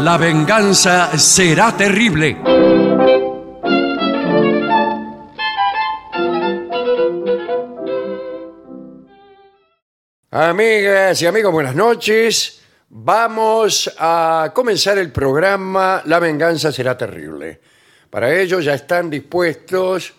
La venganza será terrible. Amigas y amigos, buenas noches. Vamos a comenzar el programa La venganza será terrible. Para ello ya están dispuestos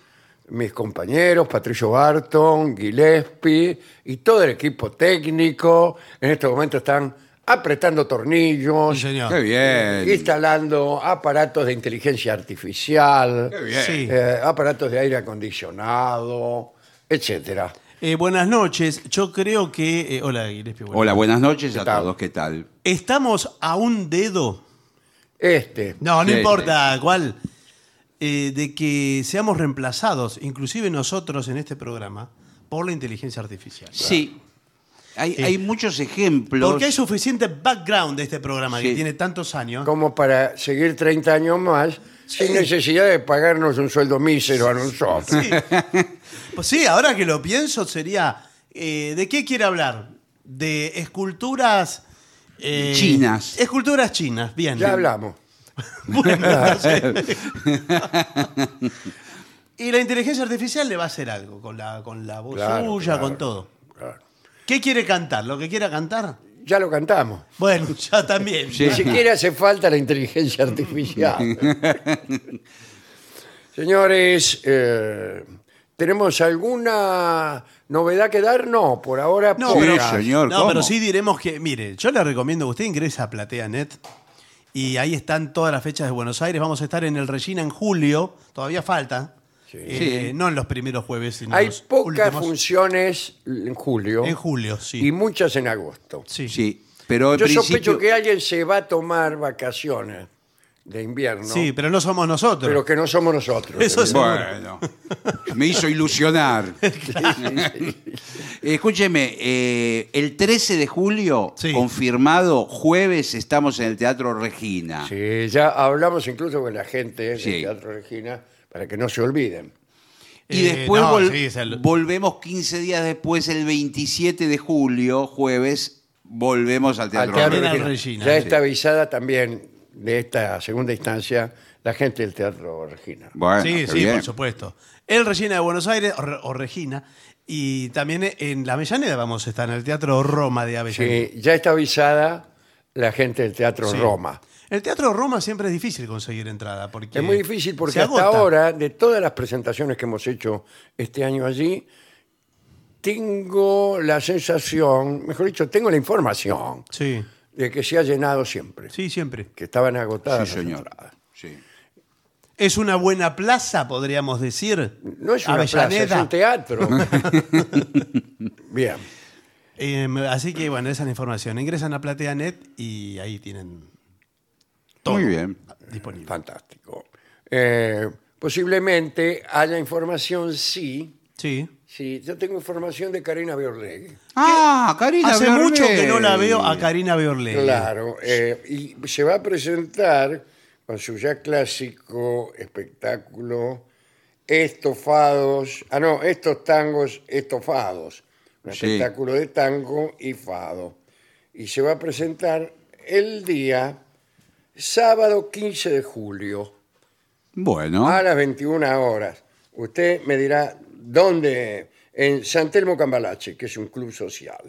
mis compañeros Patricio Barton, Gillespie y todo el equipo técnico. En este momento están apretando tornillos, Sí, Oh, señor. Qué bien. instalando aparatos de inteligencia artificial, Qué bien. Sí. eh, aparatos de aire acondicionado, etcétera. Eh, buenas noches. Yo creo que. eh, hola, Gillespie, buenas Hola, buenas noches a tal? todos. ¿Qué tal? noches. Estamos a un dedo. Este. No, no Sí, importa cuál. eh, de que seamos reemplazados, inclusive nosotros en este programa, por la inteligencia artificial. Sí. Hay, Sí. hay muchos ejemplos. Porque hay suficiente background de este programa que Sí. tiene tantos años. como para seguir 30 años más sin necesidad de pagarnos un sueldo mísero a nosotros. Sí. Pues sí, ahora que lo pienso sería. eh, ¿De qué quiere hablar? De esculturas. eh, Chinas. Esculturas chinas, bien. Ya hablamos. Bueno, no sé. y la inteligencia artificial le va a hacer algo con la, con la voz Claro, suya, claro. con todo. Claro. ¿Qué quiere cantar? ¿Lo que quiera cantar? Ya lo cantamos. Bueno, ya también. Sí. Ni siquiera hace falta la inteligencia artificial. Señores, eh, ¿tenemos alguna novedad que dar? No, por ahora. No, Sí, pocas. pero, señor, no, ¿cómo? pero sí diremos que, mire, yo le recomiendo que usted ingrese a PlateaNet y ahí están todas las fechas de Buenos Aires. Vamos a estar en el Regina en julio, todavía falta. Eh, Sí. No en los primeros jueves, sino en Hay los pocas últimos. funciones en julio En julio, y sí. muchas en agosto. Sí. Sí, pero en Yo principio. sospecho que alguien se va a tomar vacaciones de invierno. Sí, pero no somos nosotros. pero que no somos nosotros. Eso es- Bueno, me hizo ilusionar. Escúcheme, eh, el 13 de julio, Sí. confirmado, jueves estamos en el Teatro Regina. Eh, Sí, ya hablamos incluso con la gente eh, del Sí. Teatro Regina para que no se olviden. Y Eh, después no, vol- sí, es el- volvemos 15 días después, el 27 de julio, jueves, volvemos al Teatro, Al Teatro Regina. Regina. Regina, ya sí. está avisada también de esta segunda instancia la gente del Teatro Regina. Bueno, sí, qué sí, bien. por supuesto. El Regina de Buenos Aires, o, Re- o Regina, y también en la Avellaneda vamos a estar, en el Teatro Roma de Avellaneda. Sí, ya está avisada la gente del Teatro Sí. Roma. El Teatro Roma siempre es difícil conseguir entrada. Porque Es muy difícil porque se hasta agota. ahora, de todas las presentaciones que hemos hecho este año allí, tengo la sensación, mejor dicho, tengo la información Sí, de que se ha llenado siempre, sí, siempre. que estaban agotadas. Sí, las señor. entradas. Sí. Es una buena plaza, podríamos decir. No es una Avellaneda. plaza, es un teatro. Bien. Em, así que, bueno, esa es la información. Ingresan a PlateaNet y ahí tienen todo Muy bien. disponible. Fantástico. Eh, posiblemente haya información, sí. Sí. Sí, yo tengo información de Karina Biorlegui. Ah, Karina. Hace Bernabé. mucho que no la veo a Karina Biorley. Claro. eh, y se va a presentar con su ya clásico espectáculo Estofados. Ah, no, estos tangos estofados. Un Sí. espectáculo de tango y fado. Y se va a presentar el día sábado 15 de julio. Bueno. Ah, a las 21 horas. Usted me dirá dónde, en San Telmo Cambalache, que es un club social.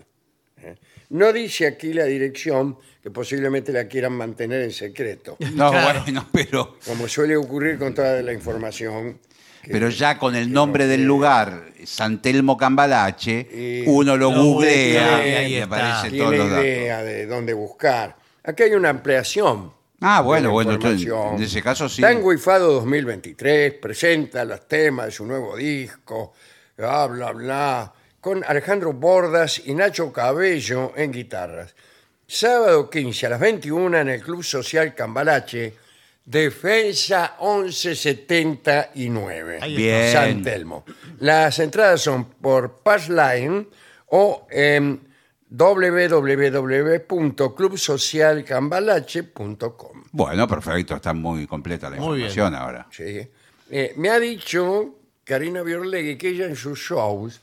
¿eh? No dice aquí la dirección, que posiblemente la quieran mantener en secreto, No, Claro. bueno, pero, como suele ocurrir con toda la información. que- pero ya con el nombre del lugar, San Telmo Cambalache, uno lo, Lo googlea googlea, y ahí le está. aparece todos tiene los datos. idea de dónde buscar. Aquí hay una ampliación. Ah, de bueno, la bueno, entonces, información. en ese caso sí. Tango y Fado 2023 presenta los temas de su nuevo disco, bla, bla, bla, con Alejandro Bordas y Nacho Cabello en guitarras. Sábado 15 a las 21 en el Club Social Cambalache, Defensa 1179. Ahí Bien. San Telmo. Las entradas son por Passline o en www.clubsocialcambalache.com. Bueno, perfecto, está muy completa la Muy bien. información ahora. Sí. Eh, me ha dicho Karina Biorlegui que ella en sus shows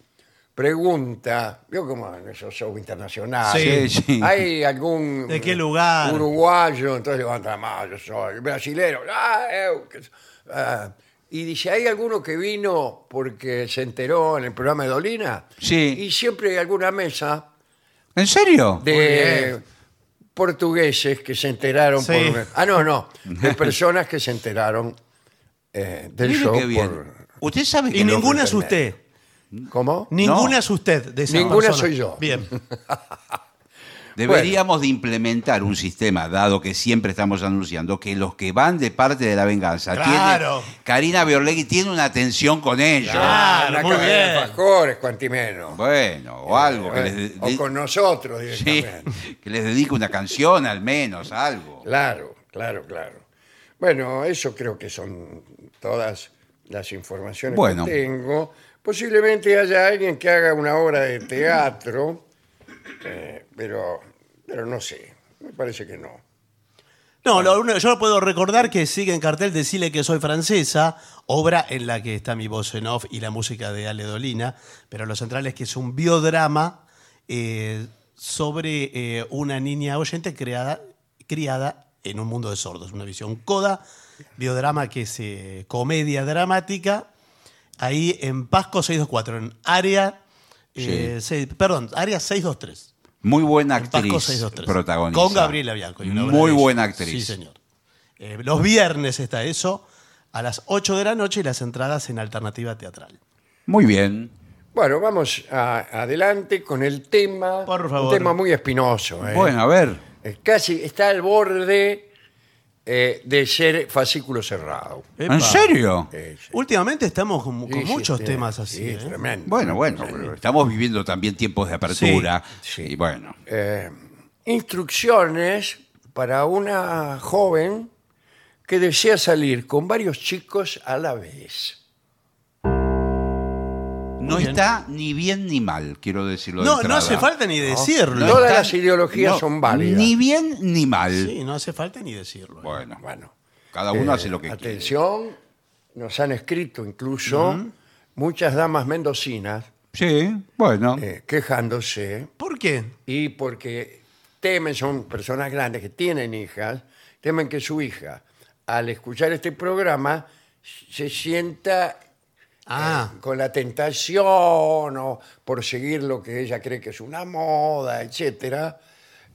pregunta, yo como esos shows internacionales, Sí, sí. ¿hay algún ¿De qué lugar? uruguayo? Entonces levanta la mano, yo soy brasilero. Ah, eu, que so- ah. y dice, ¿hay alguno que vino porque se enteró en el programa de Dolina? Sí. Y siempre hay alguna mesa ¿En serio? de portugueses que se enteraron Sí. por... Ah, no, no, de personas que se enteraron eh, del Mire show qué bien. por... Usted sabe que Y lo- ninguna es internet. usted. ¿Cómo? Ninguna No. es usted de esa Ninguna persona. soy yo. Bien. deberíamos de implementar un sistema, dado que siempre estamos anunciando que los que van de parte de la venganza Claro. tienen- Karina Biorlegui tiene una tensión con ellos. Claro, Una muy caja de bien. alfajores, cuantimeno. Bueno, o algo. Que les de- Eh, o de- con nosotros Sí, directamente. que les dedique una canción al menos, algo. Claro, claro, claro. Bueno, eso creo que son todas las informaciones Bueno. que tengo. Posiblemente haya alguien que haga una obra de teatro, eh, pero, pero no sé. Me parece que no. No, lo único- yo puedo recordar que sigue en cartel Decirle que soy francesa, obra en la que está mi voz en off y la música de Ale Dolina, pero lo central es que es un biodrama eh, sobre eh, una niña oyente creada, criada en un mundo de sordos, una visión coda, biodrama que es eh, comedia dramática, ahí en Pasco 624, en área, eh, seis- perdón, área 623. Muy buena El Pasco actriz 623. protagonista. Con Gabriela Bianco. y una obra Muy de ella. buena actriz. Sí, señor. Eh, los viernes está eso, a las 8 de la noche y las entradas en alternativa teatral. Muy bien. Bueno, vamos a- adelante con el tema. Por Un favor. tema muy espinoso. ¿eh? Bueno, a ver. Eh, Casi está al borde eh, de ser fascículo cerrado. Epa. ¿En serio? Eh, sí. Últimamente estamos con, con Sí, sí, muchos sí, temas sí, así. sí, ¿eh? tremendo. Bueno, bueno, pero estamos viviendo también tiempos de apertura. Sí, sí. Y bueno, Eh, instrucciones para una joven que desea salir con varios chicos a la vez. no está ni bien ni mal, quiero decirlo. de No, no entrada. hace falta ni decirlo. No, Todas Está- las ideologías son válidas. Ni bien ni mal. Sí, no hace falta ni decirlo. ¿eh? Bueno, Bueno, cada uno hace lo que Eh, atención, nos han escrito incluso muchas damas mendocinas quiere. Sí, bueno. eh, quejándose ¿Por qué? y porque temen, son personas grandes que tienen hijas, temen que su hija, al escuchar este programa, se sienta Ah, eh, con la tentación o por seguir lo que ella cree que es una moda, etcétera,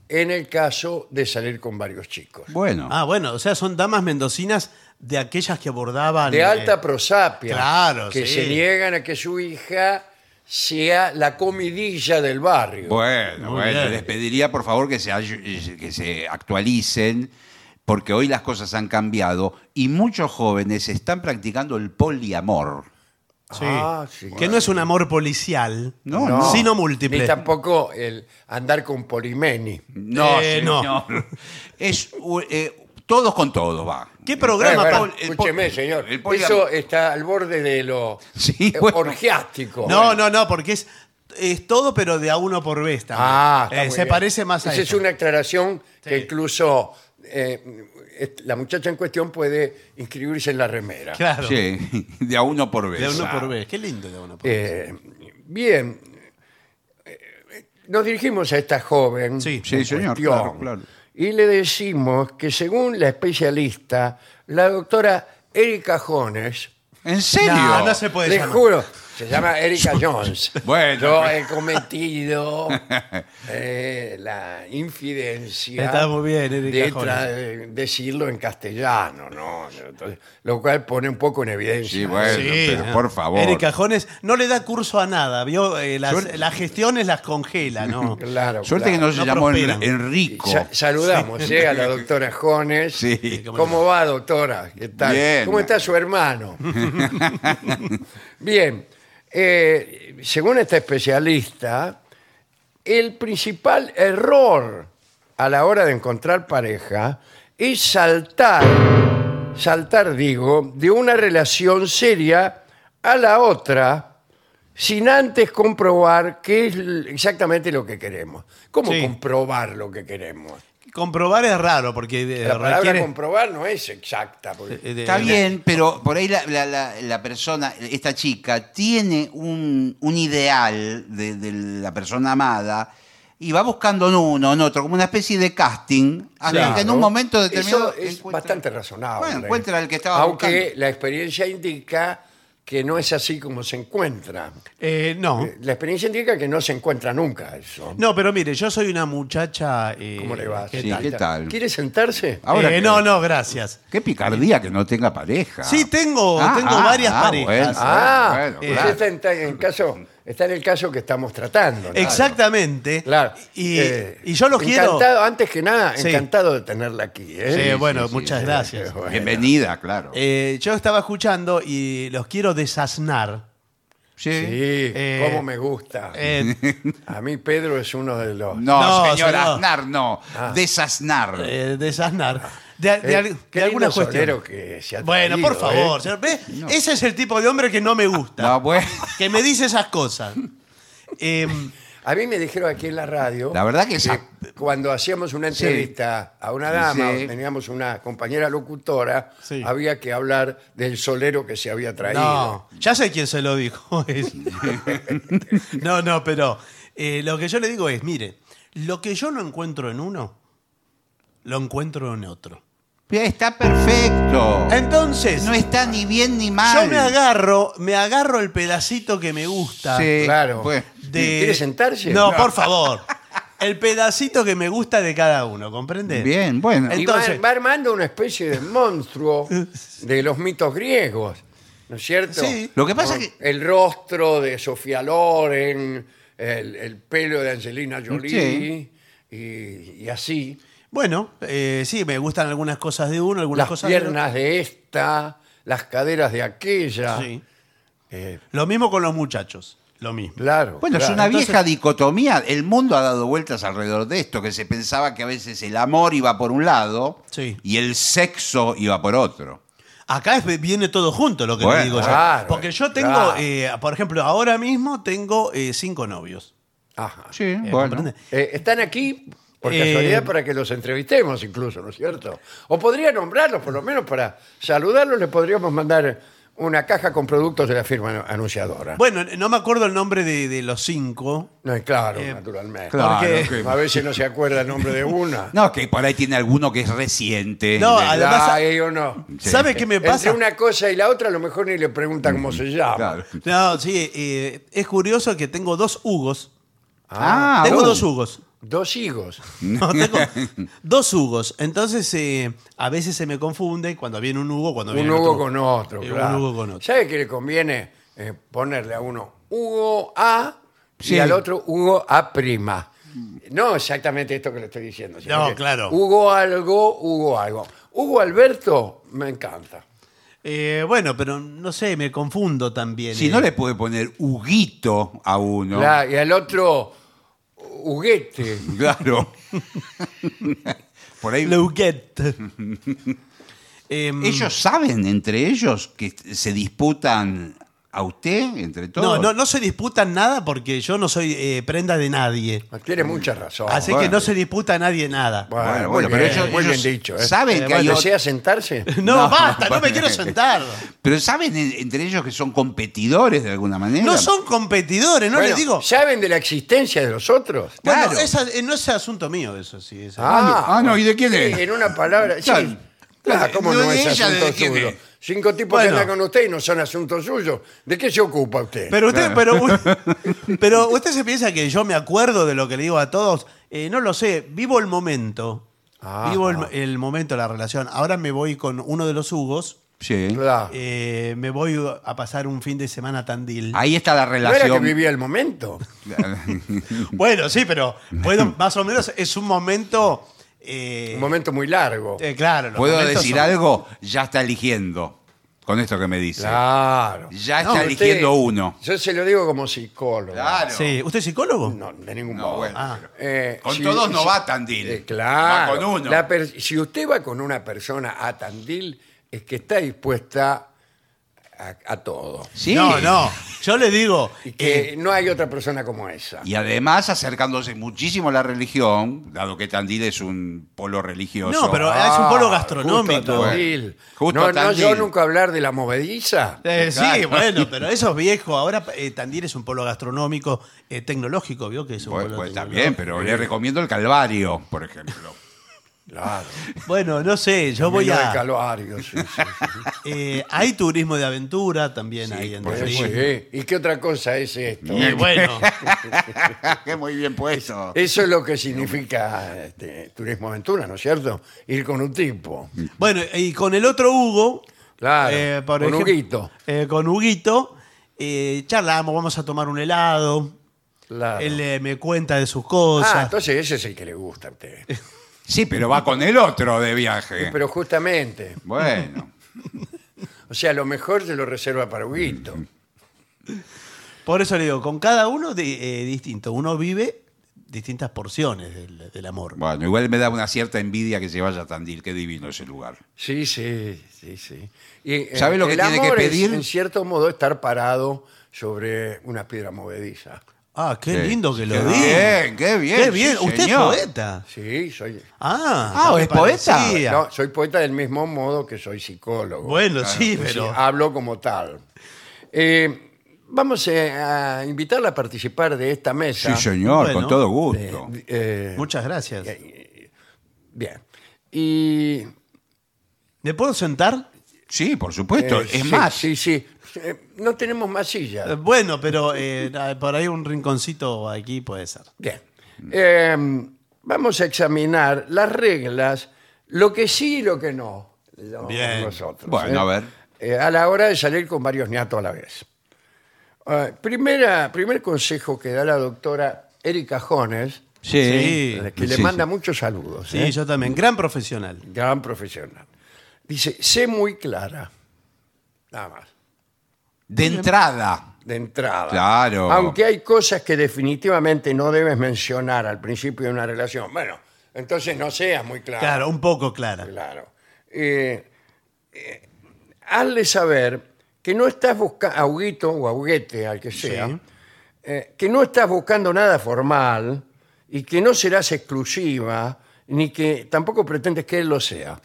en el caso de salir con varios chicos. Bueno. ah, bueno, o sea, son damas mendocinas de aquellas que abordaban. De eh, alta prosapia, claro, que sí. se niegan a que su hija sea la comidilla del barrio. Bueno, Muy bueno, bien. les pediría por favor que se, ay- que se actualicen, porque hoy las cosas han cambiado y muchos jóvenes están practicando el poliamor. sí, Ah, sí. Que no es un amor policial, No, no. sino múltiple. Ni tampoco el andar con polimeni. No, Eh, señor. Es u- eh, todos con todos, va. ¿Qué programa, Bueno, Paul? bueno, el escúcheme, poli- señor. el poliam- Eso está al borde de lo Sí, eh, bueno. orgiástico. No, no, no, porque es, es todo, pero de a uno por vez también. Ah, está Eh, muy se bien. parece más a Esa es eso. una aclaración que Sí. incluso eh, est- la muchacha en cuestión puede inscribirse en la remera. Claro. Sí, de a uno por vez. De a uno Ah. por vez. Qué lindo de a uno por vez. Eh, bien, Eh, nos dirigimos a esta joven. Sí, sí, en señor, cuestión, claro, claro. Y le decimos que según la especialista, la doctora Erika Jones, ¿En serio? No, no se puede le llamar. juro, se llama Erika Jones. Bueno. Yo he cometido eh, la infidencia Está muy bien, Erika ah, de Jones. tra- de decirlo en castellano, ¿no? Entonces, lo cual pone un poco en evidencia. Sí, bueno, pero por favor. ah. Erika Jones no le da curso a nada, ¿vio? Eh, las, Suerte. las gestiones las congela, ¿no? Claro, Suerte que claro. no se No llamó en- prosperan. Enrico. Sa- saludamos eh, a la doctora Jones. Sí. ¿Cómo va, doctora? ¿Qué tal? Bien. ¿Cómo está su hermano? Bien. Eh, según esta especialista, el principal error a la hora de encontrar pareja es saltar, saltar digo, de una relación seria a la otra sin antes comprobar qué es l- exactamente lo que queremos. ¿Cómo Sí. comprobar lo que queremos? Comprobar es raro porque eh, La palabra requiere- comprobar no es exacta. porque- eh, de- Está de- bien, pero por ahí la, la- la- la persona, esta chica, tiene un, un ideal de, de la persona amada y va buscando en uno, en otro, como una especie de casting, hasta Claro. que en un momento determinado. Eso es encuentra- bastante razonable. Bueno, encuentra el que estaba Aunque buscando. la experiencia indica que no es así como se encuentra. Eh, no. La experiencia indica que no se encuentra nunca eso. No, pero mire, yo soy una muchacha. eh, ¿Cómo le va? ¿qué Sí, tal? ¿qué tal? Ah, ¿Quiere sentarse? Ahora Eh, que- no, no, gracias. Qué picardía que no tenga pareja. Sí, tengo- tengo varias parejas. Ah, ah, bueno, usted claro. está, en, ta- en caso, está en el caso que estamos tratando. ¿no? Exactamente. Claro. Y, Eh, y yo los quiero. encantado, Antes que nada, Sí. encantado de tenerla aquí. ¿eh? Sí, bueno, sí, muchas sí. gracias. Bueno. Bienvenida, claro. Eh, yo estaba escuchando y los quiero desasnar. sí. Sí, Eh, cómo me gusta. Eh, A mí Pedro es uno de los... No, No, señor señor. Aznar, no. Ah. Desasnar. eh, desasnar. De, Eh, de al- de qué lindo algunas solero cuestiones. que se ha Bueno, por traído, ¿eh? favor, señor. ¿Ve? Ese es el tipo de hombre que no me gusta. No, bueno. Que me dice esas cosas. Em, A mí me dijeron aquí en la radio. La verdad que esa- Cuando hacíamos una entrevista a una dama, Sí. o teníamos una compañera locutora, Sí. había que hablar del solero que se había traído. No, ya sé quién se lo dijo. es- no, no, pero eh, lo que yo le digo es, mire, lo que yo no encuentro en uno, lo encuentro en otro. Está perfecto. Entonces, No está ni bien ni mal. yo me agarro, me agarro el pedacito que me gusta. Sí, Claro. pues. Eh, de- ¿Quiere sentarse? No, No. por favor. El pedacito que me gusta de cada uno, ¿comprende? Bien, bueno. Eh, Y va- entonces- va, armando una especie de monstruo de los mitos griegos, ¿no es cierto? Sí. Lo que pasa Con es que- El rostro de Sofía Loren, el, el pelo de Angelina Jolie Sí. y, y así. Bueno, eh, sí, me gustan algunas cosas de uno, algunas Las cosas de otro. piernas de esta, las caderas de aquella. Sí. Eh, Lo mismo con los muchachos, lo mismo. claro. Bueno, es claro. una vieja dicotomía. El mundo ha dado vueltas alrededor de esto, que se pensaba que a veces el amor iba por un lado Sí. y el sexo iba por otro. Acá es- viene todo junto lo que Bueno, le digo yo. claro, Porque yo tengo, claro. eh, por ejemplo, ahora mismo tengo eh, cinco novios. Ajá. Sí, Eh, bueno. ¿comprende? Eh, están aquí por Eh, casualidad para que los entrevistemos incluso, ¿no es cierto? O podría nombrarlos, por lo menos para saludarlos, le podríamos mandar una caja con productos de la firma anu- anunciadora. Bueno, no me acuerdo el nombre de, de los cinco. No, y claro, Eh, naturalmente. claro, porque- Porque A veces no se acuerda el nombre de una. No, que por ahí tiene alguno que es reciente. No, De- además- Ay, ¿eh, o no. Sí. ¿Sabe qué me pasa? Mm, Entre una cosa y la otra, a lo mejor ni le preguntan cómo se llama. Claro. No, sí, eh, es curioso que tengo dos Hugos. Ah, tengo bueno. dos Hugos. Dos higos. No, tengo dos Hugos. Entonces, eh, a veces se me confunde cuando viene un Hugo, cuando Un viene Hugo otro. con otro, Eh, claro. Un Hugo con otro. ¿Sabe qué le conviene Eh, ponerle a uno Hugo A Sí. y al otro Hugo A prima? No exactamente esto que le estoy diciendo. sino No, que claro. Hugo algo, Hugo algo. Hugo Alberto me encanta. Eh, bueno, pero no sé, me confundo también. Si eh. no le puede poner Huguito a uno. La- y al otro Huguete. Claro. Por ahí. Leuquette. Em, ¿Ellos saben entre ellos que se disputan a usted, entre todos? No, no, no se disputan nada porque yo no soy eh, prenda de nadie. Tiene mucha razón. Así Ah, bueno. que no se disputa a nadie nada. Bueno, Bueno, muy bueno, pero bien, ellos- muy bien ellos dicho. ¿eh? saben que Eh, hay bueno, ot- ¿Desea sentarse? No, basta, no me bueno. quiero sentar. Pero saben en- entre ellos que son competidores de alguna manera. No son competidores, no Bueno, les digo. ¿Saben de la existencia de los otros? Bueno, claro. esa- eh, no es asunto mío eso, sí. es- Ah, no. Ah, no, ¿y de quién sí, es? en una palabra. Claro. Sí. Claro, ¿cómo No, no de es ella, asunto ¿de quién suyo? es? Cinco tipos Bueno. que andan con usted y no son asuntos suyos. ¿De qué se ocupa usted? Pero usted, pero, pero usted se piensa que yo me acuerdo de lo que le digo a todos. Eh, no lo sé, vivo el momento. Ah. Vivo el, el momento, la relación. Ahora me voy con uno de los Hugos. Sí. Claro. eh, me voy a pasar un fin de semana a Tandil. Ahí está la no era que relación. vivía el momento. Bueno, sí, pero puedo, más o menos es un momento. eh, Un momento muy largo. eh, claro, los ¿Puedo momentos decir son- algo? Ya está eligiendo. Con esto que me dice. Claro. Ya No, está eligiendo uno. Yo se lo digo como psicólogo. Sí, ¿usted es psicólogo? No, de ningún No, modo. bueno, Ah. pero- Eh, Con si- todos no si- va a Tandil. Eh, claro. Va con uno. La per- si usted va con una persona a Tandil, es que está dispuesta a, a todo. Sí. No, no. Yo le digo, Y que no hay otra persona como esa. Y además acercándose muchísimo a la religión, dado que Tandil es un polo religioso. Pues, No, pero- Ah, es un polo gastronómico. justo Tandil. Justo no, no, Tandil. yo nunca hablar de la movediza. Eh, sí, Claro. bueno, pero eso es viejo. Ahora eh, Tandil es un polo gastronómico eh, tecnológico, ¿vio? Que es un Pues, polo pues también, tecnológico. pero le recomiendo el Calvario, por ejemplo. Claro. Bueno, no sé, yo voy Vino de a. Calvario, sí, sí, sí. eh, hay turismo de aventura también ahí en por Tandil. supuesto. Sí, ¿eh? ¿Y qué otra cosa es esto? Y bueno, Qué muy bien puesto. Eso es lo que significa este, turismo aventura, ¿no es cierto? Ir con un tipo. bueno, y con el otro Hugo. eh, Claro, con ejemplo, Huguito. eh, con Huguito, eh, charlamos, vamos a tomar un helado. Claro. Él eh, me cuenta de sus ah, cosas. entonces ese es el que le gusta a usted. Sí, pero va con el otro de viaje. Pero justamente, Bueno. o sea, lo mejor se lo reserva para Huguito. Por eso le digo, con cada uno de- eh, distinto. Uno vive distintas porciones del, del amor. Bueno, igual me da una cierta envidia que se vaya a Tandil. Qué divino ese lugar. Sí, sí, sí, sí. Y, eh, ¿Sabe lo que el tiene que amor es, pedir? en cierto modo, estar parado sobre una piedra movediza. Ah, qué Sí. lindo que lo Eh, Qué diga. bien, qué bien, Qué bien. sí, Usted señor. es poeta. Sí, soy. Ah, Ah, no me ¿es poeta? parecía. No, soy poeta del mismo modo que soy psicólogo. bueno, sí, Es pero. decir, hablo como tal. Eh, vamos eh, a invitarla a participar de esta mesa. Sí, señor, Bueno. con todo gusto. Eh, Muchas gracias. bien. Y. ¿Me puedo sentar? Sí, por supuesto. eh, es sí, más, Sí, sí. Eh, no tenemos más sillas. Eh, Bueno, pero eh, na- por ahí un rinconcito aquí puede ser. Bien. Eh, vamos a examinar las reglas, lo que sí y lo que no. lo- Bien. Nosotros, Bueno, a ver. Eh, a la hora de salir con varios ñatos a la vez. Ah, primera, primer consejo que da la doctora Erika Jones, Sí. eh, que le sí, manda sí. muchos saludos. Sí, eh, yo también. Gran profesional. Gran profesional. Dice, sé muy clara. Nada más. De entrada. de entrada. Claro. Aunque hay cosas que definitivamente no debes mencionar al principio de una relación. Bueno, entonces no seas muy claro. Claro, un poco clara. Claro. Eh, eh, hazle saber que no estás buscando, a Huguito o a Huguete, al que sea, Sí. eh, que no estás buscando nada formal y que no serás exclusiva, ni que tampoco pretendes que él lo sea.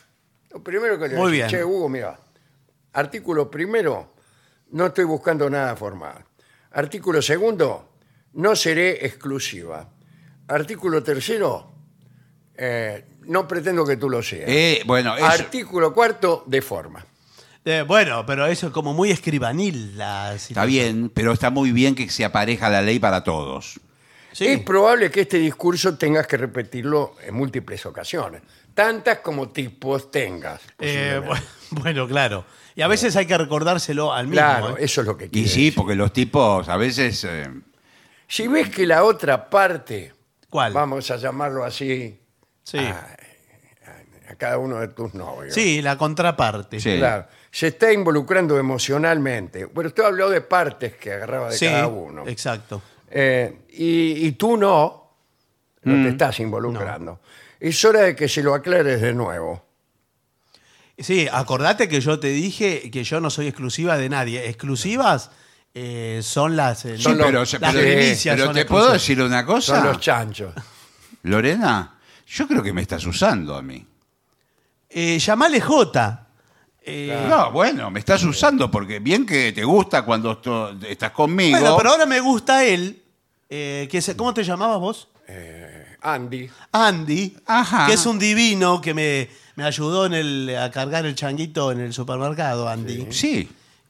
Lo primero que le Muy decís, bien. che, Hugo, mira, artículo primero, no estoy buscando nada formal. Artículo segundo, no seré exclusiva. Artículo tercero, eh, no pretendo que tú lo seas. Eh, bueno, eso. Artículo cuarto, de forma. Eh, bueno, pero eso es como muy escribanil la está situación. bien, pero está muy bien que se apareja la ley para todos. Es Sí. probable que este discurso tengas que repetirlo en múltiples ocasiones, tantas como tipos tengas. Eh, posiblemente. bu- bueno, claro. Y a veces hay que recordárselo al mismo. claro, ¿eh? eso es lo que Y quiero sí, decir. porque los tipos a veces. eh, Si ves que la otra parte, ¿Cuál? vamos a llamarlo así, Sí. a cada uno de tus novios, Sí, la contraparte. Sí. claro, se está involucrando emocionalmente. Bueno, usted habló de partes que agarraba de Sí, cada uno. Exacto. Eh, y, y tú no, no Mm, te estás involucrando. Es hora de que se lo aclares de nuevo. Sí, acordate que yo te dije que yo no soy exclusiva de nadie. Exclusivas eh, son las. eh, sí, los- pero, las pero- primicias pero son te exclusivas. puedo decir una Son cosa. los chanchos. Lorena, yo creo que me estás usando a mí. Eh, llamale J. Eh, No, bueno, me estás usando porque bien que te gusta cuando esto- estás conmigo. Bueno, pero ahora me gusta él. eh, que es- ¿Cómo te llamabas vos? Andy. Andy. Ajá. Que es un divino que me, me ayudó en el, a cargar el changuito en el supermercado, Andy. Sí,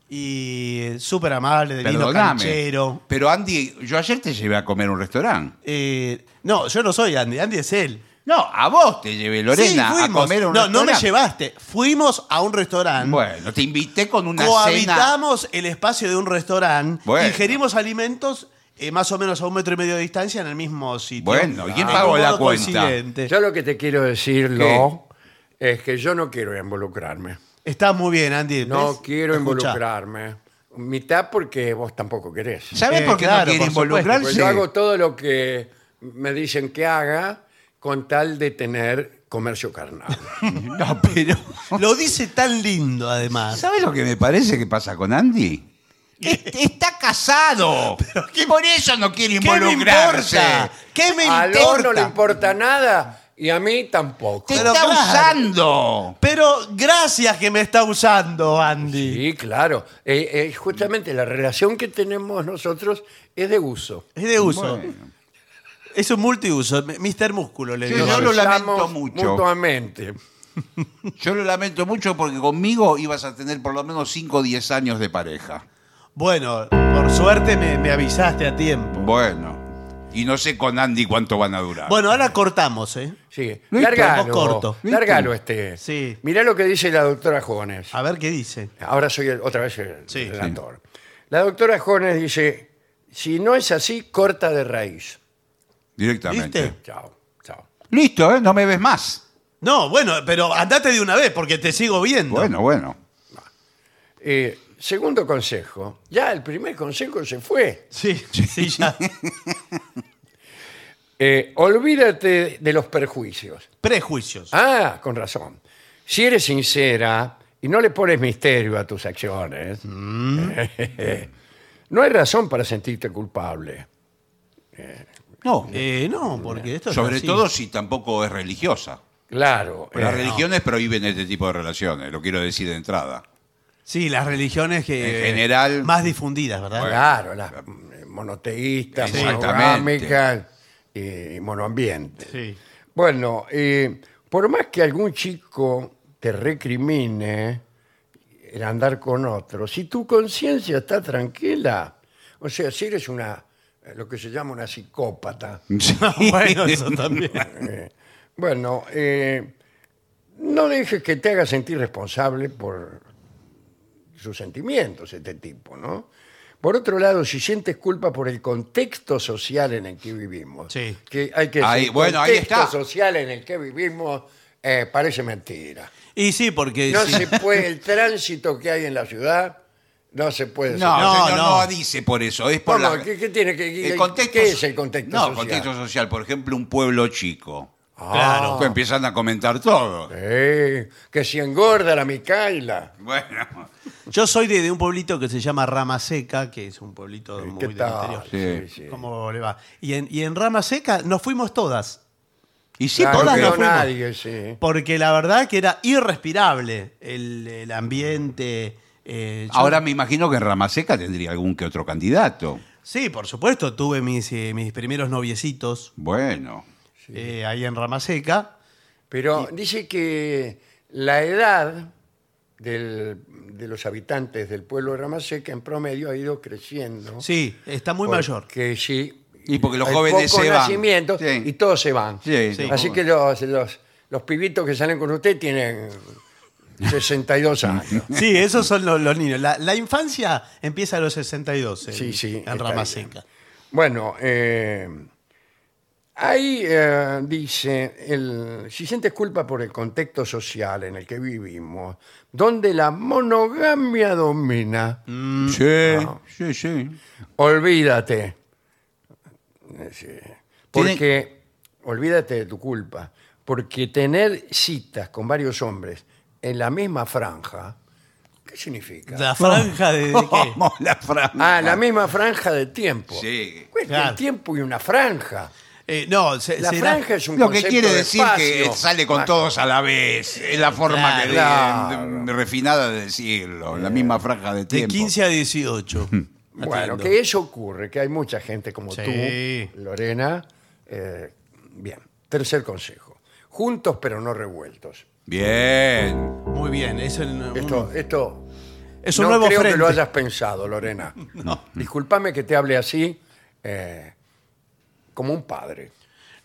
Y eh, súper amable, divino, perdóname. canchero. Pero Andy, yo ayer te llevé a comer a un restaurante. Eh, no, yo no soy Andy, Andy es él. No, a vos te llevé, Lorena, Sí, a fuimos. comer a un No, no restaurante. me llevaste. Fuimos a un restaurante. Bueno, te invité con una cena. cohabitamos el espacio de un restaurante, Bueno. ingerimos alimentos eh, más o menos a un metro y medio de distancia en el mismo sitio. Bueno, ¿y quién De pagó modo la cuenta? coincidente. Yo lo que te quiero decir, Lo, es que yo no quiero involucrarme. Está muy bien, Andy. No ¿ves? quiero Escuchá. involucrarme. Mitad porque vos tampoco querés. ¿Sabés Eh, por qué claro, no quiere por supuesto, involucrarse? Pues yo hago todo lo que me dicen que haga con tal de tener comercio carnal. No, pero. Lo dice tan lindo, además. ¿Sabes lo que me parece que pasa con Andy? Est- Está casado. Por eso no quiere ¿Qué me importa? involucrarse. ¿Qué me A Lon no le importa? importa nada y a mí tampoco. Te Pero está claro. usando. Pero gracias que me está usando, Andy. Sí, claro. Eh, eh, justamente la relación que tenemos nosotros es de uso. Es de uso. Bueno. Es un multiuso. M- Mr. Músculo le Sí, digo. yo Nos lo lamento usamos mucho. Mutuamente. Yo lo lamento mucho porque conmigo ibas a tener por lo menos 5 o 10 años de pareja. Bueno, por suerte me, me avisaste a tiempo. Bueno. Y no sé con Andy cuánto van a durar. Bueno, ahora cortamos, ¿eh? Sí. Listo, Largalo. vos corto. Largalo este. Sí. Mirá lo que dice la doctora Jones. A ver qué dice. Ahora soy el- otra vez el Sí. relator. La doctora Jones dice, si no es así, corta de raíz. Directamente. ¿Viste? Chao, chao. Listo, ¿eh? No me ves más. No, bueno, pero andate de una vez porque te sigo viendo. Bueno, bueno. Eh, segundo consejo. Ya el primer consejo se fue. Sí, sí, ya. Eh, olvídate de los perjuicios. Prejuicios. Ah, con razón. Si eres sincera y no le pones misterio a tus acciones, Mm. no hay razón para sentirte culpable. No. Eh, no, porque esto es Sobre así. todo si tampoco es religiosa. Claro. Las eh, religiones prohíben este tipo de relaciones, lo quiero decir de entrada. Sí, las religiones que. En general- Más difundidas, ¿verdad? Claro, las eh, monoteístas, Exactamente. monogámicas y monoambiente. Sí. Bueno, eh, por más que algún chico te recrimine el andar con otro, si tu conciencia está tranquila, o sea, si eres una, eh, lo que se llama una psicópata, bueno, eso también. bueno, eh, no dejes que te haga sentir responsable por sus sentimientos, este tipo, ¿no? Por otro lado, si sientes culpa por el contexto social en el que vivimos, Sí. que hay que Ahí, decir, bueno, ahí contexto está. social en el que vivimos eh, parece mentira. Y sí, porque. No si- se puede, el tránsito que hay en la ciudad no se puede. No, No, señor, no. no dice por eso, es por ¿Cómo? la- ¿Qué, qué tiene que el contexto ¿Qué es el contexto No, social? contexto social, por ejemplo, un pueblo chico. Ah, Que empiezan a comentar todo. eh, que si engorda la Micaela. Bueno, Yo soy de, de un pueblito que se llama Rama Seca, que es un pueblito muy ¿Qué del tal? interior. Eh, Sí. Sí, sí. ¿Cómo le va? Y en, y en Rama Seca nos fuimos todas. y sí, Claro, por todas no las quedó fuimos. nadie, sí. Porque la verdad que era irrespirable el, el ambiente. eh, yo- ahora me imagino que en Ramaseca tendría algún que otro candidato. Sí, por supuesto, tuve mis, eh, mis primeros noviecitos Bueno, eh, ahí en Rama Seca. Pero dice que la edad del- de los habitantes del pueblo de Ramaseca en promedio ha ido creciendo. Sí, está muy mayor. Que sí. Y porque los hay jóvenes pocos se van. nacimientos Sí. y todos se van. Sí, Sí. Así ¿cómo? que los, los, los pibitos que salen con usted tienen 62 años. Sí, esos son los, los niños. La, la infancia empieza a los 62 en, Sí, sí, en está Rama bien. Seca. Bueno, eh, ahí eh, dice, el, si sientes culpa por el contexto social en el que vivimos, donde la monogamia domina, sí, sí, sí. olvídate. Eh, sí. Tiene- Porque, olvídate de tu culpa, porque tener citas con varios hombres en la misma franja, ¿qué significa? La franja de, de qué? ¿Cómo la franja? Ah, la misma franja de tiempo. Sí. Pues, Claro. El tiempo y una franja. Eh, no, se- La será- franja es un Lo que concepto quiere de decir que espacio. Ah. sale con todos a la vez. Es la forma que- Claro. de- refinada de decirlo. La misma franja de De tiempo. 15 a 18. Bueno, Atiendo. que eso ocurre, que hay mucha gente como Sí. tú, Lorena. Eh, bien, tercer consejo. Juntos pero no revueltos. Bien. Muy bien, es, el- un- Esto, esto es un no nuevo creo frente. que lo hayas pensado, Lorena. No. Disculpame que te hable así, eh, como un padre.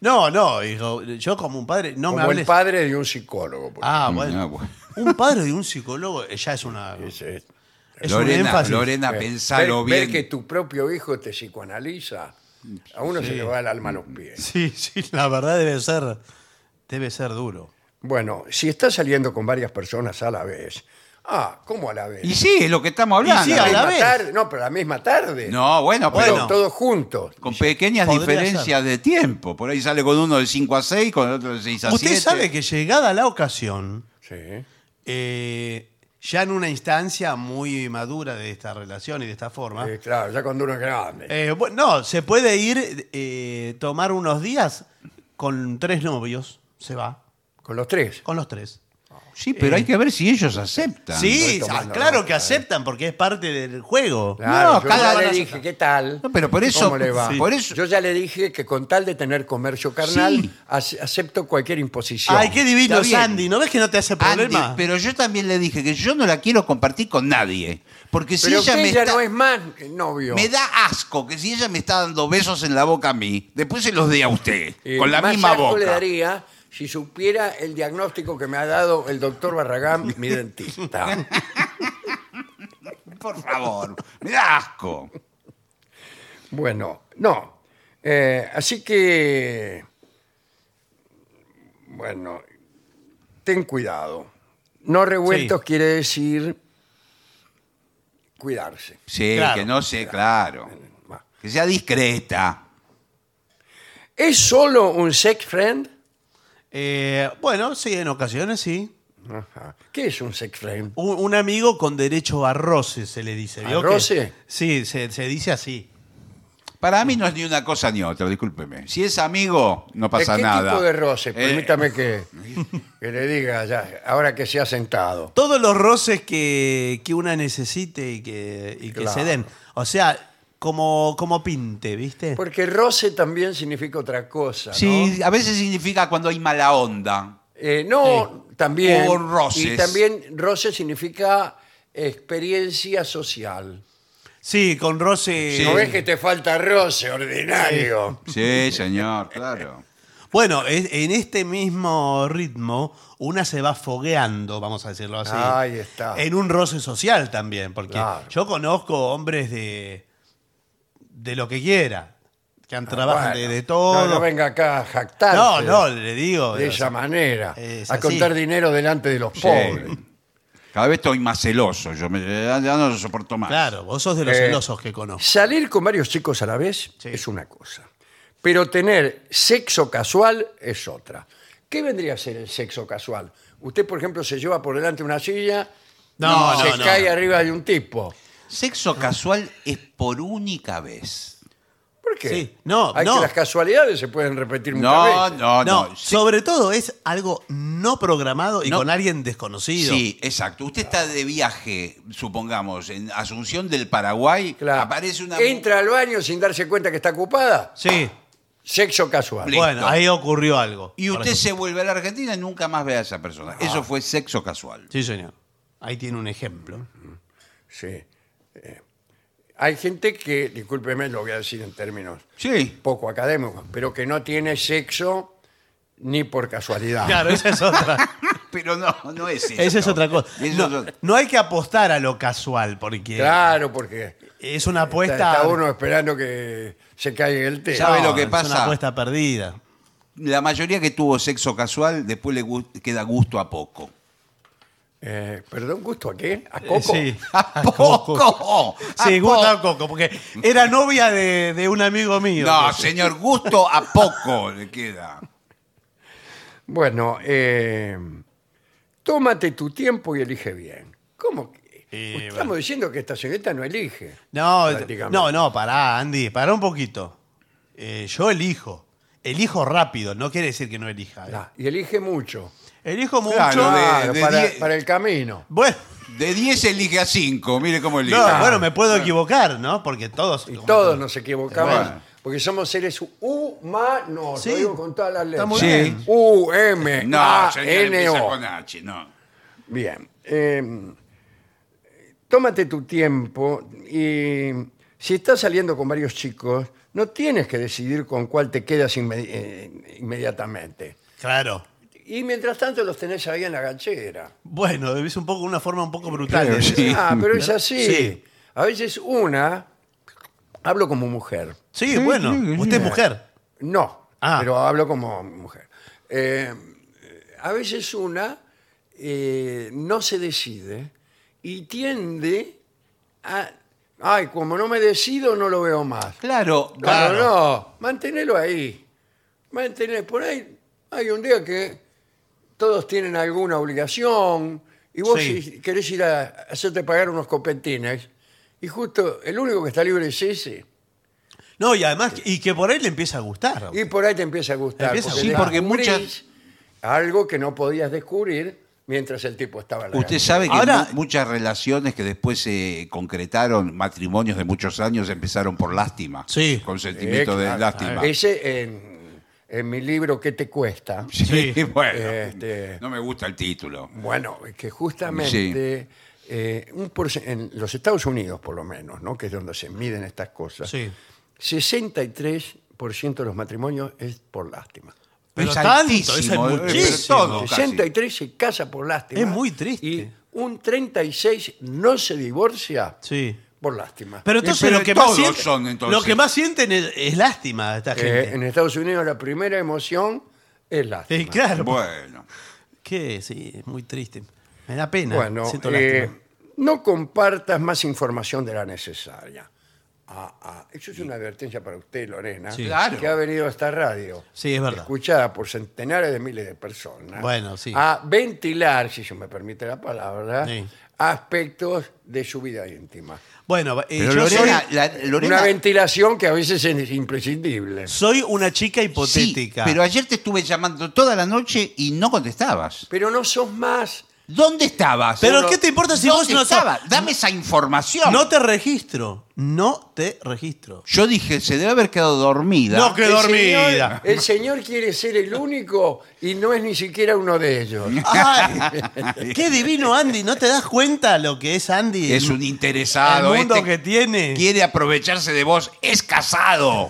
No, no, hijo, yo como un padre, no como me el hables. padre de un psicólogo. por Ah, Mm, ah, bueno. bueno. un padre de un psicólogo eh, ya es una ejemplo. Es- es- es un Lorena, énfasis. Lorena, eh, pensalo ver- ver bien. que tu propio hijo te psicoanaliza, a uno se le va el alma a los pies. Sí, sí, la verdad debe ser debe ser duro. Bueno, si estás saliendo con varias personas a la vez, Ah, ¿cómo a la vez? Y sí, es lo que estamos hablando. sí, a la vez. tarde- no, pero a la misma tarde. No, bueno, Todos- pero Bueno. Todos juntos. con pequeñas Podría diferencias de tiempo. Por ahí sale con uno de 5 a 6, con el otro de 6 a 7. Usted sabe que llegada la ocasión, Sí. eh, ya en una instancia muy madura de esta relación y de esta Ah. forma, Eh, claro, ya cuando uno es grande. eh, bu- no, se puede ir, eh, tomar unos días con tres novios, se va, Con los tres. con los tres. Sí, pero Eh. hay que ver si ellos aceptan. Sí, estoy ah, tomando claro nota, eh. que aceptan porque es parte del juego. Claro, yo cada- ya le dije, ¿qué tal? No, pero por eso- ¿Cómo le va? sí. por eso- Yo ya le dije que con tal de tener comercio carnal, Sí. ac- acepto cualquier imposición. Ay, qué divino Está es bien. Andy, ¿no ves que no te hace Andy, problema? pero yo también le dije que yo no la quiero compartir con nadie. Porque si Pero ella usted me ya está- no es más novio. Me da asco que si ella me está dando besos en la boca a mí, después se los dé a usted, Eh, con la más misma asco le boca. daría si supiera el diagnóstico que me ha dado el doctor Barragán, mi dentista. Por favor, me da asco. Bueno, no. Eh, así que, bueno, ten cuidado. No revueltos quiere decir cuidarse. Sí, Claro. que no sé, claro. Va. Que sea discreta. ¿Es solo un sex friend? Eh, bueno, sí, en ocasiones sí. Ajá. ¿Qué es un sex friend? Un, un amigo con derecho a roce se le dice. ¿vio que- ¿Arroce? Sí, se, se dice así. Para mí no es ni una cosa ni otra, discúlpeme. Si es amigo, no pasa ¿De qué nada. tipo de roce? Eh, Permítame que, que le diga ya, ahora que se ha sentado. Todos los roces que, que una necesite y que, y que Claro. se den. O sea, como, como pinte, ¿viste? Porque roce también significa otra cosa, ¿no? sí, a veces significa cuando hay mala onda. Eh, no, también. O roces. Y también roce significa experiencia social. Sí, con roce. No ves que te falta roce, ordinario. Sí, señor, claro. Bueno, es- en este mismo ritmo, una se va fogueando, vamos a decirlo así. Ahí está. En un roce social también, porque Claro. yo conozco hombres de, de lo que quiera, que han trabajado Ah, Bueno, de, de todo. No, no venga acá a jactarse. No, no, le digo. De o sea, esa manera. Es a así. contar dinero delante de los Sí. pobres. Cada vez estoy más celoso, yo me, ya no lo soporto más. Claro, vos sos de los Eh, celosos que conozco. Salir con varios chicos a la vez Sí. es una cosa. Pero tener sexo casual es otra. ¿Qué vendría a ser el sexo casual? Usted, por ejemplo, se lleva por delante una silla No, y se no, no, cae no. arriba de un tipo. Sexo casual es por única vez. ¿Por qué? Sí, no, Hay no. que las casualidades se pueden repetir muchas No, veces. no, no, no. Sí, sobre todo es algo no programado y No. con alguien desconocido. sí, exacto. Usted está de viaje, supongamos, en Asunción del Paraguay, Claro. aparece una... mu- Entra al baño sin darse cuenta que está ocupada. Sí. Sexo casual. Listo. Bueno, ahí ocurrió algo. Y Por usted ejemplo. se vuelve a la Argentina y nunca más ve a esa persona. Ah. Eso fue sexo casual. Sí, señor. Ahí tiene un ejemplo. Sí. Eh, hay gente que, discúlpeme, lo voy a decir en términos Sí. poco académicos, pero que no tiene sexo ni por casualidad. Claro, esa es otra. Pero no, no es eso. Esa es otra cosa. Eso es No, otra- no hay que apostar a lo casual, porque Claro, porque es una está, apuesta. está uno esperando que se caiga el té. ¿Sabe lo que es pasa? una apuesta perdida. La mayoría que tuvo sexo casual después le gu- queda gusto a poco. Eh, perdón, gusto a qué? ¿A Coco? Eh, Sí. ¡A poco! ¡A Sí, gusta poco! a Coco, porque era novia de, de un amigo mío. No, Entonces, señor, gusto a poco le queda. Bueno, eh, tómate tu tiempo y elige bien. ¿Cómo? que? Y, Estamos bueno. diciendo que esta señorita no elige. No, prácticamente. no, no, pará, Andy, pará un poquito. Eh, yo elijo. Elijo rápido, no quiere decir que no elija. eh. Ah, y elige mucho. Elijo mucho. Ah, Claro, de- Claro, para, diez- para el camino. Bueno, De 10 elige a 5, mire cómo elige. no, bueno, me puedo equivocar, ¿no? Porque todos. Y todos nos equivocamos Bueno. porque somos seres humanos. Sí. Lo digo con todas las Está letras. muy Sí. bien. U M No, A señor, Ah, N empieza O. con H, no. Bien. eh, tómate tu tiempo y si estás saliendo con varios chicos, no tienes que decidir con cuál te quedas inme- eh, inmediatamente. Claro. Y mientras tanto los tenés ahí en la ganchera. Bueno, es un poco una forma un poco brutal. Claro, de sí. decir. Ah, pero es así. Sí. A veces una, hablo como mujer. Sí, bueno, usted es mujer. No, Ah. pero hablo como mujer. Eh, a veces una eh, no se decide y tiende a... Ay, como no me decido, no lo veo más. Claro, No, no, no, mantenelo ahí. Mantener, por ahí hay un día que todos tienen alguna obligación y vos Sí. si querés ir a hacerte pagar unos copetines y justo el único que está libre es ese No, y además, y que por ahí le empieza a gustar. y por ahí te empieza a gustar. Empieza a Sí, porque descubrís muchas- Algo que no podías descubrir mientras el tipo estaba... en la Usted calle. sabe que Ahora- mu- muchas relaciones que después se concretaron, matrimonios de muchos años, empezaron por lástima. Sí. Con sentimiento de Eh, lástima. Ese en, en mi libro ¿Qué te cuesta? Sí, Sí. bueno. Este- No me gusta el título. Bueno, que justamente eh, un porce- en los Estados Unidos, por lo menos, ¿no? que es donde se miden estas cosas, Sí. 63% de los matrimonios es por lástima. Pero es tanto, altísimo, es eh, muchísimo. pero todo, casi. 63 se casa por lástima. Es muy triste. Y un 36 no se divorcia Sí. por lástima. Pero entonces pero lo que más todos sienten, son, entonces. lo que más sienten es, es lástima a esta Eh, gente. en Estados Unidos la primera emoción es lástima. Sí, claro. Bueno. Que sí, es muy triste. Me da pena. Bueno, siento eh, lástima. no compartas más información de la necesaria. Ah, ah, Eso es una advertencia para usted, Lorena, Sí. Claro. que ha venido a esta radio, Sí, es verdad. escuchada por centenares de miles de personas, Bueno, sí. a ventilar, si se me permite la palabra, Sí. aspectos de su vida íntima. Bueno, eh, Pero yo Lorena, la- Lorena- Una ventilación que a veces es imprescindible. soy, soy una chica Sí, hipotética. pero ayer te estuve llamando toda la noche y no contestabas. Pero no sos más. ¿Dónde estabas? Pero Uno- ¿qué te importa si vos ¿Dónde no estabas? sos- Dame esa información. no te registro. No te registro. Yo dije, se debe haber quedado dormida. No, que El dormida. señor- el señor quiere ser el único y no es ni siquiera uno de ellos. Ay, qué divino Andy. ¿No te das cuenta lo que es Andy? Es El- un interesado. El mundo este que tiene. Quiere aprovecharse de vos. Es casado.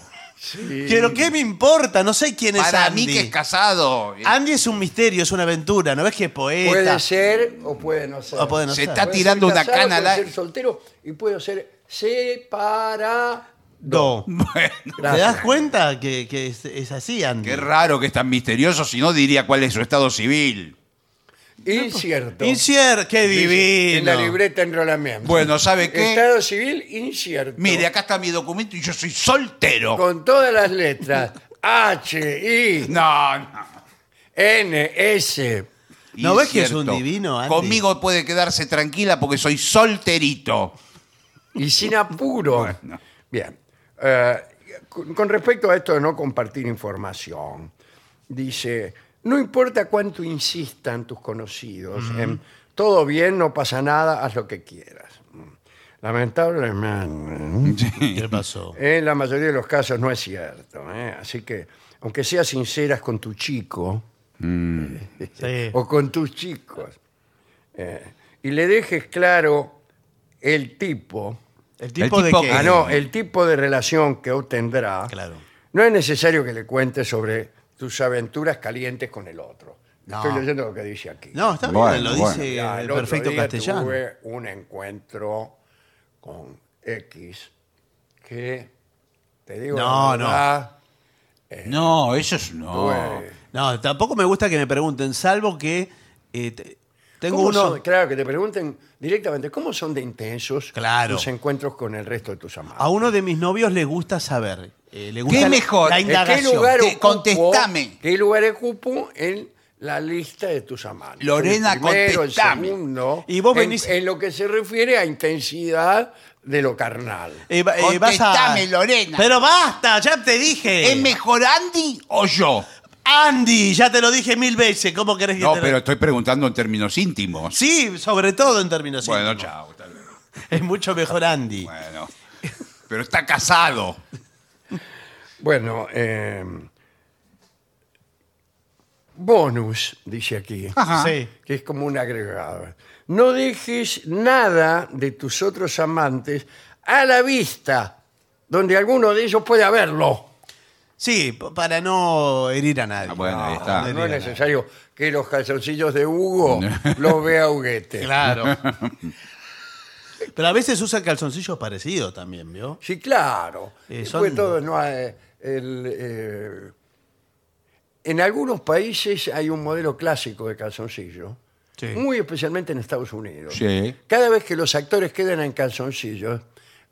Pero ¿qué me importa? No sé quién es Para Andy. Ah, mí que es casado. Andy es un misterio, es una aventura. ¿No ves que es poeta? Puede ser o puede no ser. O puede no Se ser. está Puedo tirando ser una casado, cana al puedo aire. ser soltero y puedo ser separado. Do. Bueno, ¿Te das cuenta que, que es, es así, Andy? qué raro que es tan misterioso. Si no, diría cuál es su estado civil. Incierto. Incier, qué divino. En la libreta de enrolamiento. Bueno, ¿sabe qué? Estado civil incierto. Mire, acá está mi documento y yo soy soltero. Con todas las letras. H, I, No, no. N, S. ¿No ves que es Incierto. un divino, Andy? Conmigo puede quedarse tranquila porque soy solterito. Y sin apuro. Bueno. Bien. Eh, con con respecto a esto de no compartir información, dice, no importa cuánto insistan tus conocidos, en todo bien, no pasa nada, haz lo que quieras. Lamentablemente, ¿Qué pasó? en la mayoría de los casos no es cierto. ¿eh? Así que, aunque seas sinceras con tu chico, Sí. o con tus chicos. eh, y le dejes claro el tipo, ¿El tipo tipo de qué? que- ah, no, el tipo de relación que obtendrá. Eh. Claro. No es necesario que le cuentes sobre tus aventuras calientes con el otro. No. Estoy leyendo lo que dice aquí. No, está Bueno, bien, lo bueno. dice Ya, el otro perfecto día castellano. Tuve un encuentro con X que te digo, No, la no. verdad, eh, No, eso es no. fue- No, tampoco me gusta que me pregunten, salvo que eh, te- tengo ¿Cómo uno... son? claro, que te pregunten directamente, ¿cómo son de intensos Claro. tus encuentros con el resto de tus amados? A uno de mis novios le gusta saber. eh, le gusta ¿Qué la- mejor? La ¿En qué ¿Qué indagación. lugar, Te- ocupo, contestame. ¿Qué lugar ocupo en la lista de tus amantes? Lorena, El primero, el contestame. segundo, Y vos en- venís- En, lo que se refiere a intensidad de lo carnal. Eh, va- eh, vas a- Contestame, Lorena. Pero basta, ya te dije. ¿Es mejor Andy o yo? Andy, ya te lo dije mil veces. ¿Cómo querés que No, te lo- pero estoy preguntando en términos íntimos. Sí, sobre todo en términos Bueno, íntimos. chao. hasta luego. Es mucho mejor Andy. Bueno. Pero está casado. Bueno, eh, bonus, dice aquí. Ajá. Sí. que es como un agregado. No dejes nada de tus otros amantes a la vista, donde alguno de ellos pueda verlo. Sí, p- para no herir a nadie. Ah, bueno, ahí está. no No es herir a nadie. necesario que los calzoncillos de Hugo los vea Huguete. Claro. Pero a veces usan calzoncillos parecidos también, ¿vio? Sí, claro. Eh, Después son- todo, no hay- eh, el, eh, en algunos países hay un modelo clásico de calzoncillo Sí. muy especialmente en Estados Unidos. Sí. Cada vez que los actores quedan en calzoncillos,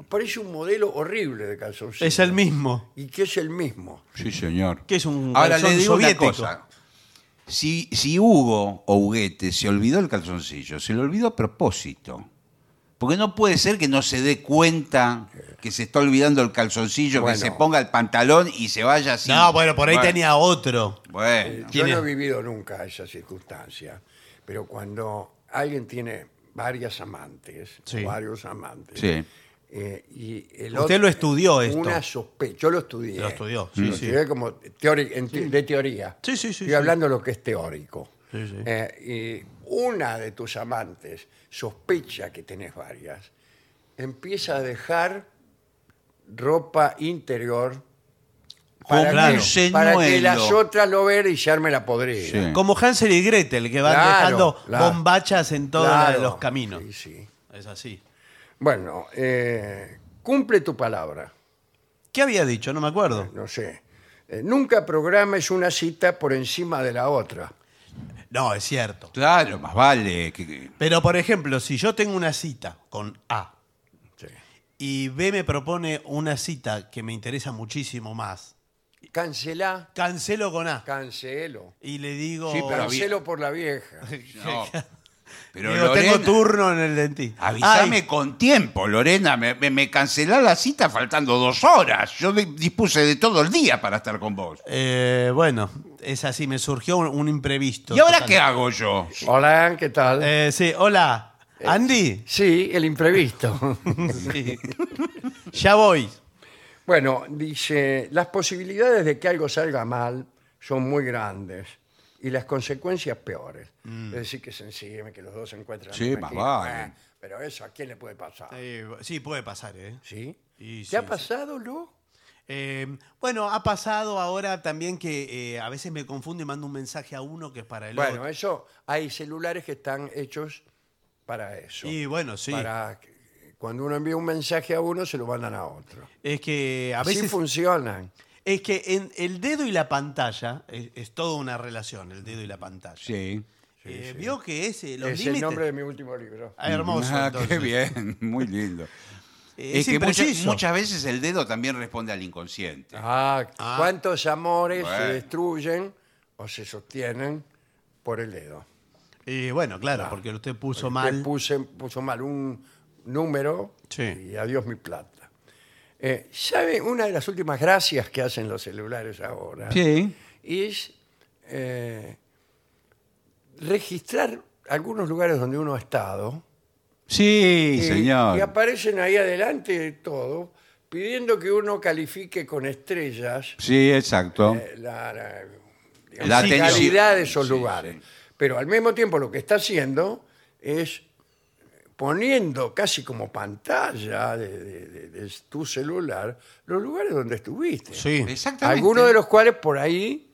parece un modelo horrible de calzoncillos. Es el mismo. Y que es el mismo. Sí, señor. Que es un Ahora calzón le digo soviético. una cosa. Si, si Hugo o Huguete se olvidó el calzoncillo, se lo olvidó a propósito. Porque no puede ser que no se dé cuenta que se está olvidando el calzoncillo, Bueno. que se ponga el pantalón y se vaya así. No, bueno, por ahí tenía otro. Bueno, Yo ¿Quién no es? he vivido nunca esa circunstancia, pero cuando alguien tiene varias amantes, Sí. o varios amantes, sí. eh, y el Usted otro- lo estudió esto. Una sospecha. Yo lo estudié. Lo estudió, sí, Lo sí. estudié como teori- en te- de teoría. Sí, sí, sí, Estoy sí. hablando lo que es teórico. Sí, sí. Eh, y una de tus amantes sospecha que tenés varias. Empieza a dejar ropa interior para, Como que, un señuelo. para que las otras lo vean y se arme la podrida. Sí. Como Hansel y Gretel, que van Claro, dejando claro. bombachas en todos Claro. los caminos. Sí, sí. Es así. Bueno, eh, cumple tu palabra. ¿Qué había dicho? No me acuerdo. No sé. Eh, nunca programes una cita por encima de la otra. No, es cierto. Claro, más vale. que- que- Pero, por ejemplo, si yo tengo una cita con A Sí. y B me propone una cita que me interesa muchísimo más, Cancelá, cancelo con A cancelo. y le digo... Sí, pero había- Cancelo por la vieja. no. Pero Digo, Lorena, tengo turno en el dentista. avísame Ay, con tiempo, Lorena. Me, me, me cancelá la cita faltando dos horas. Yo di- dispuse de todo el día para estar con vos. eh, bueno, es así, me surgió un, un imprevisto. ¿Y ahora Total. qué hago yo? Hola, ¿qué tal? Eh, sí, hola. Eh. Andy, sí, el imprevisto. ya voy. bueno, dice, las posibilidades de que algo salga mal son muy grandes y las consecuencias peores. Mm. Es decir, que se encime, que los dos se encuentran. Sí, aquí. más vale. Ah, pero eso, ¿a quién le puede pasar? Eh, sí, puede pasar, ¿eh? ¿Sí? Y ¿Te sí, ha sí. pasado, Lu? Eh, bueno, ha pasado ahora también que eh, a veces me confundo y mando un mensaje a uno que es para el Bueno, otro. eso, hay celulares que están hechos para eso. Y bueno, sí. Para que- cuando uno envía un mensaje a uno, se lo mandan a otro. Es que a Así veces. funcionan. es que en el dedo y la pantalla es, es toda una relación, el dedo y la pantalla. Sí. Eh, Vio que ese, los es el límites- nombre de mi último libro. Ah, hermoso. Ah, qué entonces. bien, muy lindo. Eh, Es, Es, que muchas, impreciso. muchas veces el dedo también responde al inconsciente. Ah, Ah. ¿cuántos amores se Bueno. destruyen o se sostienen por el dedo? Y bueno, claro, porque usted puso Le mal. Puse, puso mal un número Sí. y adiós mi plata. Eh, ¿Sabe una de las últimas gracias que hacen los celulares ahora? Sí. es eh, registrar algunos lugares donde uno ha estado. Sí, y- señor. Y aparecen ahí adelante de todo, pidiendo que uno califique con estrellas Sí, exacto. eh, la, la- digamos, La la atención. calidad de esos Sí, lugares. sí. Pero al mismo tiempo lo que está haciendo es poniendo casi como pantalla de, de- de- de tu celular los lugares donde estuviste. Sí. Exactamente. Algunos de los cuales por ahí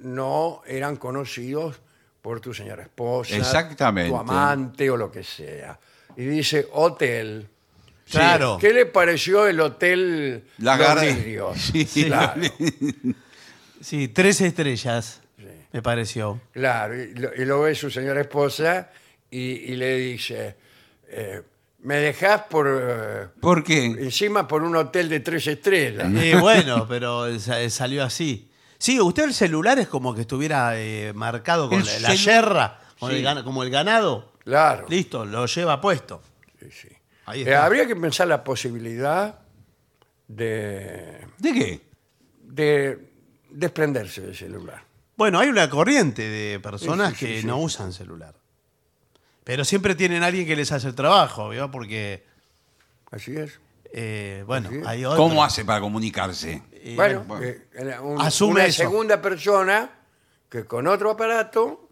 no eran conocidos por tu señora esposa, Exactamente. tu amante o lo que sea. Y dice hotel. Claro. ¿Qué le pareció el hotel La gar- Lirios? Sí, claro, Sí, tres estrellas, me pareció. claro. Y lo, y lo ve su señora esposa y, y le dice, eh, me dejás por eh, ¿Por qué? encima por un hotel de tres estrellas. Y bueno, pero sa- eh, salió así. Sí, usted el celular es como que estuviera eh, marcado con El la, la celu- yerra, con Sí. el gan- como el ganado. Claro. Listo, lo lleva puesto. Sí, sí. Ahí Eh, está. habría que pensar la posibilidad de, ¿De qué? de desprenderse del celular. Bueno, hay una corriente de personas Sí, sí, sí, que sí. no usan celular. Pero siempre tienen alguien que les hace el trabajo, ¿vio? Porque, Así es. eh, bueno, Así es. hay otro. ¿Cómo hace para comunicarse? Eh, bueno, bueno. eh, era un- Asume una eso. segunda persona que con otro aparato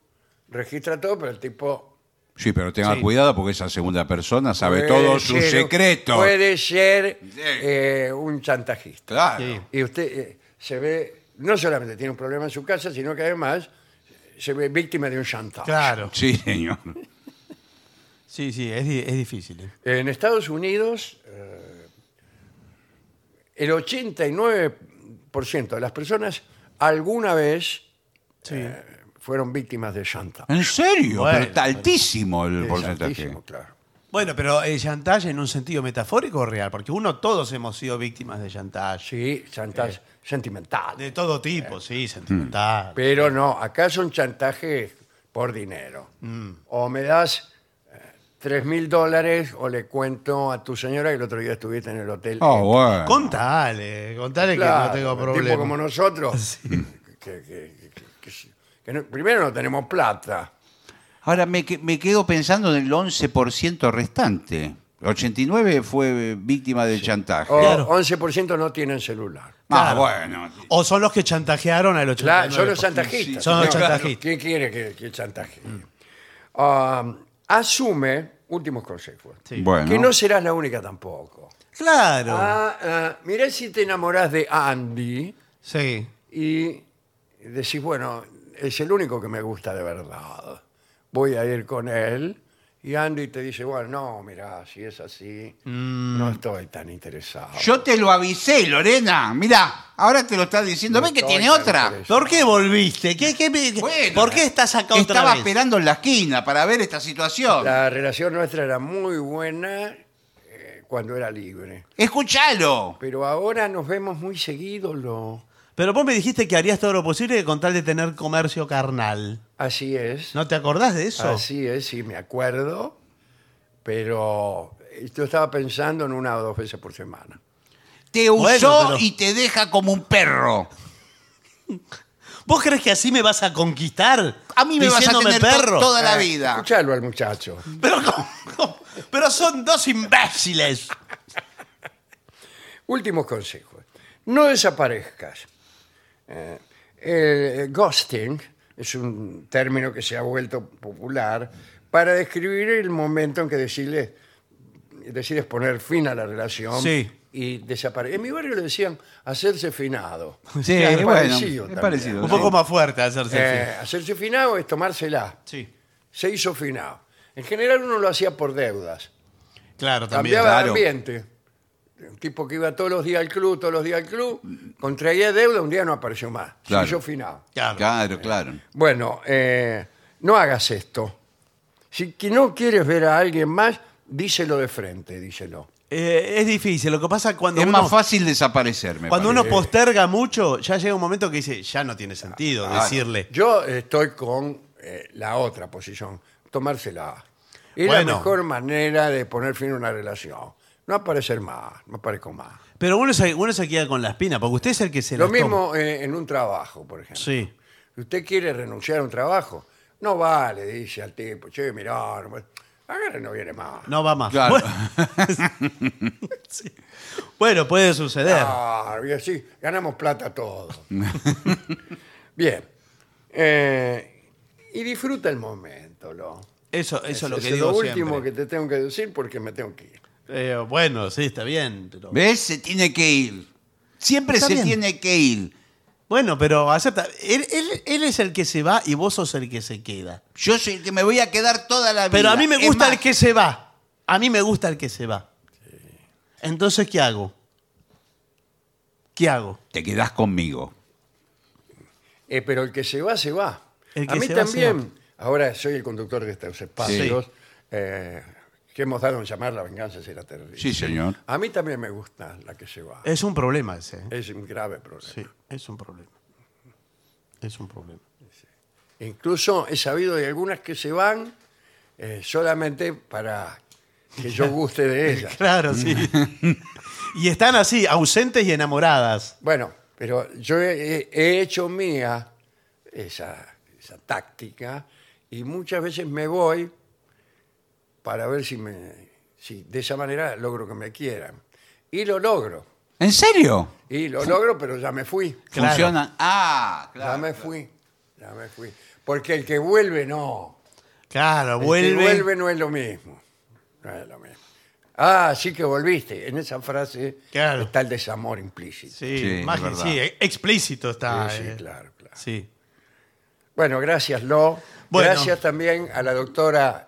registra todo, pero el tipo... Sí, pero tenga Sí. cuidado porque esa segunda persona sabe puede todos sus ser- secretos. Puede ser Sí. eh, un chantajista. Claro. Sí. Y usted eh, se ve, no solamente tiene un problema en su casa, sino que además eh, se ve víctima de un chantaje. Claro. Sí, señor. Sí, sí, es, di- es difícil. ¿eh? En Estados Unidos, eh, el 89% de las personas alguna vez Sí. eh, fueron víctimas de chantaje. ¿En serio? Bueno, Pero está altísimo el Es porcentaje. altísimo, claro. Bueno, pero el chantaje en un sentido metafórico o real, porque uno todos hemos sido víctimas de chantaje. Sí, Eh, chantaje sentimental. De todo tipo, sí, sentimental. Pero no, acá es un chantaje por dinero. Mm. O me das eh, tres mil dólares o le cuento a tu señora que el otro día estuviste en el hotel. Ah, bueno. Contale, contale Claro, que no tengo tipo problema. como nosotros. que- que- que- que- que no- primero no tenemos plata. Ahora me, que- me quedo pensando en el 11% restante. El 89 fue víctima de chantaje. O Claro. 11% no tienen celular. Ah, Claro. bueno. O son los que chantajearon al 89%. La- son los Sí, chantajistas. Son los Claro. chantajistas. Mm. ¿Quién quiere que, que chantaje? Ah, asume, últimos consejos, Sí. Bueno. que no serás la única tampoco. Claro. Ah, ah, mirá si te enamorás de Andy Sí. y decís, bueno, es el único que me gusta de verdad. Voy a ir con él. Y Andy te dice, bueno, no, mirá, si es así, Mm. no estoy tan interesado. Yo te lo avisé, Lorena. Mirá, ahora te lo estás diciendo. No ¿Ves que estoy tiene tan otra? interesado. ¿Por qué volviste? ¿Qué, qué- qué- Bueno, ¿Por qué estás acá otra Estaba vez? esperando en la esquina para ver esta situación. La relación nuestra era muy buena eh, cuando era libre. Escúchalo. Pero ahora nos vemos muy seguido, lo... Pero vos me dijiste que harías todo lo posible con tal de tener comercio carnal. Así es. ¿No te acordás de eso? Así es, Ah, sí, me acuerdo. Pero yo estaba pensando en una o dos veces por semana. Te Bueno, usó pero- y te deja como un perro. ¿Vos crees que así me vas a conquistar? A mí me vas a Diciéndome tener to- perro. toda la Eh, vida. Escuchalo al muchacho. Pero, ¿cómo- cómo? Pero son dos imbéciles. Últimos consejos. No desaparezcas. Eh, el ghosting es un término que se ha vuelto popular para describir el momento en que decides, decides poner fin a la relación Sí. y desaparecer. En mi barrio le decían hacerse finado. Sí, Es bueno, parecido es también. parecido. Un poco más fuerte hacerse Eh, hacerse finado es tomársela. así. Sí. Se hizo finado. En general uno lo hacía por deudas. Claro, también. Cambiaba de claro. ambiente. Un tipo que iba todos los días al club, todos los días al club, contraía deuda, un día no apareció más. Claro. Se hizo finado. Claro. Claro, claro. Bueno, eh, no hagas esto. Si que no quieres ver a alguien más, díselo de frente, díselo. Eh, es difícil. Lo que pasa cuando Es uno, más fácil desaparecerme. cuando uno posterga mucho, ya llega un momento que dice, ya no tiene sentido decirle. Yo estoy con eh, la otra posición, tomársela. Es la Bueno. mejor manera de poner fin a una relación. No aparecer más, no aparezco más. Pero uno se, uno se queda con la espina, porque usted es el que se Lo las toma. mismo eh, en un trabajo, por ejemplo. Sí. Si usted quiere renunciar a un trabajo, no vale, dice al tipo, che, mirá, no, va- agarra y no viene más. No va más. Claro. Bueno. Sí. Bueno, puede suceder. Ah, y así ganamos plata todos. Bien. Eh, y disfruta el momento, lo. Eso, eso es lo que es digo lo último siempre. que te tengo que decir porque me tengo que ir. Eh, bueno, sí, está bien. pero- ¿Ves? Se tiene que ir. Siempre Está se bien. tiene que ir. Bueno, pero acepta. Él, él- él es el que se va y vos sos el que se queda. Yo soy el que me voy a quedar toda la vida. Pero a mí me Es gusta más, el que se va. A mí me gusta el que se va. Entonces, ¿qué hago? ¿Qué hago? Te quedás conmigo. Eh, pero el que se va, se va. El que A mí se va, se también, ahora soy el conductor de este estos espacios, eh, que hemos dado en llamar la venganza será terrible. Sí, señor. A mí también me gusta la que se va. Es un problema ese. ¿eh? Es un grave problema. Sí, es un problema. Es un problema. Incluso he sabido de algunas que se van eh, solamente para que yo guste de ellas. Claro, sí. y están así, ausentes y enamoradas. Bueno, pero yo he, he hecho mía esa, esa táctica y muchas veces me voy para ver si, me, si de esa manera logro que me quieran. Y lo logro. ¿En serio? Y lo logro, pero ya me fui. Claro. Funciona. Ah, Ya claro. me fui. Ya me fui. Porque el que vuelve, no. Claro, El que vuelve. Este, vuelve no es lo mismo. No es lo mismo. Ah, sí que volviste. En esa frase Claro. está el desamor implícito. Sí, Sí, más es que- verdad. sí, e- explícito está. Sí, sí, eh. claro, claro. Sí. Bueno, gracias, Lo. Bueno. Gracias también a la doctora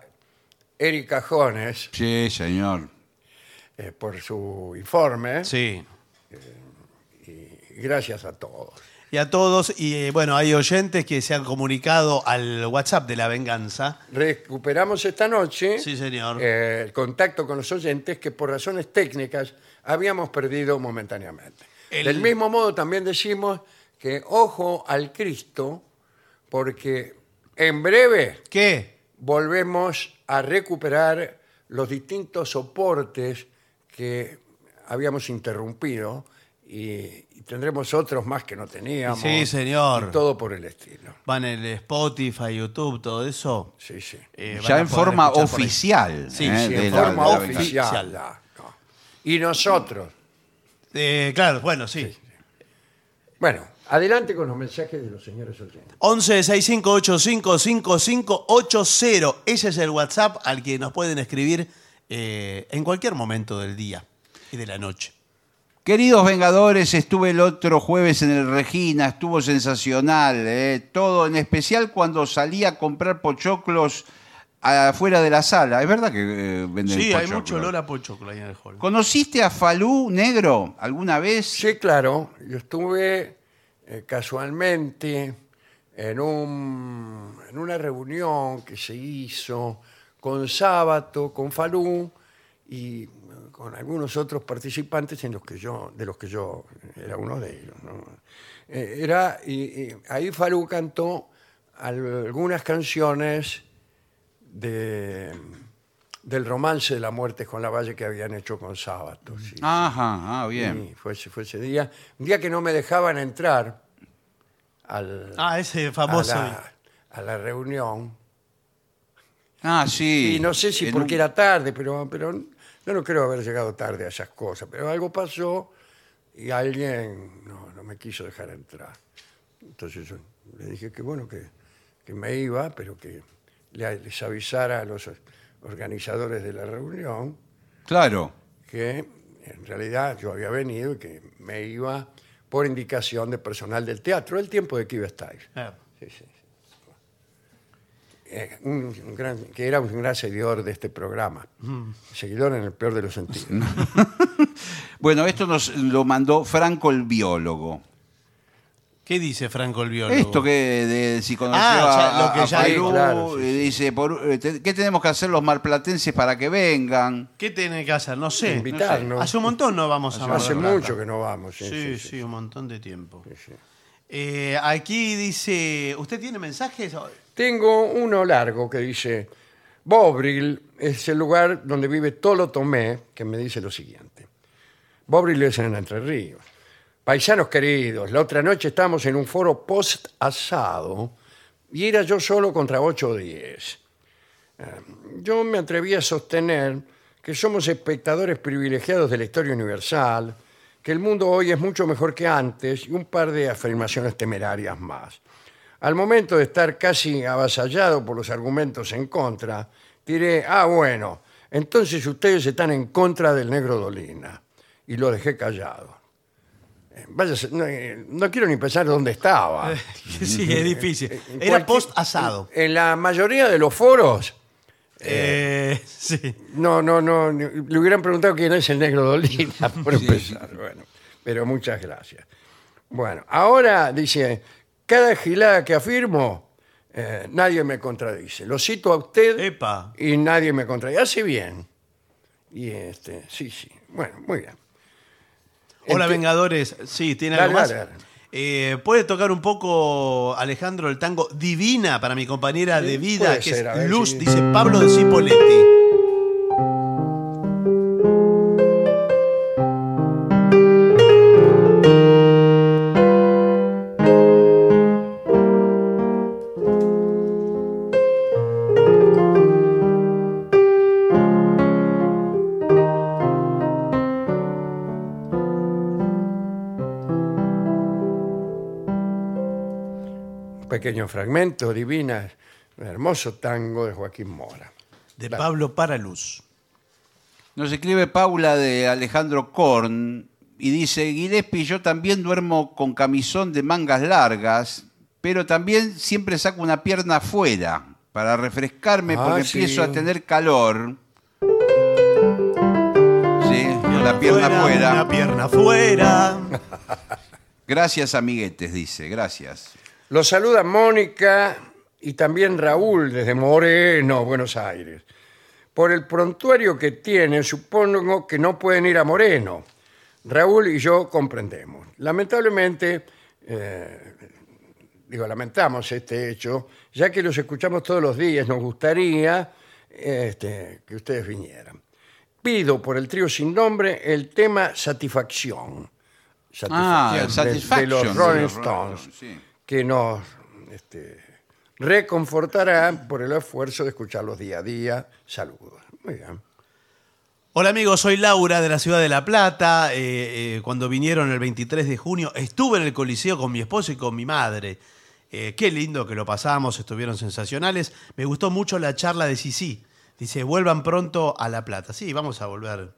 Erika Jones Sí, señor. eh, por su informe. Sí. Gracias a todos. y a todos. Y eh, bueno, hay oyentes que se han comunicado al WhatsApp de la venganza. Recuperamos esta noche Sí, señor. eh, el contacto con los oyentes que por razones técnicas habíamos perdido momentáneamente. El- Del mismo modo también decimos que ojo al Cristo porque en breve ¿Qué? volvemos a recuperar los distintos soportes que habíamos interrumpido y, y tendremos otros más que no teníamos. Sí, señor. Y todo por el estilo. Van el Spotify, YouTube, todo eso. Sí, sí. eh, van ya a en poder forma escuchar por ahí. oficial. Sí, ¿eh? Sí, de en la- forma de la venganza. oficial. No. Y nosotros. Eh, claro, bueno, sí. Bueno, adelante con los mensajes de los señores oyentes. 11 5580 Ese es el WhatsApp al que nos pueden escribir eh, en cualquier momento del día y de la noche. Queridos Vengadores, estuve el otro jueves en el Regina, estuvo sensacional, ¿eh? todo, en especial cuando salí a comprar pochoclos afuera de la sala. Es verdad que eh, venden Sí, hay pochoclos? mucho olor a pochoclo ahí en el hall. ¿Conociste a Falú Negro alguna vez? Sí, claro, yo estuve eh, casualmente en, un, en una reunión que se hizo con Sábato, con Falú y eh, con algunos otros participantes en los que yo, de los que yo era uno de ellos. ¿no? Eh, era, y, y ahí Falú cantó al- algunas canciones de, del romance de la muerte con la valle que habían hecho con Sábato. sí. Ajá, ah, bien. Sí, fue, ese- fue ese día. Un día que no me dejaban entrar al, Ah, ese famoso. a, la, a la reunión. Ah, sí. Y no sé si En porque un- era tarde, pero, pero yo no creo haber llegado tarde a esas cosas. Pero algo pasó y alguien no, no me quiso dejar entrar. Entonces yo le dije que bueno, que, que me iba, pero que le- les avisara a los organizadores de la reunión Claro. que en realidad yo había venido y que me iba por indicación de personal del teatro, el tiempo de que iba a estar. Ah, Sí, sí, sí. Eh, un- un gran- que era un gran seguidor de este programa. Mm. Seguidor en el peor de los sentidos. Bueno, esto nos lo mandó Franco el biólogo. ¿Qué dice Franco el biólogo? Esto que de si conoció Ah, ya, a, lo que a ya Falú, dijo. Claro, sí, eh, sí. dice, por- eh, te- ¿qué tenemos que hacer los marplatenses para que vengan? ¿Qué tiene que hacer? No sé. Invitarnos. Hace un montón no vamos a Hace Mar del Plata. mucho que no vamos. sí, Sí, sí, sí, sí. un montón de tiempo. sí. Eh, aquí dice, ¿usted tiene mensajes? Tengo uno largo que dice, Bobril es el lugar donde vive Tolo Tomé, que me dice lo siguiente. Bobril es en Entre Ríos. Paisanos queridos, la otra noche estábamos en un foro post asado y era yo solo contra 8 o 10. Eh, Yo me atreví a sostener que somos espectadores privilegiados de la historia universal, que el mundo hoy es mucho mejor que antes y un par de afirmaciones temerarias más. Al momento de estar casi avasallado por los argumentos en contra, diré, ah, bueno, entonces ustedes están en contra del negro Dolina. Y lo dejé callado. Eh, Váyase, no, eh, no quiero ni pensar dónde estaba. sí, es difícil. En Era cualquier- post asado. En, en la mayoría de los foros, Eh, sí. no, no, no, ni- le hubieran preguntado quién es el negro Dolina, por empezar. Bueno, pero muchas gracias. Bueno, ahora dice, cada gilada que afirmo, eh, nadie me contradice. Lo cito a usted Epa. y nadie me contradice. Hace bien. Y este, sí, sí. Bueno, muy bien. Hola, Enti- Vengadores. Sí, tiene Dale, algo más. dale, dale. Eh, ¿Puede tocar un poco, Alejandro, el tango Divina para mi compañera de vida, puede que ser, a es ver Luz, si- dice Pablo de Cipoletti? Pequeño fragmento, divina, un hermoso tango de Joaquín Mora. De Claro. Pablo para Luz. Nos escribe Paula de Alejandro Korn y dice, Gillespie, yo también duermo con camisón de mangas largas, pero también siempre saco una pierna afuera para refrescarme Ah, porque sí. empiezo a tener calor. Sí, con la pierna Una afuera. pierna afuera. Gracias, amiguetes, dice. Gracias. Los saluda Mónica y también Raúl desde Moreno, Buenos Aires. Por el prontuario que tienen, supongo que no pueden ir a Moreno. Raúl y yo comprendemos. Lamentablemente, eh, digo, lamentamos este hecho, ya que los escuchamos todos los días, nos gustaría este, que ustedes vinieran. Pido por el trío sin nombre el tema Satisfacción. Ah, de- de, Satisfaction. los Rolling Stones, sí. que nos este, reconfortará por el esfuerzo de escucharlos día a día. Saludos. Muy bien. Hola amigos, soy Laura de la ciudad de La Plata. Eh, eh, cuando vinieron el 23 de junio, estuve en el Coliseo con mi esposo y con mi madre. Eh, qué lindo que lo pasamos, estuvieron sensacionales. Me gustó mucho la charla de Sisi. Dice, vuelvan pronto a La Plata. Sí, vamos a volver.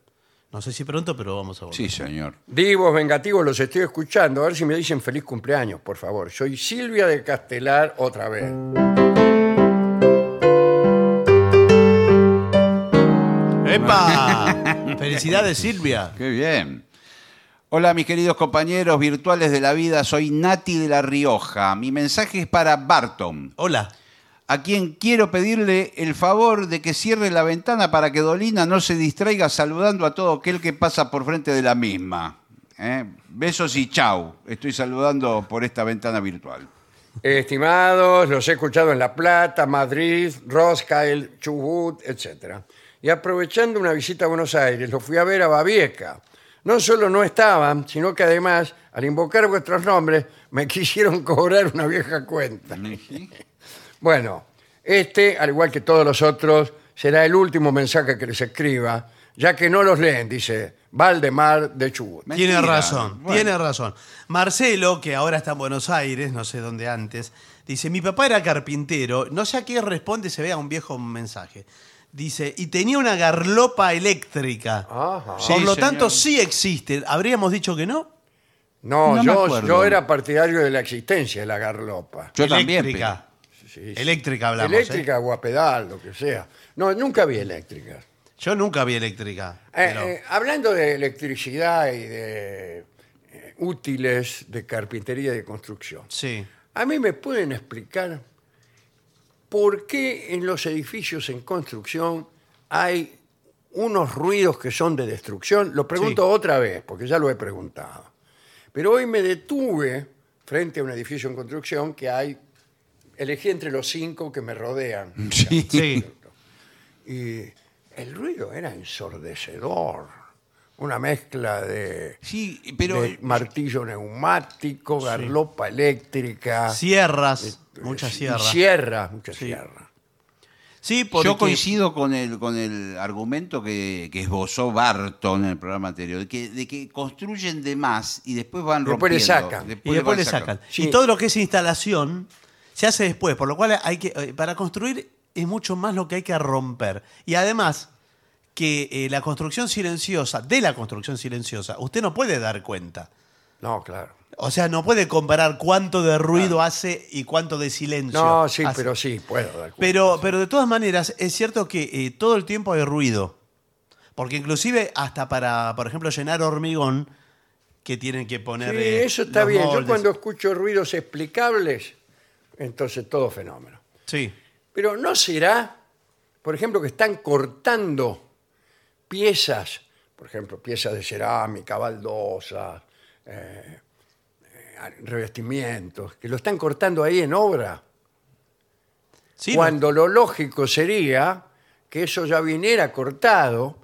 No sé si pronto, pero vamos a volver. Sí, señor. Divos vengativos, los estoy escuchando. A ver si me dicen feliz cumpleaños, por favor. Soy Silvia de Castelar otra vez. ¡Epa! Felicidades, Silvia. Qué bien. Hola mis queridos compañeros virtuales de la vida, soy Nati de La Rioja. Mi mensaje es para Barton, Hola. a quien quiero pedirle el favor de que cierre la ventana para que Dolina no se distraiga saludando a todo aquel que pasa por frente de la misma. ¿Eh? Besos y chau. Estoy saludando por esta ventana virtual. Estimados, los he escuchado en La Plata, Madrid, Roskilde, Chubut, etc. Y aprovechando una visita a Buenos Aires, los fui a ver a Babieca. No solo no estaban, sino que además, al invocar vuestros nombres, me quisieron cobrar una vieja cuenta. Bueno, este, al igual que todos los otros, será el último mensaje que les escriba, ya que no los leen, dice Valdemar de Chubut. Mentira. Tiene razón, Bueno. tiene razón. Marcelo, que ahora está en Buenos Aires, no sé dónde antes, dice, mi papá era carpintero, no sé a qué responde, se vea un viejo mensaje. Dice, y tenía una garlopa eléctrica. Ajá. Ah, Sí, Por lo señor. tanto, sí existe. ¿Habríamos dicho que no? No, No me yo, acuerdo. yo era partidario de la existencia de la garlopa. Yo también. eléctrica. Sí, sí. Eléctrica hablamos. ¿eh? eléctrica o a pedal, lo que sea. No, nunca vi eléctricas. Yo nunca vi eléctrica. Eh, pero- eh, hablando de electricidad y de eh, útiles de carpintería y de construcción, sí. a mí me pueden explicar por qué en los edificios en construcción hay unos ruidos que son de destrucción. Lo pregunto otra vez, porque ya lo he preguntado. Pero hoy me detuve frente a un edificio en construcción que hay, elegí entre los cinco que me rodean. Mm, Sí. Sí. y el ruido era ensordecedor. Una mezcla de, Sí, pero de martillo neumático, garlopa eléctrica. Sierras, Eh, muchas y sierras. Sierra, muchas sierras. Sí, porque... Yo coincido con el, con el argumento que, que esbozó Barton en el programa anterior, de que, de que construyen de más y después van Después le rompiendo. sacan. Y después van le sacan. Sí. Y todo lo que es instalación se hace después, por lo cual hay que eh, para construir es mucho más lo que hay que romper. Y además que eh, la construcción silenciosa, de la construcción silenciosa, usted no puede dar cuenta. No, claro. O sea, no puede comparar cuánto de ruido hace y cuánto de silencio. No, sí, hace. pero sí, puedo dar cuenta. Pero, pero de todas maneras, es cierto que eh, todo el tiempo hay ruido. Porque inclusive hasta para, por ejemplo, llenar hormigón, que tienen que poner... Sí, eh, eso está los bien. Yo moldes. cuando escucho ruidos explicables, entonces todo fenómeno. Sí. Pero ¿no será, por ejemplo, que están cortando piezas, por ejemplo, piezas de cerámica, baldosas, eh, eh, revestimientos, que lo están cortando ahí en obra? Sí, no- cuando lo lógico sería que eso ya viniera cortado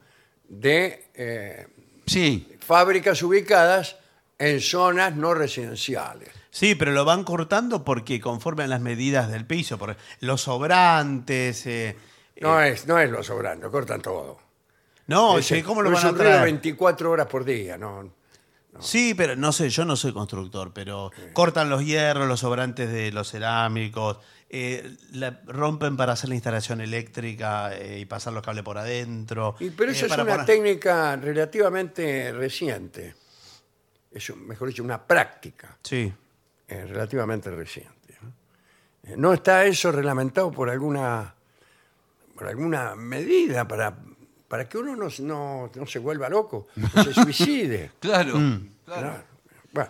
de eh, Sí, fábricas ubicadas en zonas no residenciales. Sí, pero lo van cortando porque conforme a las medidas del piso, por los sobrantes. eh, No es, no es lo sobrando, cortan todo. no, Ese- che, ¿cómo lo no van es a un ruido traer? 24 horas por día, no. Sí, pero no sé, yo no soy constructor, pero cortan los hierros, los sobrantes de los cerámicos, eh, la- rompen para hacer la instalación eléctrica eh, y pasar los cables por adentro. Y, pero eh, esa es para una poner- técnica relativamente reciente. Es, un- mejor dicho, una práctica Sí. eh, relativamente reciente. ¿no? Eh, ¿No está eso reglamentado por alguna, por alguna medida para, para que uno no, se- no- no se vuelva loco, no se suicide? Mm. claro. claro. ¿no? Bueno,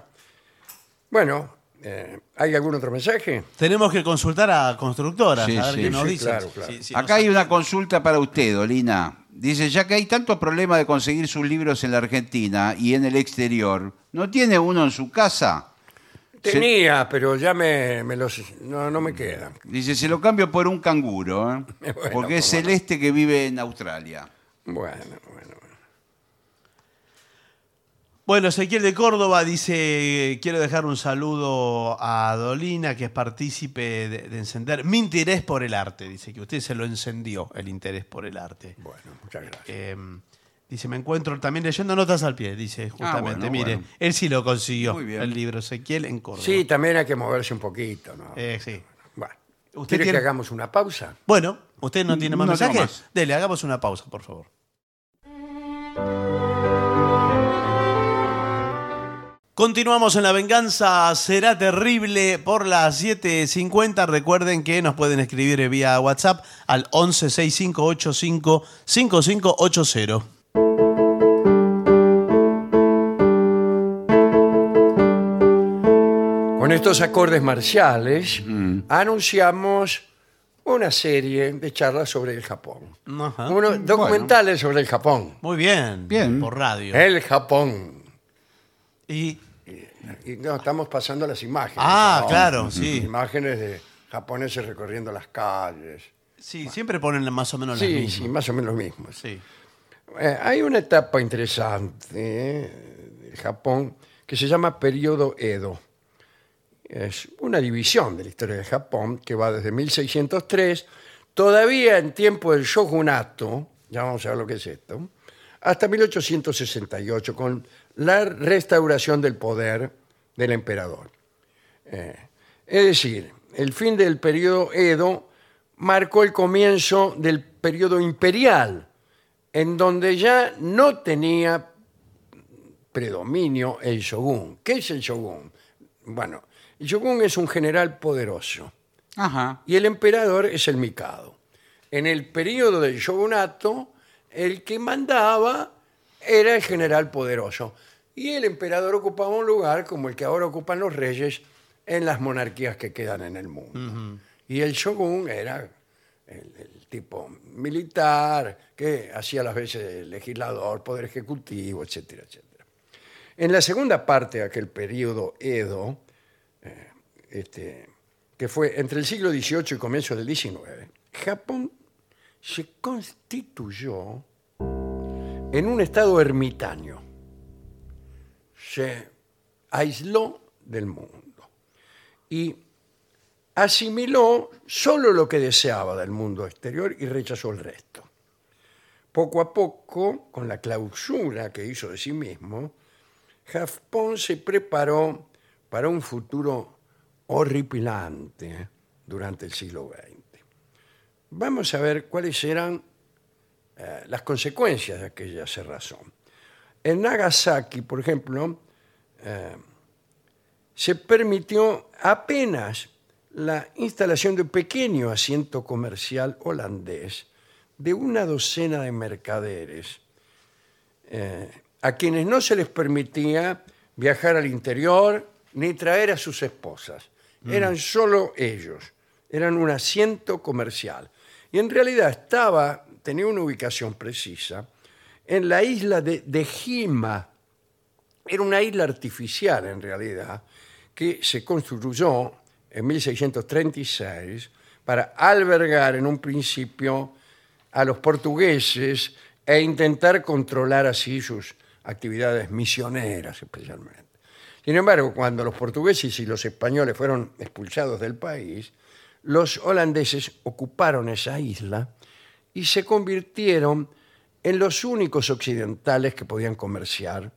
Bueno, eh, ¿hay algún otro mensaje? Tenemos que consultar a constructoras, Sí, a ver sí, qué nos sí, dicen. claro, claro. Sí, sí, Acá nos- hay una consulta para usted, Olina. Dice, ya que hay tanto problema de conseguir sus libros en la Argentina y en el exterior, ¿no tiene uno en su casa? Tenía, pero ya me, me los... No, no me quedan. Dice, se lo cambio por un canguro, ¿eh? Bueno, porque es cómo no. celeste que vive en Australia. Bueno, bueno. bueno. Bueno, Ezequiel de Córdoba dice, quiero dejar un saludo a Dolina, que es partícipe de, de encender mi interés por el arte. Dice que usted se lo encendió, el interés por el arte. Bueno, muchas gracias. Eh, dice, me encuentro también leyendo notas al pie, dice justamente. Ah, bueno, Mire, bueno. él sí lo consiguió, Muy bien. el libro Ezequiel en Córdoba. Sí, también hay que moverse un poquito, ¿no? Eh, sí. Bueno. ¿Usted ¿Quiere tiene- que hagamos una pausa? Bueno, ¿usted no tiene más No tengo mensajes? más. Dele, hagamos una pausa, por favor. Continuamos en La Venganza Será Terrible por las 7.50. Recuerden que nos pueden escribir vía WhatsApp al 1165855580. Con estos acordes marciales Mm. anunciamos una serie de charlas sobre el Japón. Ajá. Uno- documentales sobre el Japón. Muy bien, Bien. por radio. El Japón. Y, Y no, estamos pasando las imágenes. ah, ¿no? claro, sí. Imágenes de japoneses recorriendo las calles. Sí, siempre ponen más o menos las Sí, sí, mismas. más o menos lo mismo. Sí. Eh, hay una etapa interesante eh, del Japón que se llama periodo Edo. Es una división de la historia de Japón que va desde 1603, todavía en tiempo del shogunato, ya vamos a ver lo que es esto, hasta 1868, con la restauración del poder del emperador. Eh, es decir, el fin del periodo Edo marcó el comienzo del periodo imperial, en donde ya no tenía predominio el shogun. ¿Qué es el shogun? Bueno, el shogun es un general poderoso Ajá. y el emperador es el Mikado. En el periodo del shogunato, el que mandaba era el general poderoso y el emperador ocupaba un lugar como el que ahora ocupan los reyes en las monarquías que quedan en el mundo. Y el shogun era el, el tipo militar que hacía las veces de legislador, poder ejecutivo, etcétera, etcétera. En la segunda parte de aquel periodo Edo, este, que fue entre el siglo XVIII y comienzo del XIX, Japón se constituyó en un estado ermitaño. Se aisló del mundo y asimiló solo lo que deseaba del mundo exterior y rechazó el resto. Poco a poco, con la clausura que hizo de sí mismo, Japón se preparó para un futuro horripilante durante el siglo XX. Vamos a ver cuáles eran eh, las consecuencias de aquella cerrazón. En Nagasaki, por ejemplo, eh, se permitió apenas la instalación de un pequeño asiento comercial holandés de una docena de mercaderes a quienes no se les permitía viajar al interior ni traer a sus esposas. Eran solo ellos, eran un asiento comercial. Y en realidad estaba, tenía una ubicación precisa, en la isla de Dejima. Era una isla artificial en realidad, que se construyó en 1636 para albergar en un principio a los portugueses e intentar controlar así sus actividades misioneras especialmente. Sin embargo, cuando los portugueses y los españoles fueron expulsados del país, los holandeses ocuparon esa isla y se convirtieron en los únicos occidentales que podían comerciar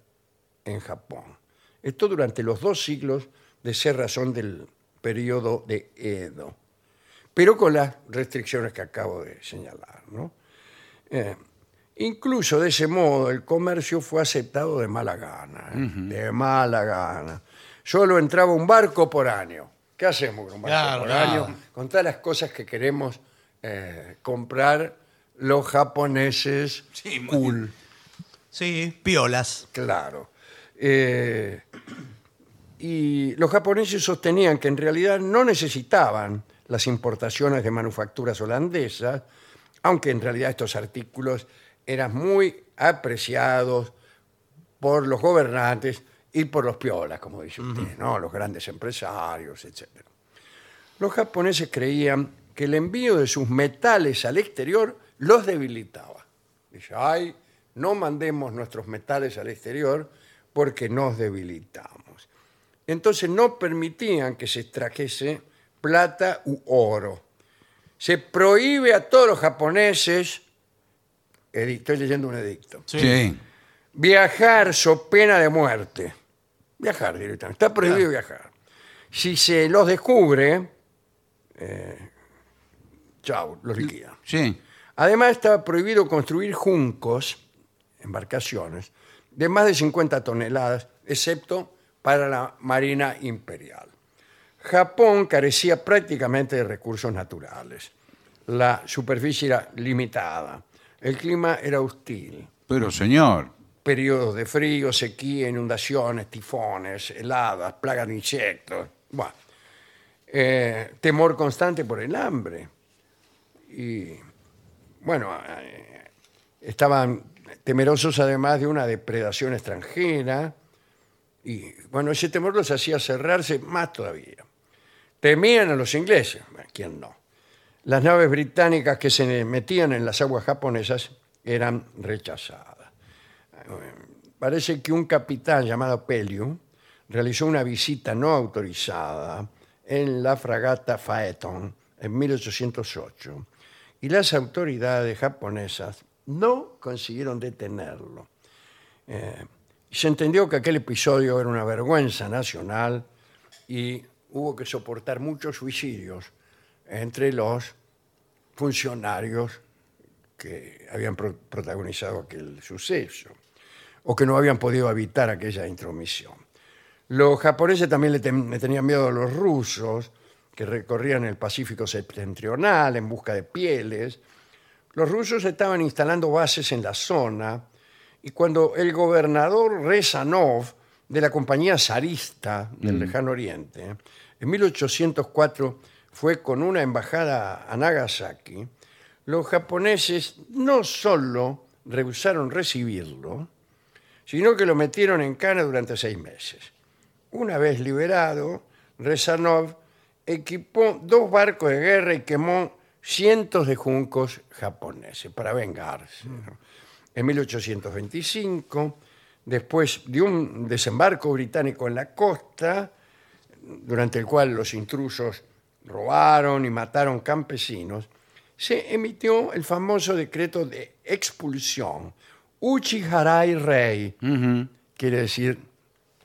en Japón. Esto durante los dos siglos de cerrazón del periodo de Edo, pero con las restricciones que acabo de señalar. ¿no? Eh, incluso de ese modo el comercio fue aceptado de mala gana, ¿eh? de mala gana. Solo entraba un barco por año. ¿Qué hacemos con un barco Claro, por nada. año? Con todas las cosas que queremos eh, comprar los japoneses Sí, muy cool. Sí, piolas. Claro. Eh, y los japoneses sostenían que en realidad no necesitaban las importaciones de manufacturas holandesas, aunque en realidad estos artículos eran muy apreciados por los gobernantes y por los piolas, como dice usted, ¿no? los grandes empresarios, etc. Los japoneses creían que el envío de sus metales al exterior los debilitaba. Dice, ay, no mandemos nuestros metales al exterior porque nos debilitamos. Entonces no permitían que se extrajese plata u oro. Se prohíbe a todos los japoneses, edi- estoy leyendo un edicto, Sí. viajar so pena de muerte. Viajar directamente, está prohibido viajar. Si se los descubre, eh, chao, los liquidan. Sí. Además, estaba prohibido construir juncos, embarcaciones, de más de 50 toneladas, excepto para la Marina Imperial. Japón carecía prácticamente de recursos naturales. La superficie era limitada. El clima era hostil. Pero señor. Periodos de frío, sequía, inundaciones, tifones, heladas, plagas de insectos. Bueno, eh, temor constante por el hambre. Y bueno, eh, estaban temerosos además de una depredación extranjera. Y bueno, ese temor los hacía cerrarse más todavía. Temían a los ingleses, Bueno, ¿quién no? Las naves británicas que se metían en las aguas japonesas eran rechazadas. Eh, Parece que un capitán llamado Pelliu realizó una visita no autorizada en la fragata Phaeton en 1808 y las autoridades japonesas no consiguieron detenerlo. Eh, Y se entendió que aquel episodio era una vergüenza nacional y hubo que soportar muchos suicidios entre los funcionarios que habían pro- protagonizado aquel suceso o que no habían podido evitar aquella intromisión. Los japoneses también le, tem- le tenían miedo a los rusos que recorrían el Pacífico septentrional en busca de pieles. Los rusos estaban instalando bases en la zona y cuando el gobernador Rezanov de la compañía zarista del lejano oriente, en 1804 fue con una embajada a Nagasaki, los japoneses no solo rehusaron recibirlo, sino que lo metieron en cana durante seis meses. Una vez liberado, Rezanov equipó dos barcos de guerra y quemó cientos de juncos japoneses para vengarse. ¿no? En 1825, después de un desembarco británico en la costa, durante el cual los intrusos robaron y mataron campesinos, se emitió el famoso decreto de expulsión, Uchiharai Rei, quiere decir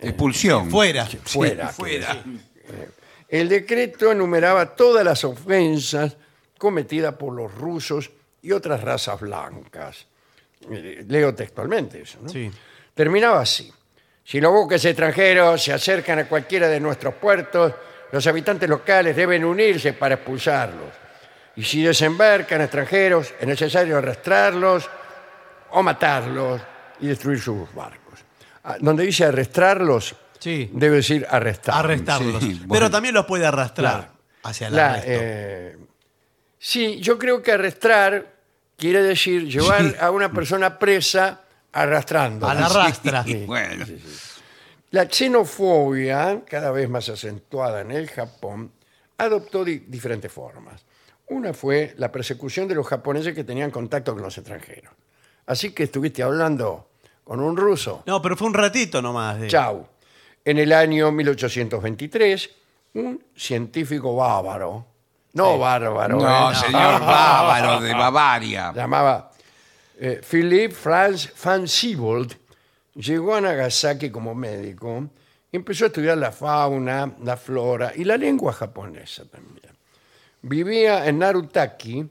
Expulsión. Fuera. fuera. Sí, quiere decir. Eh, El decreto enumeraba todas las ofensas cometidas por los rusos y otras razas blancas. Eh, Leo textualmente eso. ¿no? Sí. Terminaba así. Si los buques extranjeros se acercan a cualquiera de nuestros puertos, los habitantes locales deben unirse para expulsarlos. Y si desembarcan extranjeros, es necesario arrastrarlos o matarlos y destruir sus barcos. Ah, Donde dice arrastrarlos, Sí. debe decir arrestar. Arrestarlos. Sí, bueno. Pero también los puede arrastrar Claro. hacia el La, arresto. eh, sí, yo creo que arrastrar quiere decir llevar a una persona presa arrastrando. a la rastra. Y bueno. La xenofobia, cada vez más acentuada en el Japón, adoptó di- diferentes formas. Una fue la persecución de los japoneses que tenían contacto con los extranjeros. Así que estuviste hablando con un ruso. No, pero fue un ratito nomás. de- Chau. En el año 1823, un científico bávaro, no bárbaro, No, ¿eh? señor bávaro de Bavaria. llamaba eh, Philipp Franz van Siebold, llegó a Nagasaki como médico y empezó a estudiar la fauna, la flora y la lengua japonesa también. Vivía en Narutaki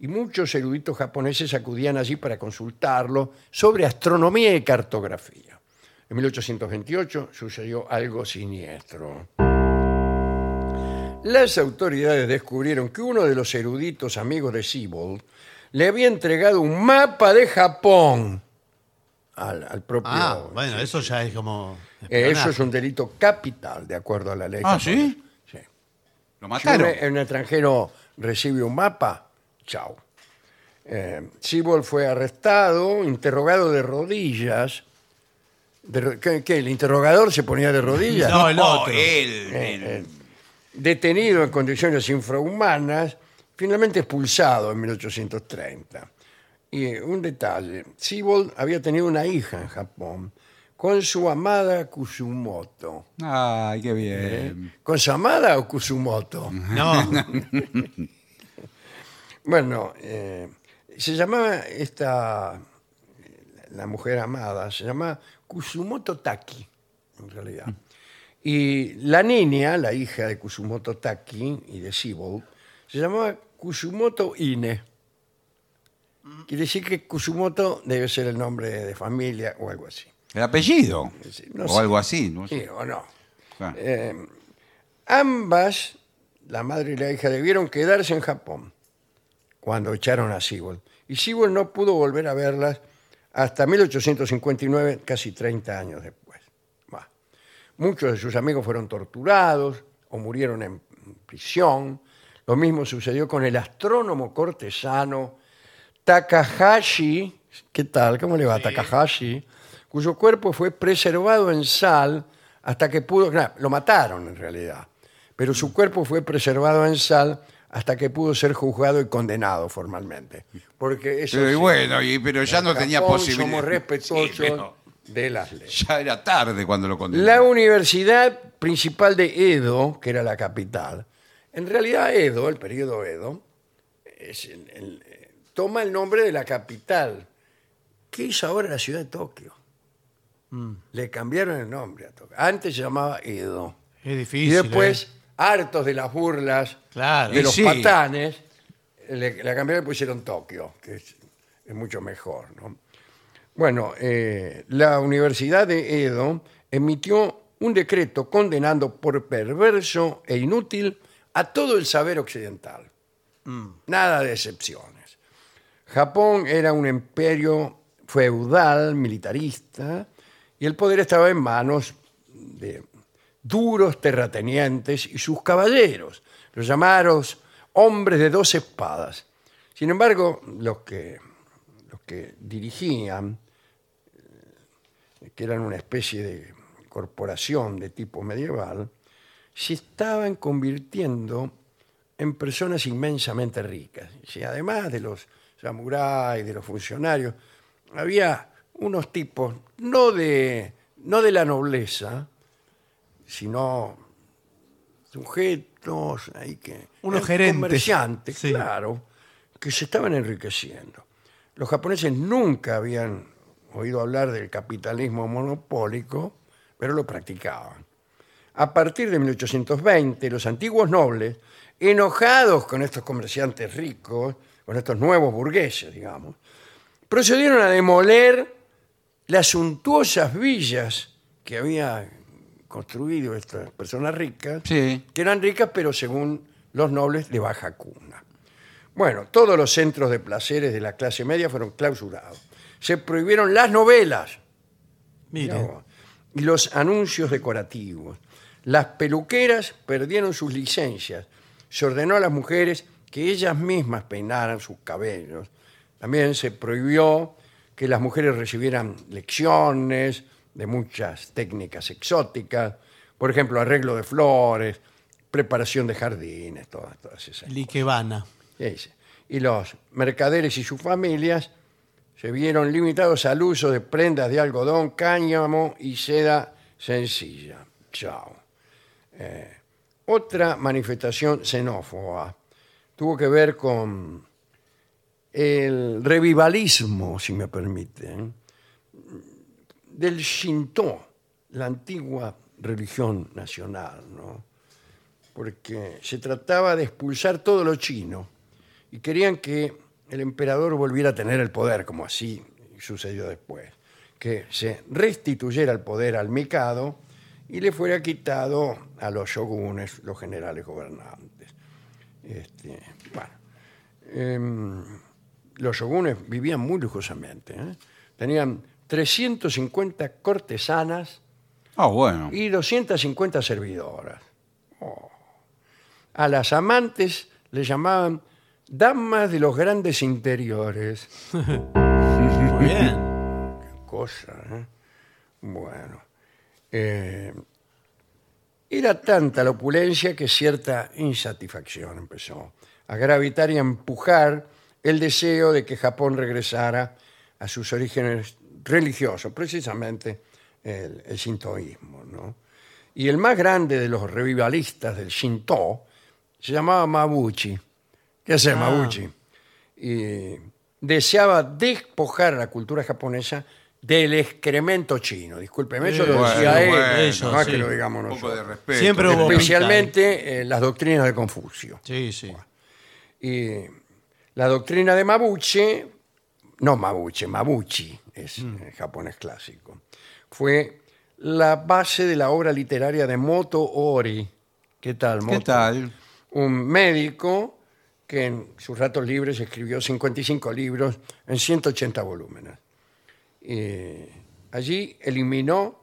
y muchos eruditos japoneses acudían allí para consultarlo sobre astronomía y cartografía. En 1828 sucedió algo siniestro. Las autoridades descubrieron que uno de los eruditos amigos de Siebold le había entregado un mapa de Japón al, al propio. Ah, bueno, eso ya es como. Eh, eso espionaje. es un delito capital, de acuerdo a la ley. Ah, japonesa. ¿sí? Sí. eh, Si un, Lo e-, mataron. un extranjero recibe un mapa, chao. Eh, Sibol fue arrestado, interrogado de rodillas. De ro- ¿qué, qué, ¿El interrogador se ponía de rodillas? No, el Oh, otro. él, él. Eh, eh, detenido en condiciones infrahumanas, finalmente expulsado en 1830. Y eh, un detalle, Siebold había tenido una hija en Japón con su amada Kusumoto. Ay, qué bien. ¿Con su amada o Kusumoto? No, Bueno, eh, se llamaba esta, la mujer amada, se llamaba Kusumoto Taki, en realidad. Y la niña, la hija de Kusumoto Taki y de Sibold, se llamaba Kusumoto Ine. Quiere decir que Kusumoto debe ser el nombre de familia o algo así. El apellido. Sí, no o sé. algo así. No Sí, sé. o no. Ah. Eh, ambas, la madre y la hija, debieron quedarse en Japón cuando echaron a Sewell. Y Sewell no pudo volver a verlas hasta 1859, casi 30 años después. Bah. Muchos de sus amigos fueron torturados o murieron en prisión. Lo mismo sucedió con el astrónomo cortesano Takahashi. ¿Qué tal? ¿Cómo le va a Takahashi? Cuyo cuerpo fue preservado en sal hasta que pudo. nah, lo mataron en realidad. Pero su cuerpo fue preservado en sal hasta que pudo ser juzgado y condenado formalmente. Porque eso. Pero, y sí, bueno, y- pero ya en no tenía Japón posibilidad. Somos respetuosos Sí, pero de las leyes. ya era tarde cuando lo La condenaron. universidad principal de Edo, que era la capital, en realidad Edo, el periodo Edo, es el- el- eh, toma el nombre de la capital, que es ahora la ciudad de Tokio. Le cambiaron el nombre a Tokio. Antes se llamaba Edo. es Y difícil. después, ¿eh? hartos de las burlas Claro. de Y los sí. patanes, le, la cambiaron y pusieron Tokio, que es, es mucho mejor. ¿no? Bueno, eh, la Universidad de Edo emitió un decreto condenando por perverso e inútil a todo el saber occidental. Mm. Nada de excepciones. Japón era un imperio feudal, militarista, y el poder estaba en manos de duros terratenientes y sus caballeros, los llamados hombres de dos espadas. Sin embargo, los que, los que dirigían, eh, que eran una especie de corporación de tipo medieval, se estaban convirtiendo en personas inmensamente ricas. Y además de los samuráis, de los funcionarios, había unos tipos, no de, no de la nobleza, sino sujetos ahí que Unos eran gerentes. comerciantes, Sí. claro, que se estaban enriqueciendo. Los japoneses nunca habían oído hablar del capitalismo monopólico, pero lo practicaban. A partir de 1820, los antiguos nobles, enojados con estos comerciantes ricos, con estos nuevos burgueses, digamos, procedieron a demoler las suntuosas villas que había construido estas personas ricas, Sí. que eran ricas, pero según los nobles, de baja cuna. Bueno, todos los centros de placeres de la clase media fueron clausurados. Se prohibieron las novelas, Mire. no. Y los anuncios decorativos. Las peluqueras perdieron sus licencias. Se ordenó a las mujeres que ellas mismas peinaran sus cabellos. También se prohibió que las mujeres recibieran lecciones de muchas técnicas exóticas, por ejemplo, arreglo de flores, preparación de jardines, todas, todas esas. Likebana. Ese. Y los mercaderes y sus familias se vieron limitados al uso de prendas de algodón, cáñamo y seda sencilla. Chao. Eh, otra manifestación xenófoba tuvo que ver con el revivalismo, si me permiten, del Shinto, la antigua religión nacional, ¿no? porque se trataba de expulsar todo lo chino y querían que el emperador volviera a tener el poder, como así sucedió después, que se restituyera el poder al Mikado y le fuera quitado a los shogunes, los generales gobernantes. Este, bueno, em, los shogunes vivían muy lujosamente, ¿eh? tenían 350 cortesanas Ah, bueno. y 250 servidoras. Oh. A las amantes le llamaban damas de los grandes interiores. Muy bien. cosa. ¿eh? Bueno. eh, era tanta la opulencia que cierta insatisfacción empezó a gravitar y a empujar el deseo de que Japón regresara a sus orígenes religiosos, precisamente el, el sintoísmo. ¿no? Y el más grande de los revivalistas del Shinto se llamaba Mabuchi. ¿Qué hace Ah. Mabuchi? y deseaba despojar la cultura japonesa del excremento chino. Discúlpeme, eso lo Bueno, decía él, bueno, eso, no es sí. que lo digamos Un poco de nosotros. respeto. Siempre hubo- Especialmente eh, las doctrinas de Confucio. Sí, sí. Y la doctrina de Mabuchi, no Mabuchi, Mabuchi es eh, japonés clásico, fue la base de la obra literaria de Moto Ori. ¿Qué tal, Moto? ¿Qué tal? un médico que en sus ratos libres escribió 55 libros en 180 volúmenes. Eh, allí eliminó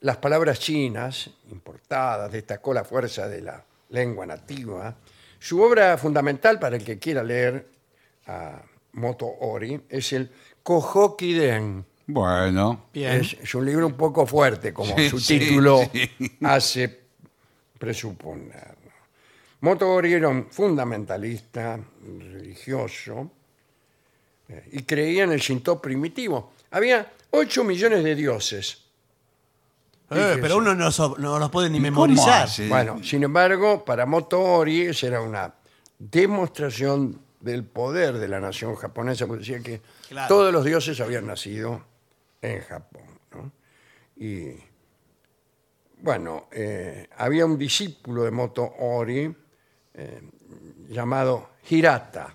las palabras chinas importadas, destacó la fuerza de la lengua nativa. Su obra fundamental para el que quiera leer a Moto Ori es el Kohokiden. Bueno. Bien. Es, es un libro un poco fuerte, como Sí, su sí, título sí. hace presuponer. Motori era un fundamentalista religioso eh, y creía en el Shinto primitivo. Había 8 millones de dioses. Eh, sí, pero sí. uno no, so- no los puede ni ¿Cómo memorizar. hace? Bueno, sin embargo, para Motori esa era una demostración del poder de la nación japonesa, porque decía que Claro. todos los dioses habían nacido en Japón. ¿no? Y bueno, eh, había un discípulo de Moto Ori eh, llamado Hirata,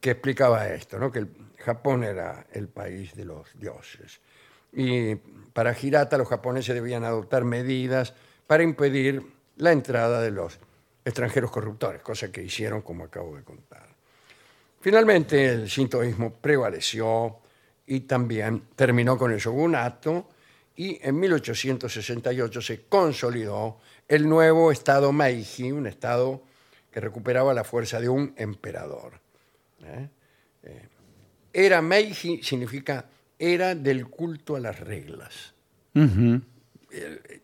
que explicaba esto, ¿no? que el Japón era el país de los dioses. Y para Hirata los japoneses debían adoptar medidas para impedir la entrada de los extranjeros corruptores, cosa que hicieron como acabo de contar. Finalmente el sintoísmo prevaleció y también terminó con el shogunato y en 1868 se consolidó el nuevo estado Meiji, un estado que recuperaba la fuerza de un emperador. ¿eh? Eh, era Meiji significa era del culto a las reglas Ujú.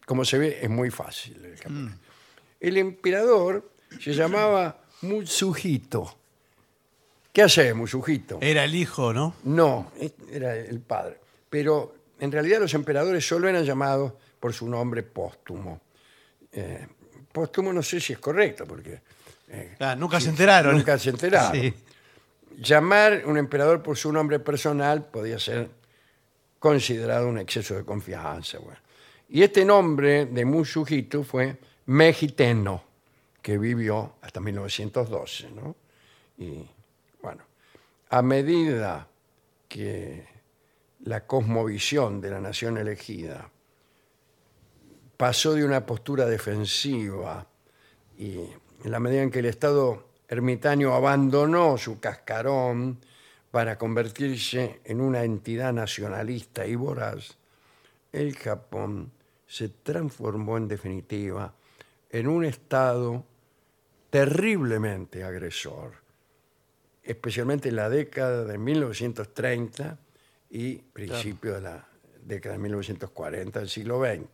como se ve, es muy fácil. El, japonés. El emperador se llamaba Mutsuhito. ¿Qué hace Mutsuhito? Era el hijo, ¿no? No, este era el padre. Pero en realidad los emperadores solo eran llamados por su nombre póstumo. Eh, póstumo no sé si es correcto, porque Ah, nunca se enteraron. nunca se enteraron. Sí. llamar un emperador por su nombre personal podía ser considerado un exceso de confianza. bueno. Y este nombre de Musuhito fue Mexiteno, que vivió hasta 1912. ¿no? Y bueno, a medida que la cosmovisión de la nación elegida pasó de una postura defensiva y en la medida en que el Estado ermitaño abandonó su cascarón para convertirse en una entidad nacionalista y voraz, el Japón se transformó en definitiva en un Estado terriblemente agresor, especialmente en la década de 1930 y principio de la década de 1940 del siglo XX.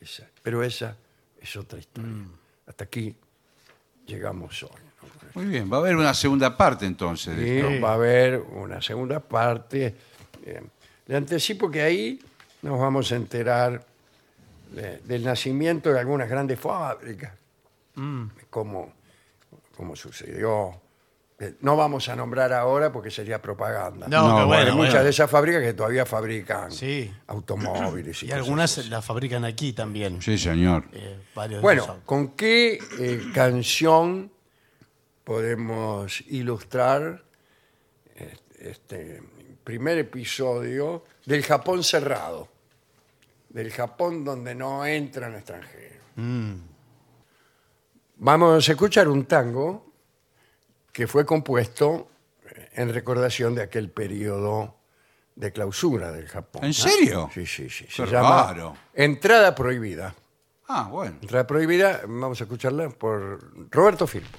Esa- pero esa es otra historia. Mm. Hasta aquí llegamos hoy. ¿no? Muy bien, va a haber una segunda parte entonces. de Y esto. va a haber una segunda parte. Eh, le anticipo que ahí nos vamos a enterar de- del nacimiento de algunas grandes fábricas, Mm. como, como sucedió. Eh, No vamos a nombrar ahora porque sería propaganda. No, No, que Hay bueno, muchas bueno. de esas fábricas que todavía fabrican Sí. automóviles. Y, Y cosas algunas así. las fabrican aquí también. Sí, señor. Eh, varios de los Bueno, autos. ¿con qué eh, canción podemos ilustrar eh, este primer episodio del Japón cerrado? Del Japón donde no entran extranjeros. Mm. Vamos a escuchar un tango que fue compuesto eh, en recordación de aquel periodo de clausura del Japón. ¿En serio? Sí, sí, sí. Se Qué llama raro. Entrada Prohibida. Ah, bueno. Entrada Prohibida, vamos a escucharla por Roberto Filpo.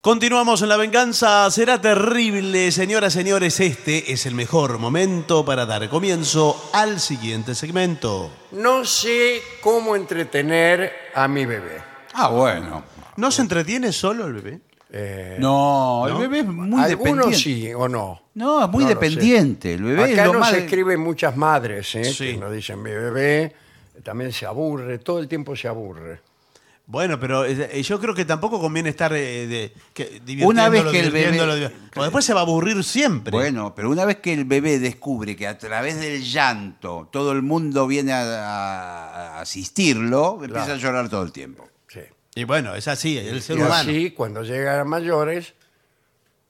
Continuamos en la venganza. Será terrible, señoras, señores. Este es el mejor momento para dar comienzo al siguiente segmento. No sé cómo entretener a mi bebé. Ah, bueno. ¿No se entretiene solo el bebé? Eh, No, el bebé es muy dependiente. algunos sí o no. No, es muy No lo dependiente. El bebé Acá es lo nos más. escriben muchas madres ¿eh? Sí. que nos dicen, mi bebé también se aburre, todo el tiempo se aburre. Bueno, pero eh, yo creo que tampoco conviene estar eh, de, que, Una vez divirtiéndolo, que el bebé- divirtiéndolo, divi- porque después se va a aburrir siempre. Bueno, pero una vez que el bebé descubre que a través del llanto todo el mundo viene a, a asistirlo, empieza a llorar todo el tiempo. Sí. Y bueno, es así, el ser Y humano. así, cuando llegan a mayores,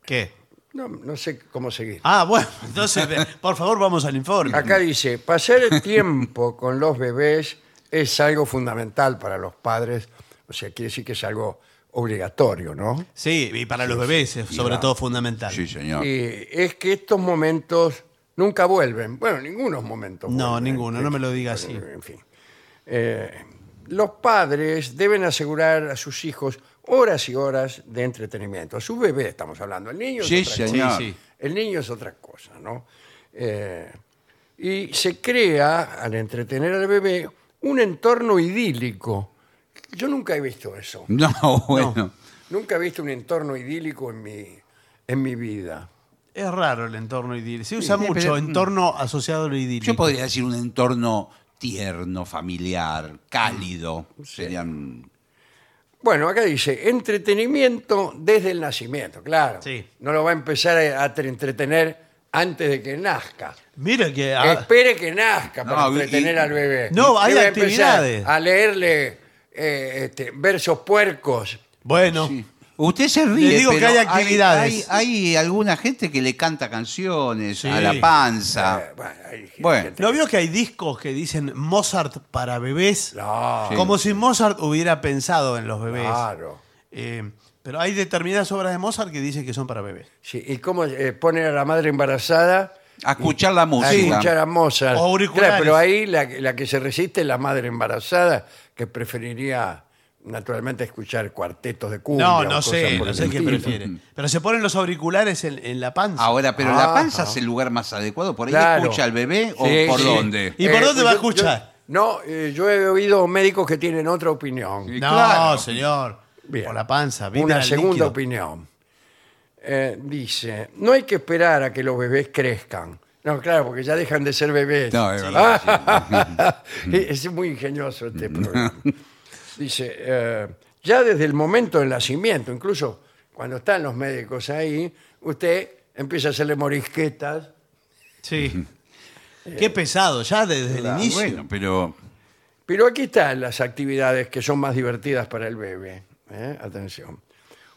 ¿Qué? no, no sé cómo seguir. Ah, bueno, entonces, ve- por favor, vamos al Ah. informe. Acá dice, pasar el tiempo con los bebés es algo fundamental para los padres, o sea, quiere decir que es algo obligatorio, ¿no? Sí, y para los bebés es sobre todo fundamental. Sí, señor. Y es que estos momentos nunca vuelven. Bueno, ningunos momentos. No, vuelven. ¿eh? ninguno, no me lo diga así. En fin. Eh, los padres deben asegurar a sus hijos horas y horas de entretenimiento. A su bebé estamos hablando. El niño es Sí, otra señor. cosa. El niño es otra cosa, ¿no? Eh, y se crea, al entretener al bebé, un entorno idílico. Yo nunca he visto eso. No, bueno. Nunca he visto un entorno idílico en mi, en mi vida. Es raro el entorno idílico. Se usa sí, mucho pero- mm. entorno asociado a lo idílico. Yo podría decir un entorno tierno, familiar, cálido. Serían. Bueno, acá dice, entretenimiento desde el nacimiento, claro. Sí. No lo va a empezar a a tre- entretener antes de que nazca. Mira que... ah, Espere que nazca para No, y- entretener al bebé. No, Le hay va a empezar actividades. A leerle eh, este, versos puercos. bueno, Sí. Usted se ríe. Le digo pero que hay actividades. Hay, hay alguna gente que le canta canciones Sí. a la panza. Ah. Eh, bueno, hay gente Bueno. que- ¿no vio que hay discos que dicen Mozart para bebés? Ah. No, Sí. Ah. Como si Mozart hubiera pensado en los bebés. claro. Eh, pero hay determinadas obras de Mozart que dicen que son para bebés. Sí, y cómo eh, ponen a la madre embarazada A escuchar la a música. escuchar a Mozart. O auriculares. Claro, pero ahí la, la que se resiste es la madre embarazada, que preferiría naturalmente escuchar cuartetos de cumbia. No, o no cosas sé, por no el sé qué estilo. prefieren. Pero se ponen los auriculares en, en la panza. Ahora, pero Ah, la panza ah. es el lugar más adecuado. ¿Por ahí Claro. escucha al bebé o Sí, por sí. dónde? ¿Y por dónde va a Eh, yo- escuchar? yo- no, eh, yo he oído médicos que tienen otra opinión, Sí, no, eh, claro. señor. Bien. Por la panza. vibra una el segunda líquido. opinión. Eh, dice, no hay que esperar a que los bebés crezcan. No, claro, porque ya dejan de ser bebés. No, es verdad, es es muy ingenioso este programa. Dice, eh, ya desde el momento del nacimiento, incluso cuando están los médicos ahí, usted empieza a hacerle morisquetas. Sí. Qué pesado, ya desde el inicio. Bueno, pero Pero aquí están las actividades que son más divertidas para el bebé. ¿eh? Atención.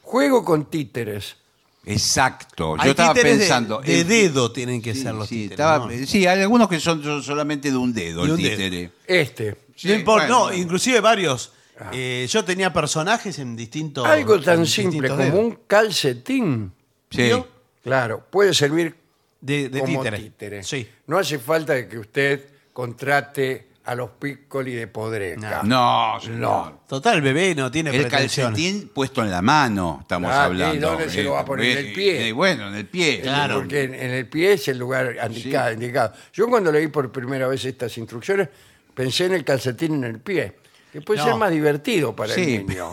Juego con títeres. exacto. Hay pues Yo estaba títeres de- pensando. De, el- dedo tienen que sí, ser los sí, títeres, estaba- ¿no? sí, hay algunos que son son solamente de un dedo, De el un dedo. títere. Este. Sí, no, importa, bueno, no, bueno. inclusive varios. Eh, yo tenía personajes en distintos. Ah. Algo tan en simple distintos como dedos. un calcetín. Sí. ¿Vio? Claro, puede servir De, de como títere. títere. Sí. No hace falta que usted contrate a los piccoli de Podreca. No, señor. Total, el bebé no tiene El pretensiones. calcetín puesto en la mano, estamos Ah, ¿y hablando. dónde se lo va a poner? En el pie. Eh, bueno, en el pie. Claro. Porque en, en el pie es el lugar indica- indicado, Yo cuando leí por primera vez estas instrucciones, pensé en el calcetín en el pie. Que puede No. ser más divertido para Sí. el niño.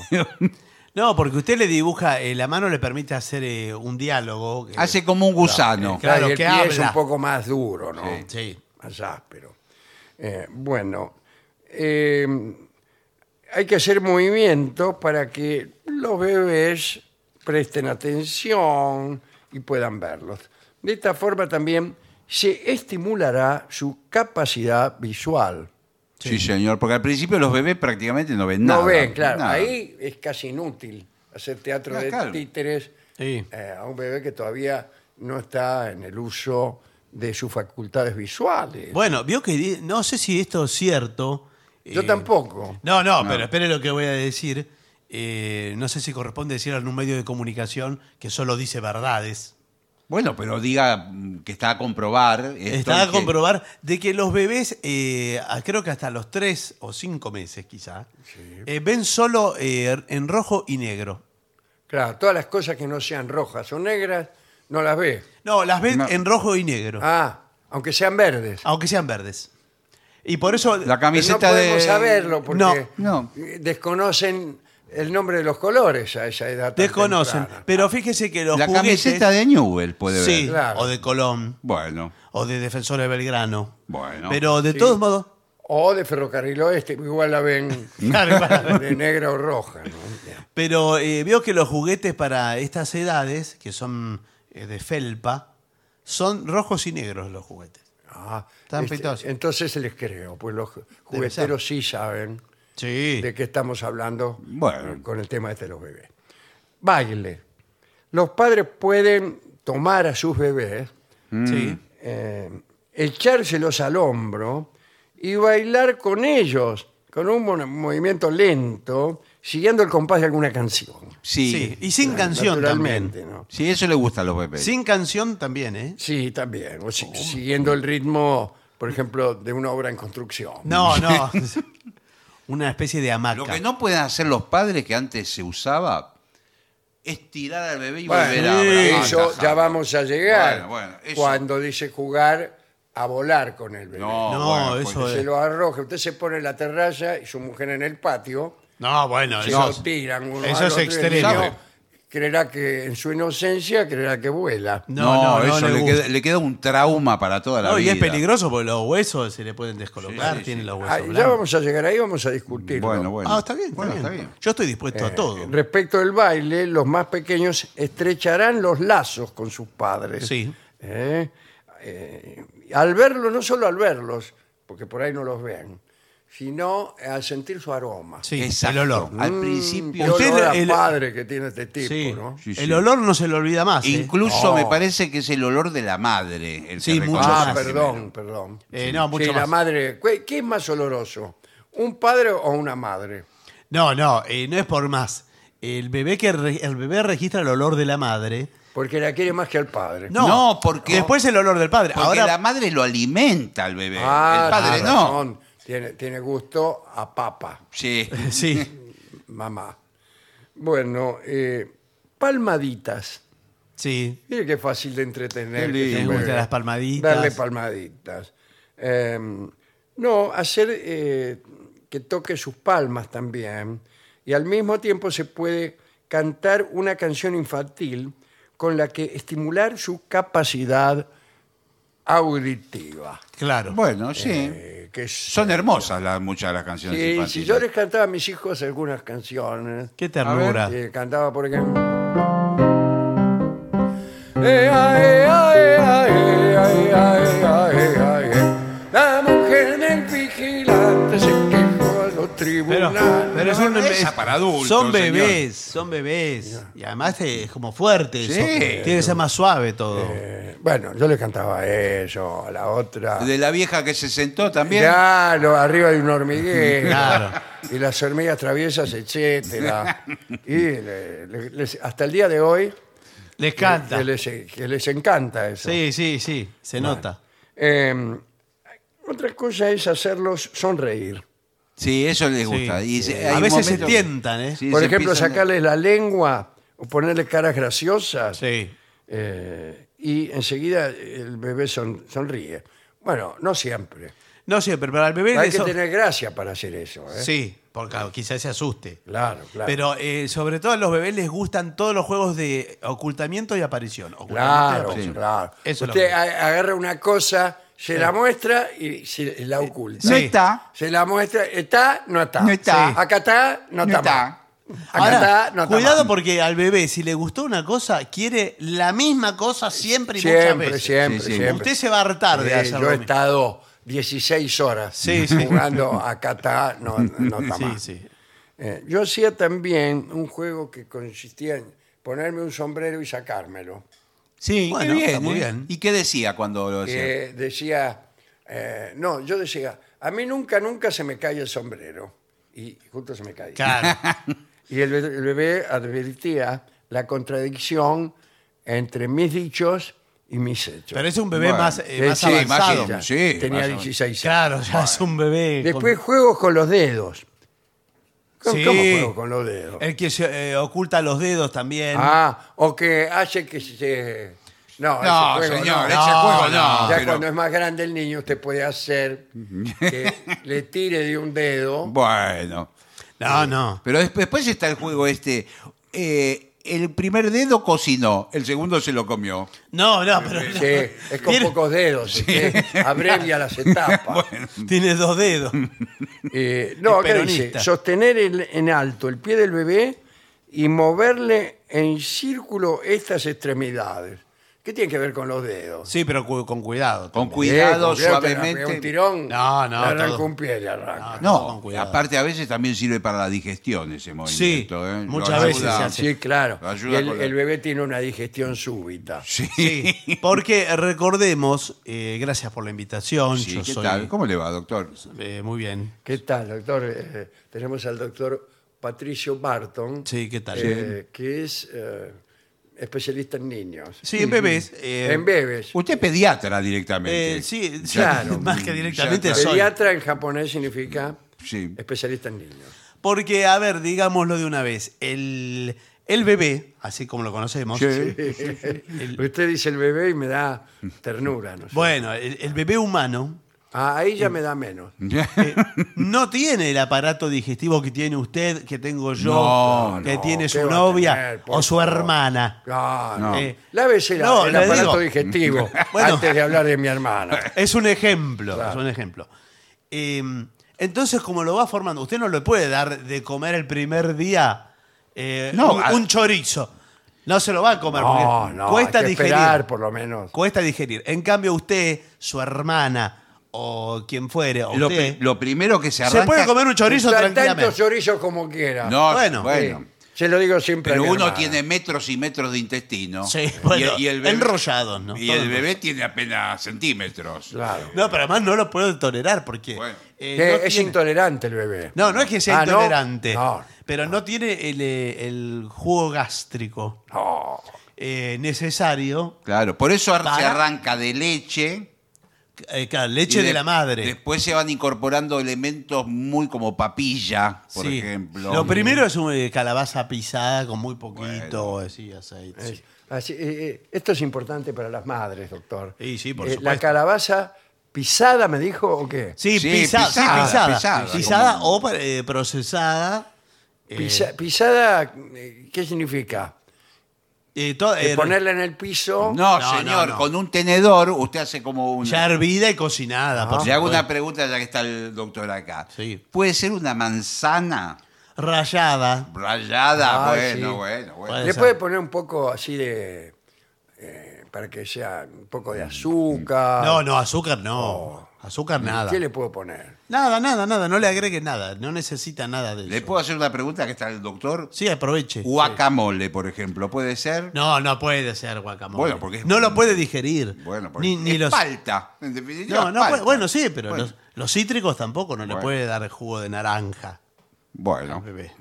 No, porque usted le dibuja, eh, la mano le permite hacer eh, un diálogo. que- Hace como un gusano. Claro, y el que pie es habla. un poco más duro, ¿no? Sí. más áspero. Eh, bueno, eh, hay que hacer movimientos para que los bebés presten atención y puedan verlos. De esta forma también se estimulará su capacidad visual. Sí. señor. Porque al principio los bebés prácticamente no ven nada. no ven, claro. nada. Ahí es casi inútil hacer teatro Ah, de claro. títeres Sí. eh, a un bebé que todavía no está en el uso de sus facultades visuales. Bueno, vio que di- no sé si esto es cierto. Yo eh, tampoco. No, no, pero espere lo que voy a decir. eh, no sé si corresponde decir en un medio de comunicación que solo dice verdades. Bueno, pero diga mm, que está a comprobar. esto Está y a que- comprobar de que los bebés, eh, a- creo que hasta los tres o cinco meses quizá, eh, ven solo eh, en rojo y negro. Claro, todas las cosas que no sean rojas o negras no las ve. No, las ven No. en rojo y negro, Ah, aunque sean verdes. aunque sean verdes. Y por eso... La Pero no camiseta podemos de. saberlo porque No, no. eh, desconocen el nombre de los colores a esa edad. tan Desconocen. temprana. Pero fíjese que los La juguetes- camiseta de Newell puede Sí, ver. Claro. o de Colón, Bueno, o de Defensor de Belgrano. bueno. Pero de Sí. todos modos... O de ferrocarril oeste, igual la ven Claro, claro. de negra o roja. ¿no? Pero eh, veo que los juguetes para estas edades, que son eh, de felpa, son rojos y negros los juguetes. Ah, Tan pitoso. entonces les creo, pues los Debe jugueteros sí saben Sí. de qué estamos hablando Bueno. eh, con el tema este de los bebés. Baile. Los padres pueden tomar a sus bebés sí. eh, echárselos al hombro y bailar con ellos, con un mo- movimiento lento, siguiendo el compás de alguna canción. sí. Sí, sí. Y sin canción Naturalmente, también. ¿no? eso le gusta a los bebés. Sin canción también, ¿eh? Sí, también. o si- siguiendo el ritmo, por ejemplo, de una obra en construcción. No, no. Una especie de hamaca. Lo que no pueden hacer los padres que antes se usaba es tirar al bebé y Bueno, volver a abrazarlo. eso ya vamos a llegar. Bueno, bueno, eso- Cuando dice jugar a volar con el bebé. No, No, bueno, eso pues, Se lo arroja. Usted se pone en la terraza y su mujer en el patio. No, Ah, bueno, se eso, lo tiran uno eso al es otro y el extremo. niño creerá que en su inocencia creerá que vuela. No, No, no, no, eso le le, gusta. queda, le queda un trauma para toda la No, y vida. es peligroso porque los huesos se le pueden descolocar, Sí, sí, tienen sí. los huesos. Ah, ya blancos. vamos a llegar ahí, vamos a discutirlo. Bueno, bueno. Ah, está bien, está, Bueno, Eh, bien. Yo estoy dispuesto a todo. Respecto del baile, los más pequeños estrecharán los lazos con sus padres. Sí. ¿Eh? Eh, al verlos, no solo al verlos, porque por ahí no los ven, sino al sentir su aroma. Sí, Exacto. el olor. Al Qué principio. Usted- Mm, olor a el- padre que tiene este tipo, Sí. ¿no? Sí, sí. El olor no se le olvida más. ¿eh? Incluso No. me parece que es el olor de la madre. El Sí, que mucho reconoce Ah, más. perdón, perdón. Eh, no, mucho Sí, la más. madre. ¿Qué qué es más oloroso? ¿Un padre o una madre? No, no, eh, no es por más. El bebé que re- el bebé registra el olor de la madre. Porque la quiere más que al padre. No, No, porque- después el olor del padre. Porque Ahora la madre lo alimenta al bebé. Ah, el padre tiene no. razón. Tiene, tiene gusto a papa, Sí. sí, mamá. Bueno, eh, palmaditas. sí. Mire qué fácil de entretener. que Qué lindo. se Me juega. gustan las palmaditas. Darle palmaditas. Eh, no, hacer eh, que toque sus palmas también. Y al mismo tiempo se puede cantar una canción infantil con la que estimular su capacidad auditiva. Claro. Bueno, sí. Eh, que es- Son hermosas las, muchas de las canciones Sí, infantiles. si yo les cantaba a mis hijos algunas canciones. Qué ternura. Eh, cantaba por ejemplo. "Eh, Ea, ea, ea, ea, ea, ea, ea, ea. eh". La mujer del vigilante se quejó a los Pero, tribunales. pero son, esa para adultos, son señor. bebés, son bebés. Y además eh, es como fuerte eso. Sí. Tiene que ser más suave todo. Eh, bueno, yo le cantaba eso, a la otra. De la vieja que se sentó también. Claro, arriba de un hormiguero. Claro. Y las hormigas traviesas, etcétera. Y le- le- les- hasta el día de hoy Les canta. Que les, que les encanta eso. Sí, sí, sí. Se nota. Eh, otra cosa es hacerlos sonreír. Sí, eso les gusta. Y se- hay A un veces se momento que- tientan, ¿eh? Sí, Por se ejemplo, empiezan a- sacarles la lengua o ponerle caras graciosas. Sí. Eh, y enseguida el bebé son- sonríe. Bueno, no siempre. No siempre, pero al bebé Hay le que so- tener gracia para hacer eso. ¿eh? Sí, porque ah, quizás se asuste. Claro, claro. Pero eh, sobre todo a los bebés les gustan todos los juegos de ocultamiento y aparición. Ocultamiento y claro, aparición. claro. Eso es lo Usted que- a- agarra una cosa, se la muestra y se la Eh, oculta. No Sí. está. Se la muestra, está, no está. No está. Acá está, no, No está. está. más. Acá Ahora, está, no está. cuidado más. porque al bebé, si le gustó una cosa, quiere la misma cosa siempre y muchas Siempre, veces. siempre, Sí, sí. siempre. Usted se va a hartar de Eh, hacer Yo lo he mismo. estado 16 horas Sí, sí. jugando a Catá, no, no está Sí, más. sí. Eh, yo hacía también un juego que consistía en ponerme un sombrero y sacármelo. Sí, Bueno, qué bien, está muy ¿eh? bien. ¿Y qué decía cuando Ah, lo decía? Que decía, eh, no, yo decía, a mí nunca, nunca se me cae el sombrero. Y justo se me cae. Claro. y el, be- el bebé advertía la contradicción entre mis dichos y mis hechos. Pero es un bebé Bueno, más, eh, Eh, más sí, avanzado. sí, ya. sí, Tenía más o menos. 16 años. Claro, ya es un bebé. con- Después juegos con los dedos. ¿Cómo, Sí. cómo juego con los dedos? El que se eh, oculta los dedos también. Ah, o que hace que se... No, No, ese juego señor, no. ese No, juego no. ya pero- cuando es más grande el niño, usted puede hacer que le tire de un dedo. Bueno. no, no. Pero desp- después está el juego este. eh, el primer dedo cocinó, el segundo se lo comió. No, no, pero. no. Sí, es con Tiene- pocos dedos, usted abrevia las etapas. Tiene dos dedos. Eh, no, Es acá dice, peronista. sostener el- en alto el pie del bebé y moverle en círculo estas extremidades. ¿Qué tiene que ver con los dedos? Sí, pero cu- con cuidado. Con Eh, cuidado, con cuidado, que le suavemente. pega Un tirón, No, no, le arranca todo. un pie, le arranca. No, No, Ah, con cuidado. aparte a veces también sirve para la digestión ese movimiento. ¿eh? Lo muchas ayuda. veces se hace. Sí, claro. Lo ayuda Y el, con la- el bebé tiene una digestión súbita. Sí. Sí, porque recordemos, eh, gracias por la invitación. Sí, yo ¿qué soy- tal? ¿Cómo le va, doctor? eh, muy bien. ¿Qué tal, doctor? Eh, tenemos al doctor Patricio Barton, Sí, ¿qué tal? eh, que es eh, especialista en niños. Sí, en bebés. eh, en bebés. Usted es pediatra directamente. eh, sí, Claro. más que directamente Ya, soy. Pediatra en japonés significa Sí. especialista en niños. Porque, a ver, digámoslo de una vez, el, el bebé, así como lo conocemos, Sí. Usted dice el bebé y me da ternura. No sé. bueno, el, el bebé humano Ah, ahí ya me da menos. Eh, no tiene el aparato digestivo que tiene usted, que tengo yo, No, que no, tiene ¿qué su va a novia tener, por o su favor? hermana. Claro. No. Eh, Lávese la- No, el le aparato digo. digestivo Bueno. antes de hablar de mi hermana. Es un ejemplo, Claro. es un ejemplo. Eh, entonces, como lo va formando, usted no le puede dar de comer el primer día eh, No, un, a- un chorizo. No se lo va a comer No, porque no, cuesta hay que digerir. esperar por lo menos. Cuesta digerir. En cambio, usted, su hermana o quien fuere, o Lo, usted, pri- lo primero que se arranca... se puede comer un chorizo Tan- tranquilamente. Tantos chorizos como quiera. No, Bueno. eh, bueno. Sí, Se lo digo siempre. a Pero mi uno hermana. tiene metros y metros de intestino. Sí, Y- bueno, y el bebé- enrollados, ¿no? Y Todo el bebé tiene apenas centímetros. Claro. No, pero además no lo puedo tolerar porque. Bueno. eh, Que no es tiene- intolerante el bebé. No, no es que sea Ah, ¿no? intolerante. No. pero no tiene el, eh, el jugo gástrico No. eh, necesario. Claro, por eso ar- se Para- arranca de leche. eh, claro, y leche de, de- la madre. Después se van incorporando elementos muy como papilla, por Sí. ejemplo. Lo primero es una calabaza pisada con muy poquito así, aceite. Es- así, eh, eh, esto es importante para las madres, doctor. Eh, Sí, sí, por ¿La supuesto. calabaza pisada me dijo o qué? Sí, Sí, pisa- sí, pisada, pisada. pisada, Pisada, como- o eh, procesada. eh, Pisa- pisada, eh, ¿qué significa? eh, to- Que eh, ponerla en el piso. No, No, señor, no, no. con un tenedor usted hace como una. ya hervida y cocinada. por Ah. Le hago supuesto. una pregunta ya que está el doctor acá. Ah, Sí. ¿Puede ser una manzana Rayada. rayada? Ah, bueno, sí. bueno, bueno, Bueno. Le puede poner un poco así de. eh, para que sea un poco de Ah. azúcar. Mm, No, no, azúcar no. Oh. Azúcar nada. ¿Qué le puedo poner? Nada, nada, nada. No le agregue nada. No necesita nada de eso. ¿Le puedo hacer una pregunta que está el doctor? Sí, aproveche. Guacamole, por ejemplo, ¿puede ser? No, no puede ser guacamole. Bueno, porque es- no lo puede digerir. Bueno, porque ni, ni es los palta, en definitiva. No, es no palta. puede- bueno, sí, pero Bueno. Los, los cítricos tampoco no le Bueno. puede dar jugo de naranja. Bueno. Bebé.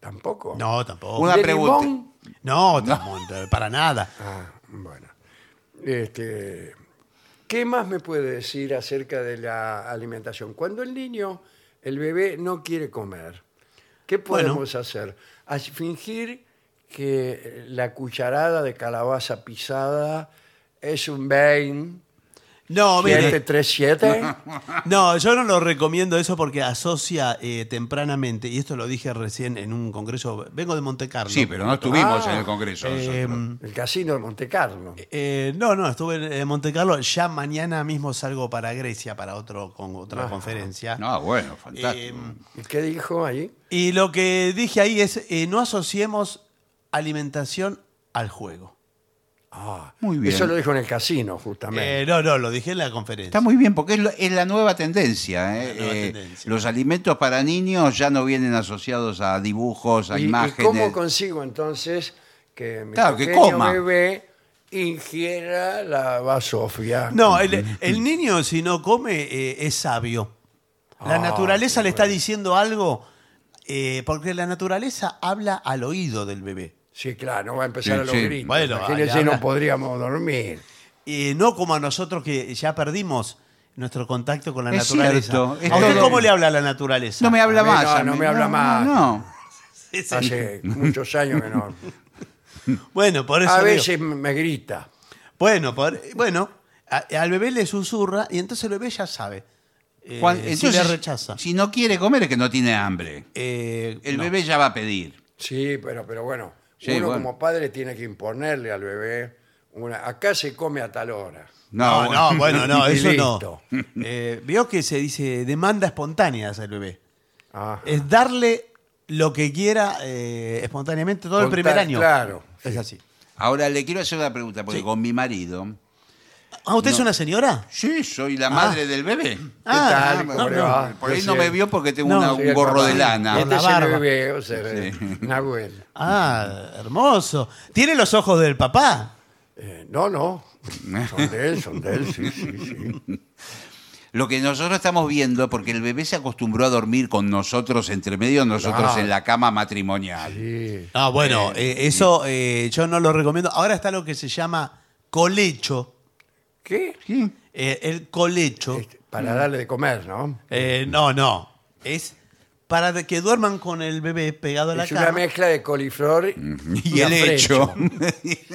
¿Tampoco? No, tampoco. Una ¿De pregunta. limón? No, tampoco, para nada. Ah, bueno. Este, ¿Qué más me puede decir acerca de la alimentación? Cuando el niño, el bebé, no quiere comer, ¿qué Bueno. podemos hacer? As- Fingir que la cucharada de calabaza pisada es un vein. No, este- mire, 737. no, yo no lo recomiendo eso porque asocia eh, tempranamente, y esto lo dije recién en un congreso, vengo de Monte Carlo. Sí, pero no estuvimos Ah. en el Congreso. Eh, nosotros. El casino de Monte Carlo. Eh, no, no, estuve en Monte Carlo. Ya mañana mismo salgo para Grecia para otro, con otra conferencia. Ah, No, bueno, fantástico. Eh, ¿Y qué dijo ahí? y lo que dije ahí es, eh, no asociemos alimentación al juego. Ah, Muy bien. Eso lo dijo en el casino, justamente. Eh, no, no, lo dije en la conferencia. Está muy bien, porque es, lo- es la nueva tendencia. La ¿eh? nueva Eh, tendencia. Los alimentos para niños ya no vienen asociados a dibujos, a ¿Y, y imágenes. cómo consigo entonces que mi Claro, que pequeño coma. bebé ingiera la basofia? No, el, el niño si no come eh, es sabio. La Ah, naturaleza le está diciendo algo eh, porque la naturaleza habla al oído del bebé. Sí, claro, no va a empezar Sí, a los sí. gritos. Bueno, Imagínese, ahí habla. no podríamos dormir. Eh, no como a nosotros que ya perdimos nuestro contacto con la Es naturaleza. cierto, es ¿A usted todo- cómo le habla la naturaleza? No me habla A mí más. no, a no mí. me habla más. No, no. Sí, sí. Hace muchos años que no. Bueno, por eso A digo. veces me grita. Bueno, por- bueno a- al bebé le susurra y entonces el bebé ya sabe. Eh, Cuan- si le rechaza. si no quiere comer es que no tiene hambre. Eh, El no. bebé ya va a pedir. Sí, pero, pero bueno, Sí, uno bueno. como padre tiene que imponerle al bebé una. Acá se come a tal hora. No, no, bueno, no, Y eso listo. no. Eh, veo que se dice demanda espontánea hacia el bebé. Ah. Es darle lo que quiera eh, espontáneamente todo el Espontá- primer año. claro. Es así. Ahora le quiero hacer una pregunta, porque Sí. con mi marido. Ah, ¿usted es una señora? Sí, soy la madre del bebé. Ah, tal? Ah, ¿Cómo por- le va? Por ahí Sí, no me sí. vio porque tengo No, una- Sí, un el gorro papá. de lana. Este La es el barba. bebé, o sea, Nahuel. Ah, hermoso. Tiene los ojos del papá. Eh, no, no. Son de él, son de él, sí, sí, sí. Lo que nosotros estamos viendo, porque el bebé se acostumbró a dormir con nosotros entre medio, nosotros Claro. en la cama matrimonial. Sí. Ah, bueno, eh, eso eh, yo no lo recomiendo. Ahora está lo que se llama colecho. ¿Qué? Eh, el colecho. Este, Mm. Para darle de comer, ¿no? Eh, no, no. Es para de que duerman con el bebé pegado a la Es una cama. mezcla de coliflor y, Y el afrecho. hecho.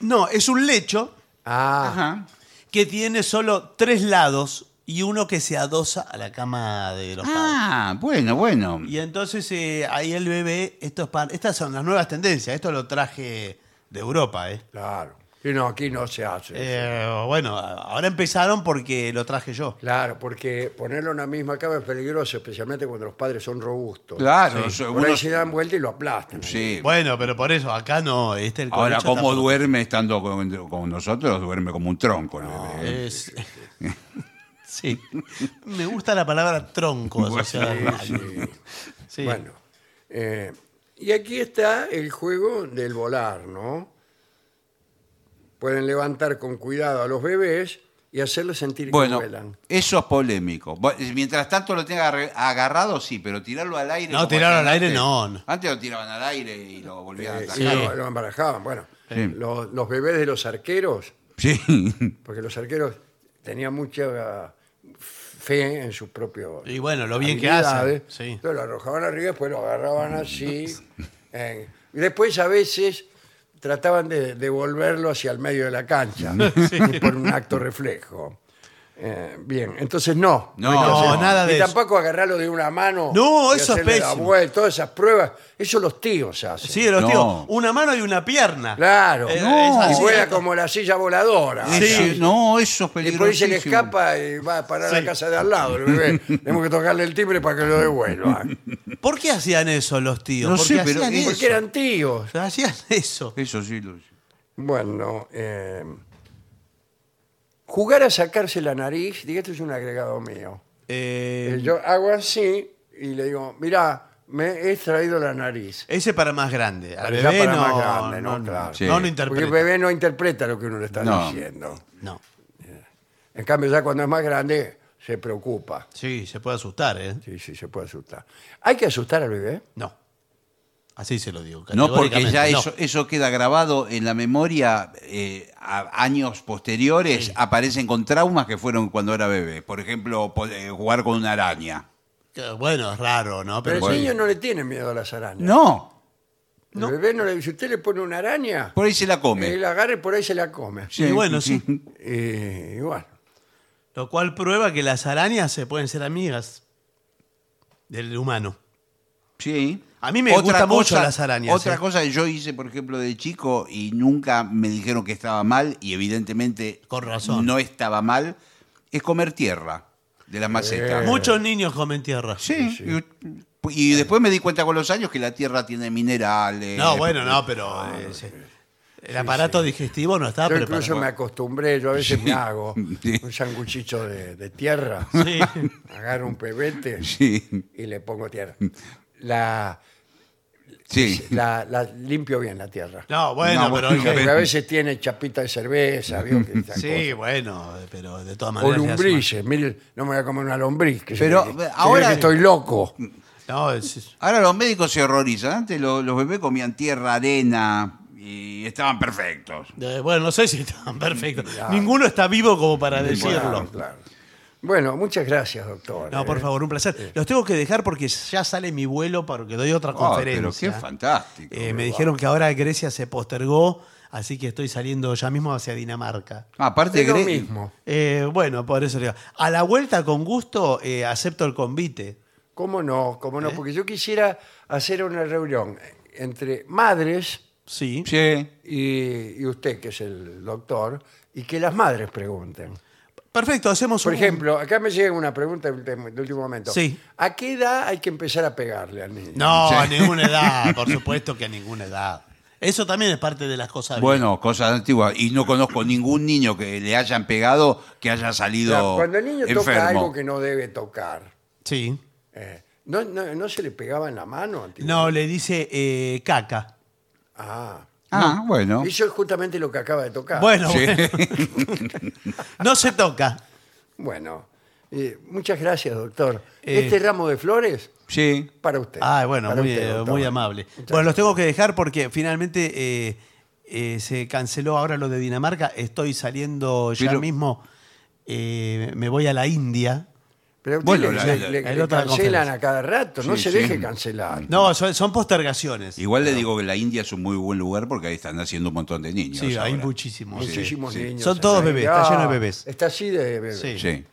No, es un lecho Ah, Ajá. que tiene solo tres lados y uno que se adosa a la cama de los padres. Ah, bueno, bueno. Y entonces eh, ahí el bebé, estos pa- estas son las nuevas tendencias, esto lo traje de Europa, ¿eh? claro. Sí, no, aquí no se hace. Eh, bueno, a- ahora empezaron porque lo traje yo. Claro, porque ponerlo en la misma cama es peligroso, especialmente cuando los padres son robustos. Claro, so- Por ahí uno- se dan vuelta y lo aplastan. sí. Bueno, pero por eso, acá no, este el Ahora, colecho ¿cómo está- duerme estando con, con nosotros? Duerme como un tronco. Eh, el bebé. Es- sí. Me gusta la palabra tronco asociada al Sí, baño. sí. Sí. Bueno. eh, y aquí está el juego del volar, ¿no? Pueden levantar con cuidado a los bebés y hacerlos sentir Bueno, que vuelan. eso es polémico. Bu- Mientras tanto lo tenga agarre- agarrado, sí, pero tirarlo al aire. No, como tirarlo hacían al aire, antes. no, no. Antes lo tiraban al aire y lo volvían a Eh, y atacar. lo, lo embarajaban. Bueno, Sí. los, los bebés de los arqueros, Sí. porque los arqueros tenían mucha fe en sus propios. Y bueno, lo bien que habilidades. hacen, sí. Entonces lo arrojaban arriba, después lo agarraban así. eh, y después a veces trataban de devolverlo hacia el medio de la cancha por un acto reflejo. Eh, bien, entonces no. No, hay que no, hacerlo. nada de Y eso. tampoco agarrarlo de una mano. No, y eso es hacerle la pésimo. vuelta, todas esas pruebas, eso los tíos hacen. Sí, los No. tíos, una mano y una pierna. Claro. Eh, No. es Y así, vuela esto. como la silla voladora. Ese- No, eso es Ah, Y peligroso. por ahí se le escapa y va a parar a la Sí. casa de al lado. el bebé. Tenemos que tocarle el timbre para que lo devuelva. ¿Por qué hacían eso los tíos? No ¿Por sé, qué pero hacían es- Porque eran tíos. eso? Hacían eso. Eso sí. Lo... Bueno, eh, jugar a sacarse la nariz, diga, esto es un agregado mío. Eh, Eh, Yo hago así y le digo, mirá, me he traído la nariz. Ese para más grande. Al Para ya bebé para no, más grande, ¿no? no, no, Claro. Sí. no lo Porque interpreta. el bebé no interpreta lo que uno le está No. diciendo. No. En cambio, ya cuando es más grande, se preocupa. Sí, se puede asustar, ¿eh? Sí, sí, se puede asustar. ¿Hay que asustar al bebé? No. Así se lo digo. No, porque ya categóricamente, no. eso, eso queda grabado en la memoria. eh, a- años posteriores aparecen con traumas que fueron cuando era bebé. Por ejemplo, po- eh, jugar con una araña. Que, Bueno, es raro, ¿no? Pero Pero, el bueno. niño no le tiene miedo a las arañas. No, El bebé no le- si usted le pone una araña, por ahí se la come. él la agarra y por ahí se la come. Sí, bueno, sí. Eh, Y bueno, Lo cual prueba que las arañas se pueden ser amigas del humano. Sí. A mí me gustan mucho las arañas, Otra ¿eh? cosa que yo hice, por ejemplo, de chico y nunca me dijeron que estaba mal y evidentemente Con razón. no estaba mal, es comer tierra de las Eh. macetas. Muchos niños comen tierra. Sí. Y, y después me di cuenta con los años que la tierra tiene minerales. No, bueno, no, pero eh, se- el aparato digestivo no está yo incluso preparado. me acostumbré, yo a veces me hago Sí. un sanguchito de, de tierra, Sí. agarro un pebete Sí, y le pongo tierra. La, sí. la- la limpio bien la tierra. No, bueno, No, pero bueno, Porque oiga, a veces tiene chapita de cerveza, ¿vio? Que esas sí, bueno, pero de todas cosas. O maneras. le hace mal. eh, lombrices, mire, no me voy a comer una lombriz. Que se Pero, me- se me ve ahora- que estoy loco. No, es- es- Ahora los médicos se horrorizan. Antes lo- los bebés comían tierra, arena y estaban perfectos. eh, bueno, no sé si están perfectos. Ninguno está vivo como para decirlo. Claro, claro. Bueno, muchas gracias, doctor. No, por ¿eh? favor, un placer. Los tengo que dejar porque ya sale mi vuelo para que doy otra Ah, conferencia. pero qué fantástico. Eh, me dijeron que ahora Grecia se postergó, así que estoy saliendo ya mismo hacia Dinamarca. Ah, Aparte, Es lo Gre- mismo. Eh, bueno, por eso le digo. A la vuelta, con gusto, eh, acepto el convite. ¿Cómo no? ¿Cómo ¿Eh? no? Porque yo quisiera hacer una reunión entre madres Sí. Sí. y, y usted, que es el doctor, y que las madres pregunten. Perfecto, hacemos Por un. ejemplo, acá me llega una pregunta de ulti- de último momento. Sí. ¿A qué edad hay que empezar a pegarle al niño? No, a ninguna edad, por supuesto que a ninguna edad. Eso también es parte de las cosas. Bueno, cosas antiguas. Y no conozco ningún niño que le hayan pegado que haya O sea, salido Cuando el niño enfermo. toca algo que no debe tocar, bien. Sí. eh, ¿no, no, no se le pegaba en la mano? antiguamente? No, le dice eh, caca. Ah, Ah, bueno. eso es justamente lo que acaba de tocar. Bueno, Sí. no se toca. Bueno, eh, muchas gracias, doctor. Eh, este ramo de flores Sí. para usted. Ah, bueno, Para muy, usted, eh, doctor. muy amable. Muchas Bueno, los tengo que dejar porque finalmente eh, eh, se canceló ahora lo de Dinamarca. Estoy saliendo ya Pero- mismo. eh, me voy a la India. Pero a usted Bueno, le, la- le- la- le- la le otra cancelan conferencia. a cada rato, no Sí, se sí. deje cancelar. No, son, son postergaciones. Igual le digo que la India es un muy buen lugar porque ahí están haciendo un montón de niños. Sí, hay ahora. muchísimos. Sí. Muchísimos niños. Son todos en la bebés, India. está lleno de bebés. Está así de bebés. Sí. Sí.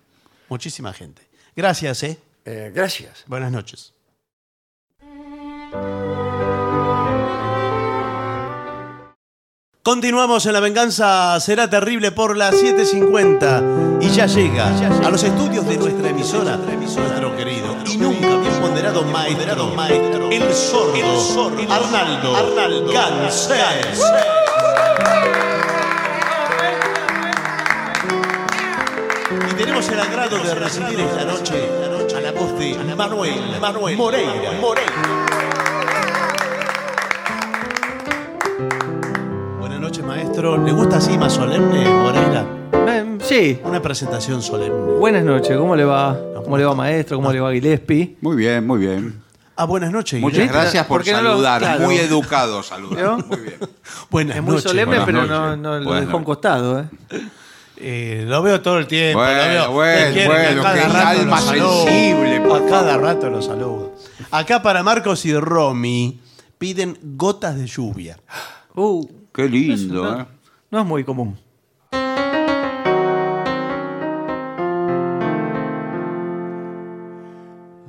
Muchísima gente. Gracias, ¿eh? Eh, gracias. Buenas noches. Continuamos en La Venganza Será Terrible por las 7.50 y ya llega a los estudios de nuestra emisora, nuestro querido y nunca bien ponderado maestro, maestro el sordo, Arnaldo, Arnaldo Gansés. Y tenemos el agrado de recibir esta noche a la voz de Manuel, Manuel Moreira. Moreira. Buenas noches, maestro. ¿Le gusta así más solemne, Moreira? Eh, sí. Una presentación solemne. Buenas noches, ¿cómo le va? ¿Cómo le va maestro? ¿Cómo le va Gillespie? Muy bien, muy bien. Ah, buenas noches. Muchas ¿Viste? gracias por, ¿Por qué no lo- saludar. claro. Muy educado saludar. ¿No? Muy bien. Guilherme. Buenas Es muy noches. solemne, buenas pero noches. no, no lo Buenas dejó a un noches. costado. ¿eh? Eh, lo veo todo el tiempo. Bueno, lo veo. bueno, Me quiere, bueno, a cada qué rato alma lo saludo. sensible, por A cada rato lo saludo. Acá para Marcos y Romy piden gotas de lluvia. Uh, Qué lindo, eso no- ¿eh? No es muy común.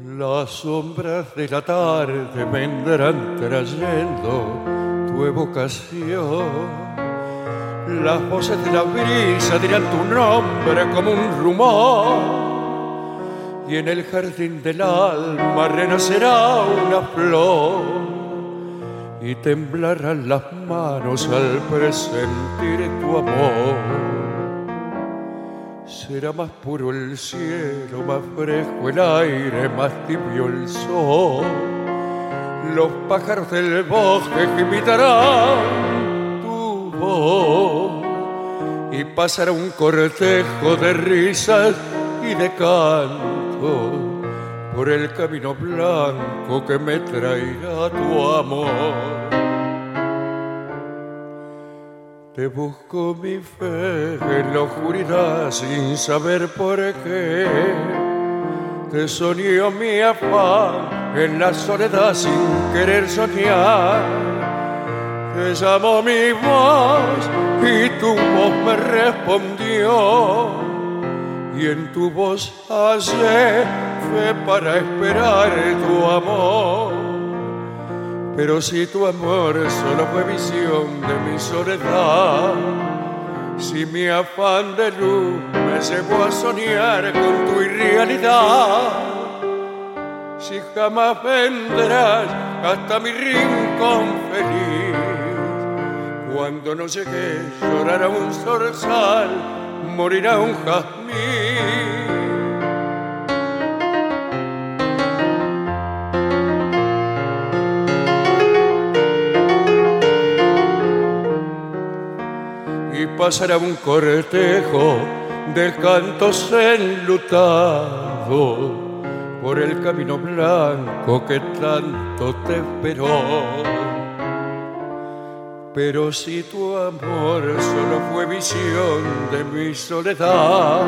Las sombras de la tarde vendrán trayendo tu evocación. Las voces de la brisa dirán tu nombre como un rumor. Y en el jardín del alma renacerá una flor. Y temblarán las manos al presentir tu amor. Será más puro el cielo, más fresco el aire, más tibio el sol. Los pájaros del bosque imitarán tu voz y pasará un cortejo de risas y de canto por el camino blanco que me traerá tu amor. Te busco mi fe en la oscuridad sin saber por qué. Te soñó mi afán en la soledad sin querer soñar. Te llamó mi voz y tu voz me respondió. Y en tu voz hallé fe para esperar tu amor. Pero si tu amor solo fue visión de mi soledad, si mi afán de luz me llevó a soñar con tu irrealidad, si jamás vendrás hasta mi rincón feliz, cuando no llegue llorará un zorzal, morirá un jazmín. y pasará un cortejo de cantos enlutados por el camino blanco que tanto te esperó. Pero si tu amor solo fue visión de mi soledad,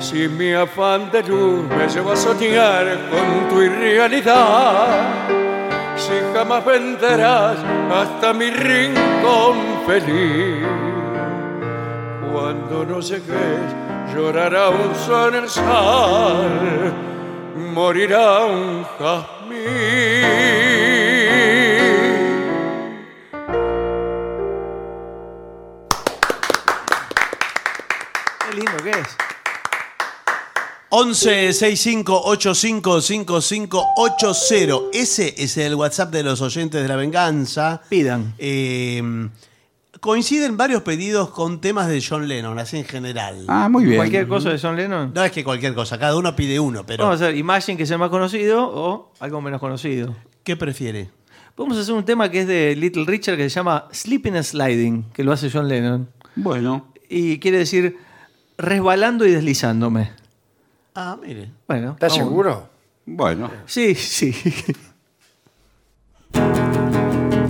si mi afán de luz me llevó a soñar con tu irrealidad, si jamás vendrás hasta mi rincón feliz. Cuando no llegues, llorará un sol en el sal, morirá un jazmín. Qué lindo que es. 11 65 85 55 80. Ese es el WhatsApp de los oyentes de la venganza. Pidan. Eh, coinciden varios pedidos con temas de John Lennon, así en general. Ah, muy bien. Cualquier cosa de John Lennon. No es que cualquier cosa, cada uno pide uno, pero Vamos a hacer Imagine, que sea más conocido, o algo menos conocido. ¿qué prefiere? Vamos a hacer un tema que es de Little Richard que se llama Sleeping and Sliding, que lo hace John Lennon. Bueno, Y quiere decir resbalando y deslizándome. Ah, mire. Bueno. ¿Estás vamos. seguro? bueno. Sí, sí.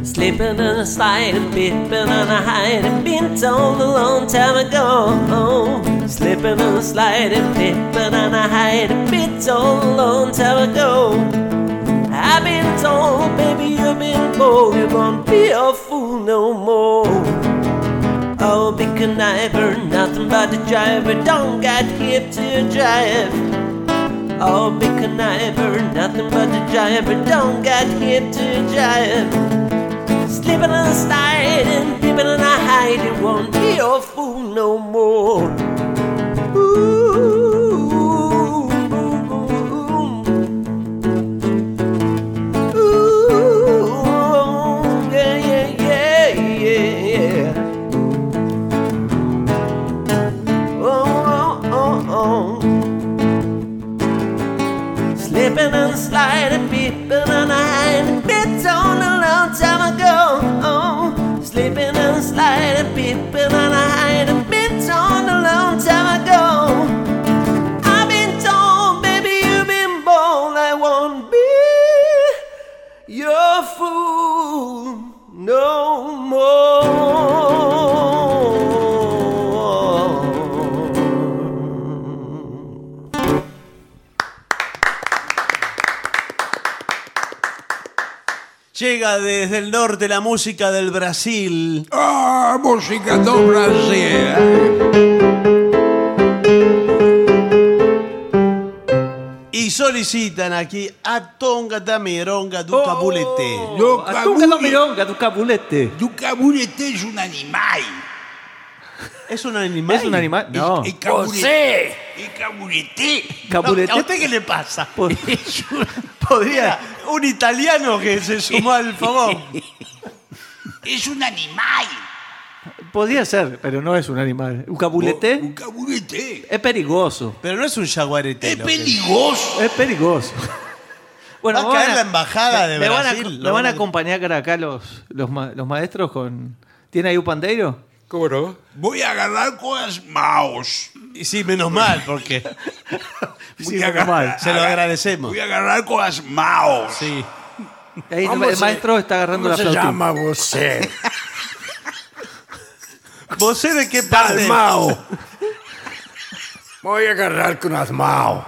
Sleeping and sliding, peeping and a hiding, been told a long time ago. Slipping and sliding, peeping and a hiding, been told a long time ago. I've been told, baby, you've been bold, you won't be a fool no more. Oh, big conniver, nothing but a driver, don't got hip to drive. Oh, big conniver, nothing but a driver, don't got hip to drive. Slipping and sliding, dipping and hiding, won't be a fool no more. Ooh, ooh, yeah, yeah, yeah, yeah, yeah. oh, oh, oh, oh. Slipping and sliding, peeping and hiding, bits on a long time ago. Oh, slipping and sliding, peeping and hiding, bits on a long time ago. I've been told, baby, you've been born, I won't be your fool no more. Llega desde el norte la música del Brasil. ¡Ah, música do Brasil! Y solicitan aquí a Tonga da Mironga du Cabulete. Oh, a tu cabule- mironga, tu capulete. Tu cabulete este es un animal. ¿Es un animal? ¿Es un animal? No. El cabulete. El cabulete. Capulete. ¿A usted qué le pasa? Podría. Un italiano que se sumó al fogón. Es un animal. Podría ser, pero no es un animal. Un capulete Un cabulete. es peligroso. Pero no es un jaguarete. Es peligroso. Es peligroso. Bueno, Va a me van caer la embajada de me van a- Brasil, me lo van a van a- acompañar para acá los, los, ma- los maestros con... ¿Tiene ahí un pandeiro? ¿Cómo no? Voy a agarrar cosas maos. Y sí, menos mal, porque Sí, Voy a menos mal. agarrar- se lo agradecemos. Voy a agarrar cosas maos. Sí. Ahí el, ¿Cómo el se- maestro está ¿Cómo agarrando la se flauta. llama você? ¿Vos sé de qué parte? Mao. Voy a agarrar con las Mao.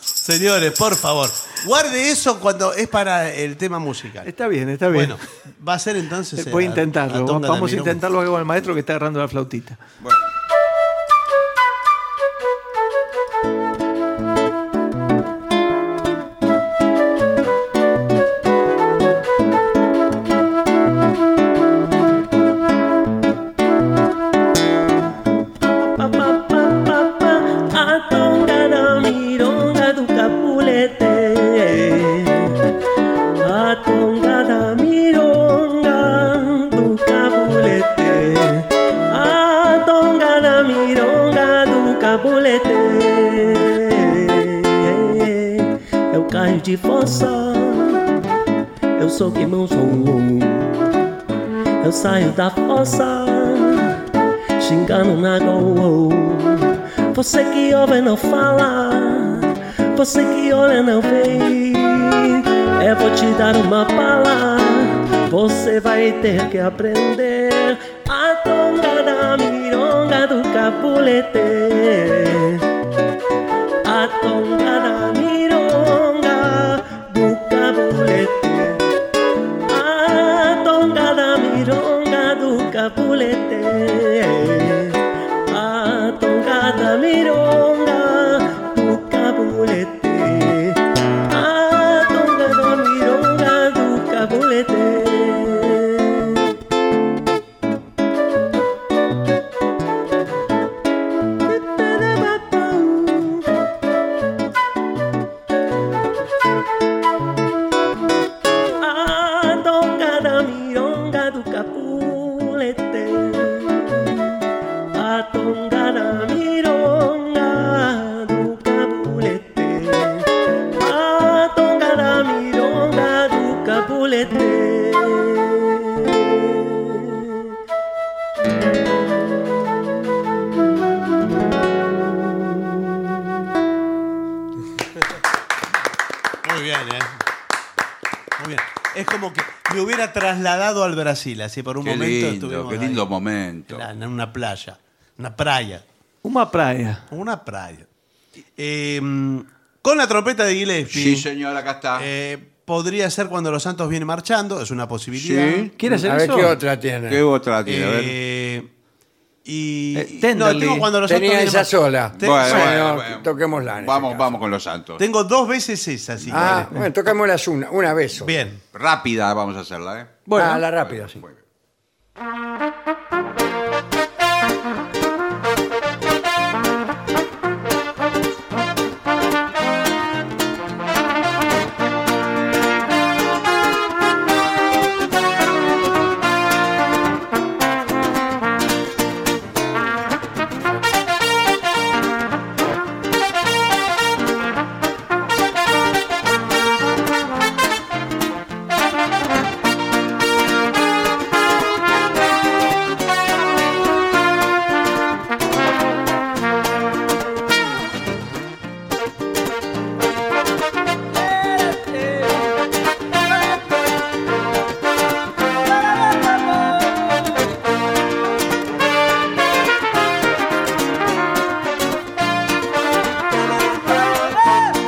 Señores, por favor. Guarde eso cuando es para el tema musical. Está bien, está bien. Bueno, va a ser entonces. Voy a la- intentarlo. la tonga de Vamos a Mironga. intentarlo algo con el maestro que está agarrando la flautita. A tonga da mironga do capulete A tonga da mironga do capulete A tonga da mironga do capulete Eu caio É de força Eu sou que não sou Eu saio da força xingando na gol. Você que ouve não fala, você que olha não vê. Eu vou te dar uma bala, você vai ter que aprender a tonga da mironga do cabulete. A tonga da mironga do cabulete. A tonga da mironga do capulete A tonga da mironga do capulete A tonga da mironga do capulete A tonga da mironga do capulete. A tonga da mironga do capulete. A tonga da mironga do capulete. Muy bien, ¿eh? Muy bien. Es como que me hubiera trasladado al Brasil, así por un Qué momento lindo, estuvimos qué ahí. lindo momento. Era En una playa, una playa, Uma praia. una playa. Eh, con la trompeta de Gillespie. Sí, señor, acá está. eh, podría ser cuando los Santos vienen marchando, es una posibilidad. Sí. ¿Quiere hacer A ver eso? qué otra tiene. ¿Qué otra tiene? A ver. Eh, y Eh, no, Tenderly. tengo cuando los Santos Tenía vienen esa mar- sola. Te- Bueno, bueno, Bueno, bueno. toquémosla. en Vamos, ese caso. vamos con los santos. Tengo dos veces esa, si Ah, querés. bueno, tocamos las una, una vez. solo. Bien. Rápida vamos a hacerla, ¿eh? Bueno, ah, la rápida, sí. Muy bien.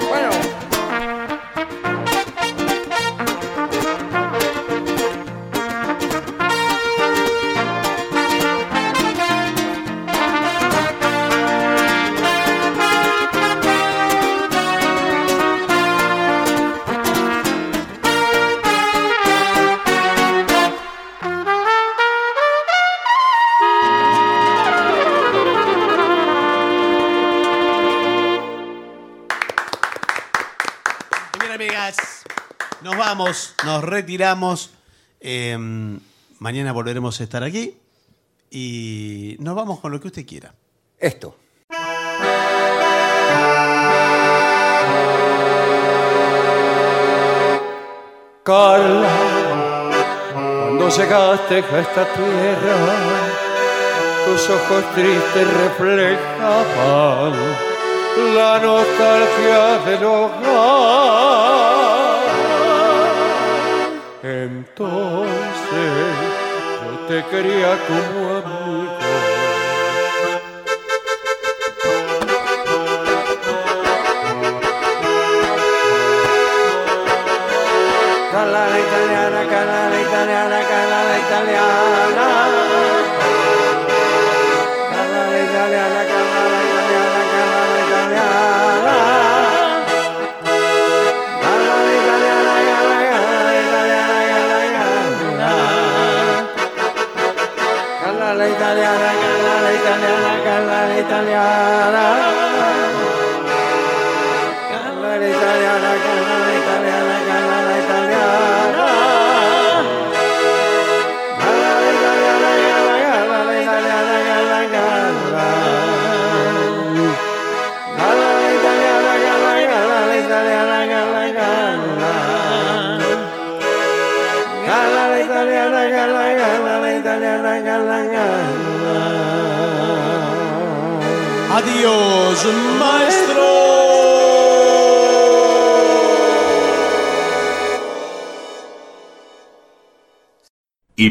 Bueno, Y bien, amigas, nos vamos, nos retiramos. Eh, mañana volveremos a estar aquí y nos vamos con lo que usted quiera. esto. Carla, cuando llegaste a esta tierra, tus ojos tristes reflejaban la nostalgia del hogar. Entonces yo te quería como amigo. Calala italiana, calala italiana, calala italiana. Calala italiana, calala italiana, calala italiana. Calala italiana, calala, calala italiana, calala italiana. Calala italiana, calala italiana, calala italiana. Calala italiana, calala italiana, calala italiana. Adiós, maestro. Y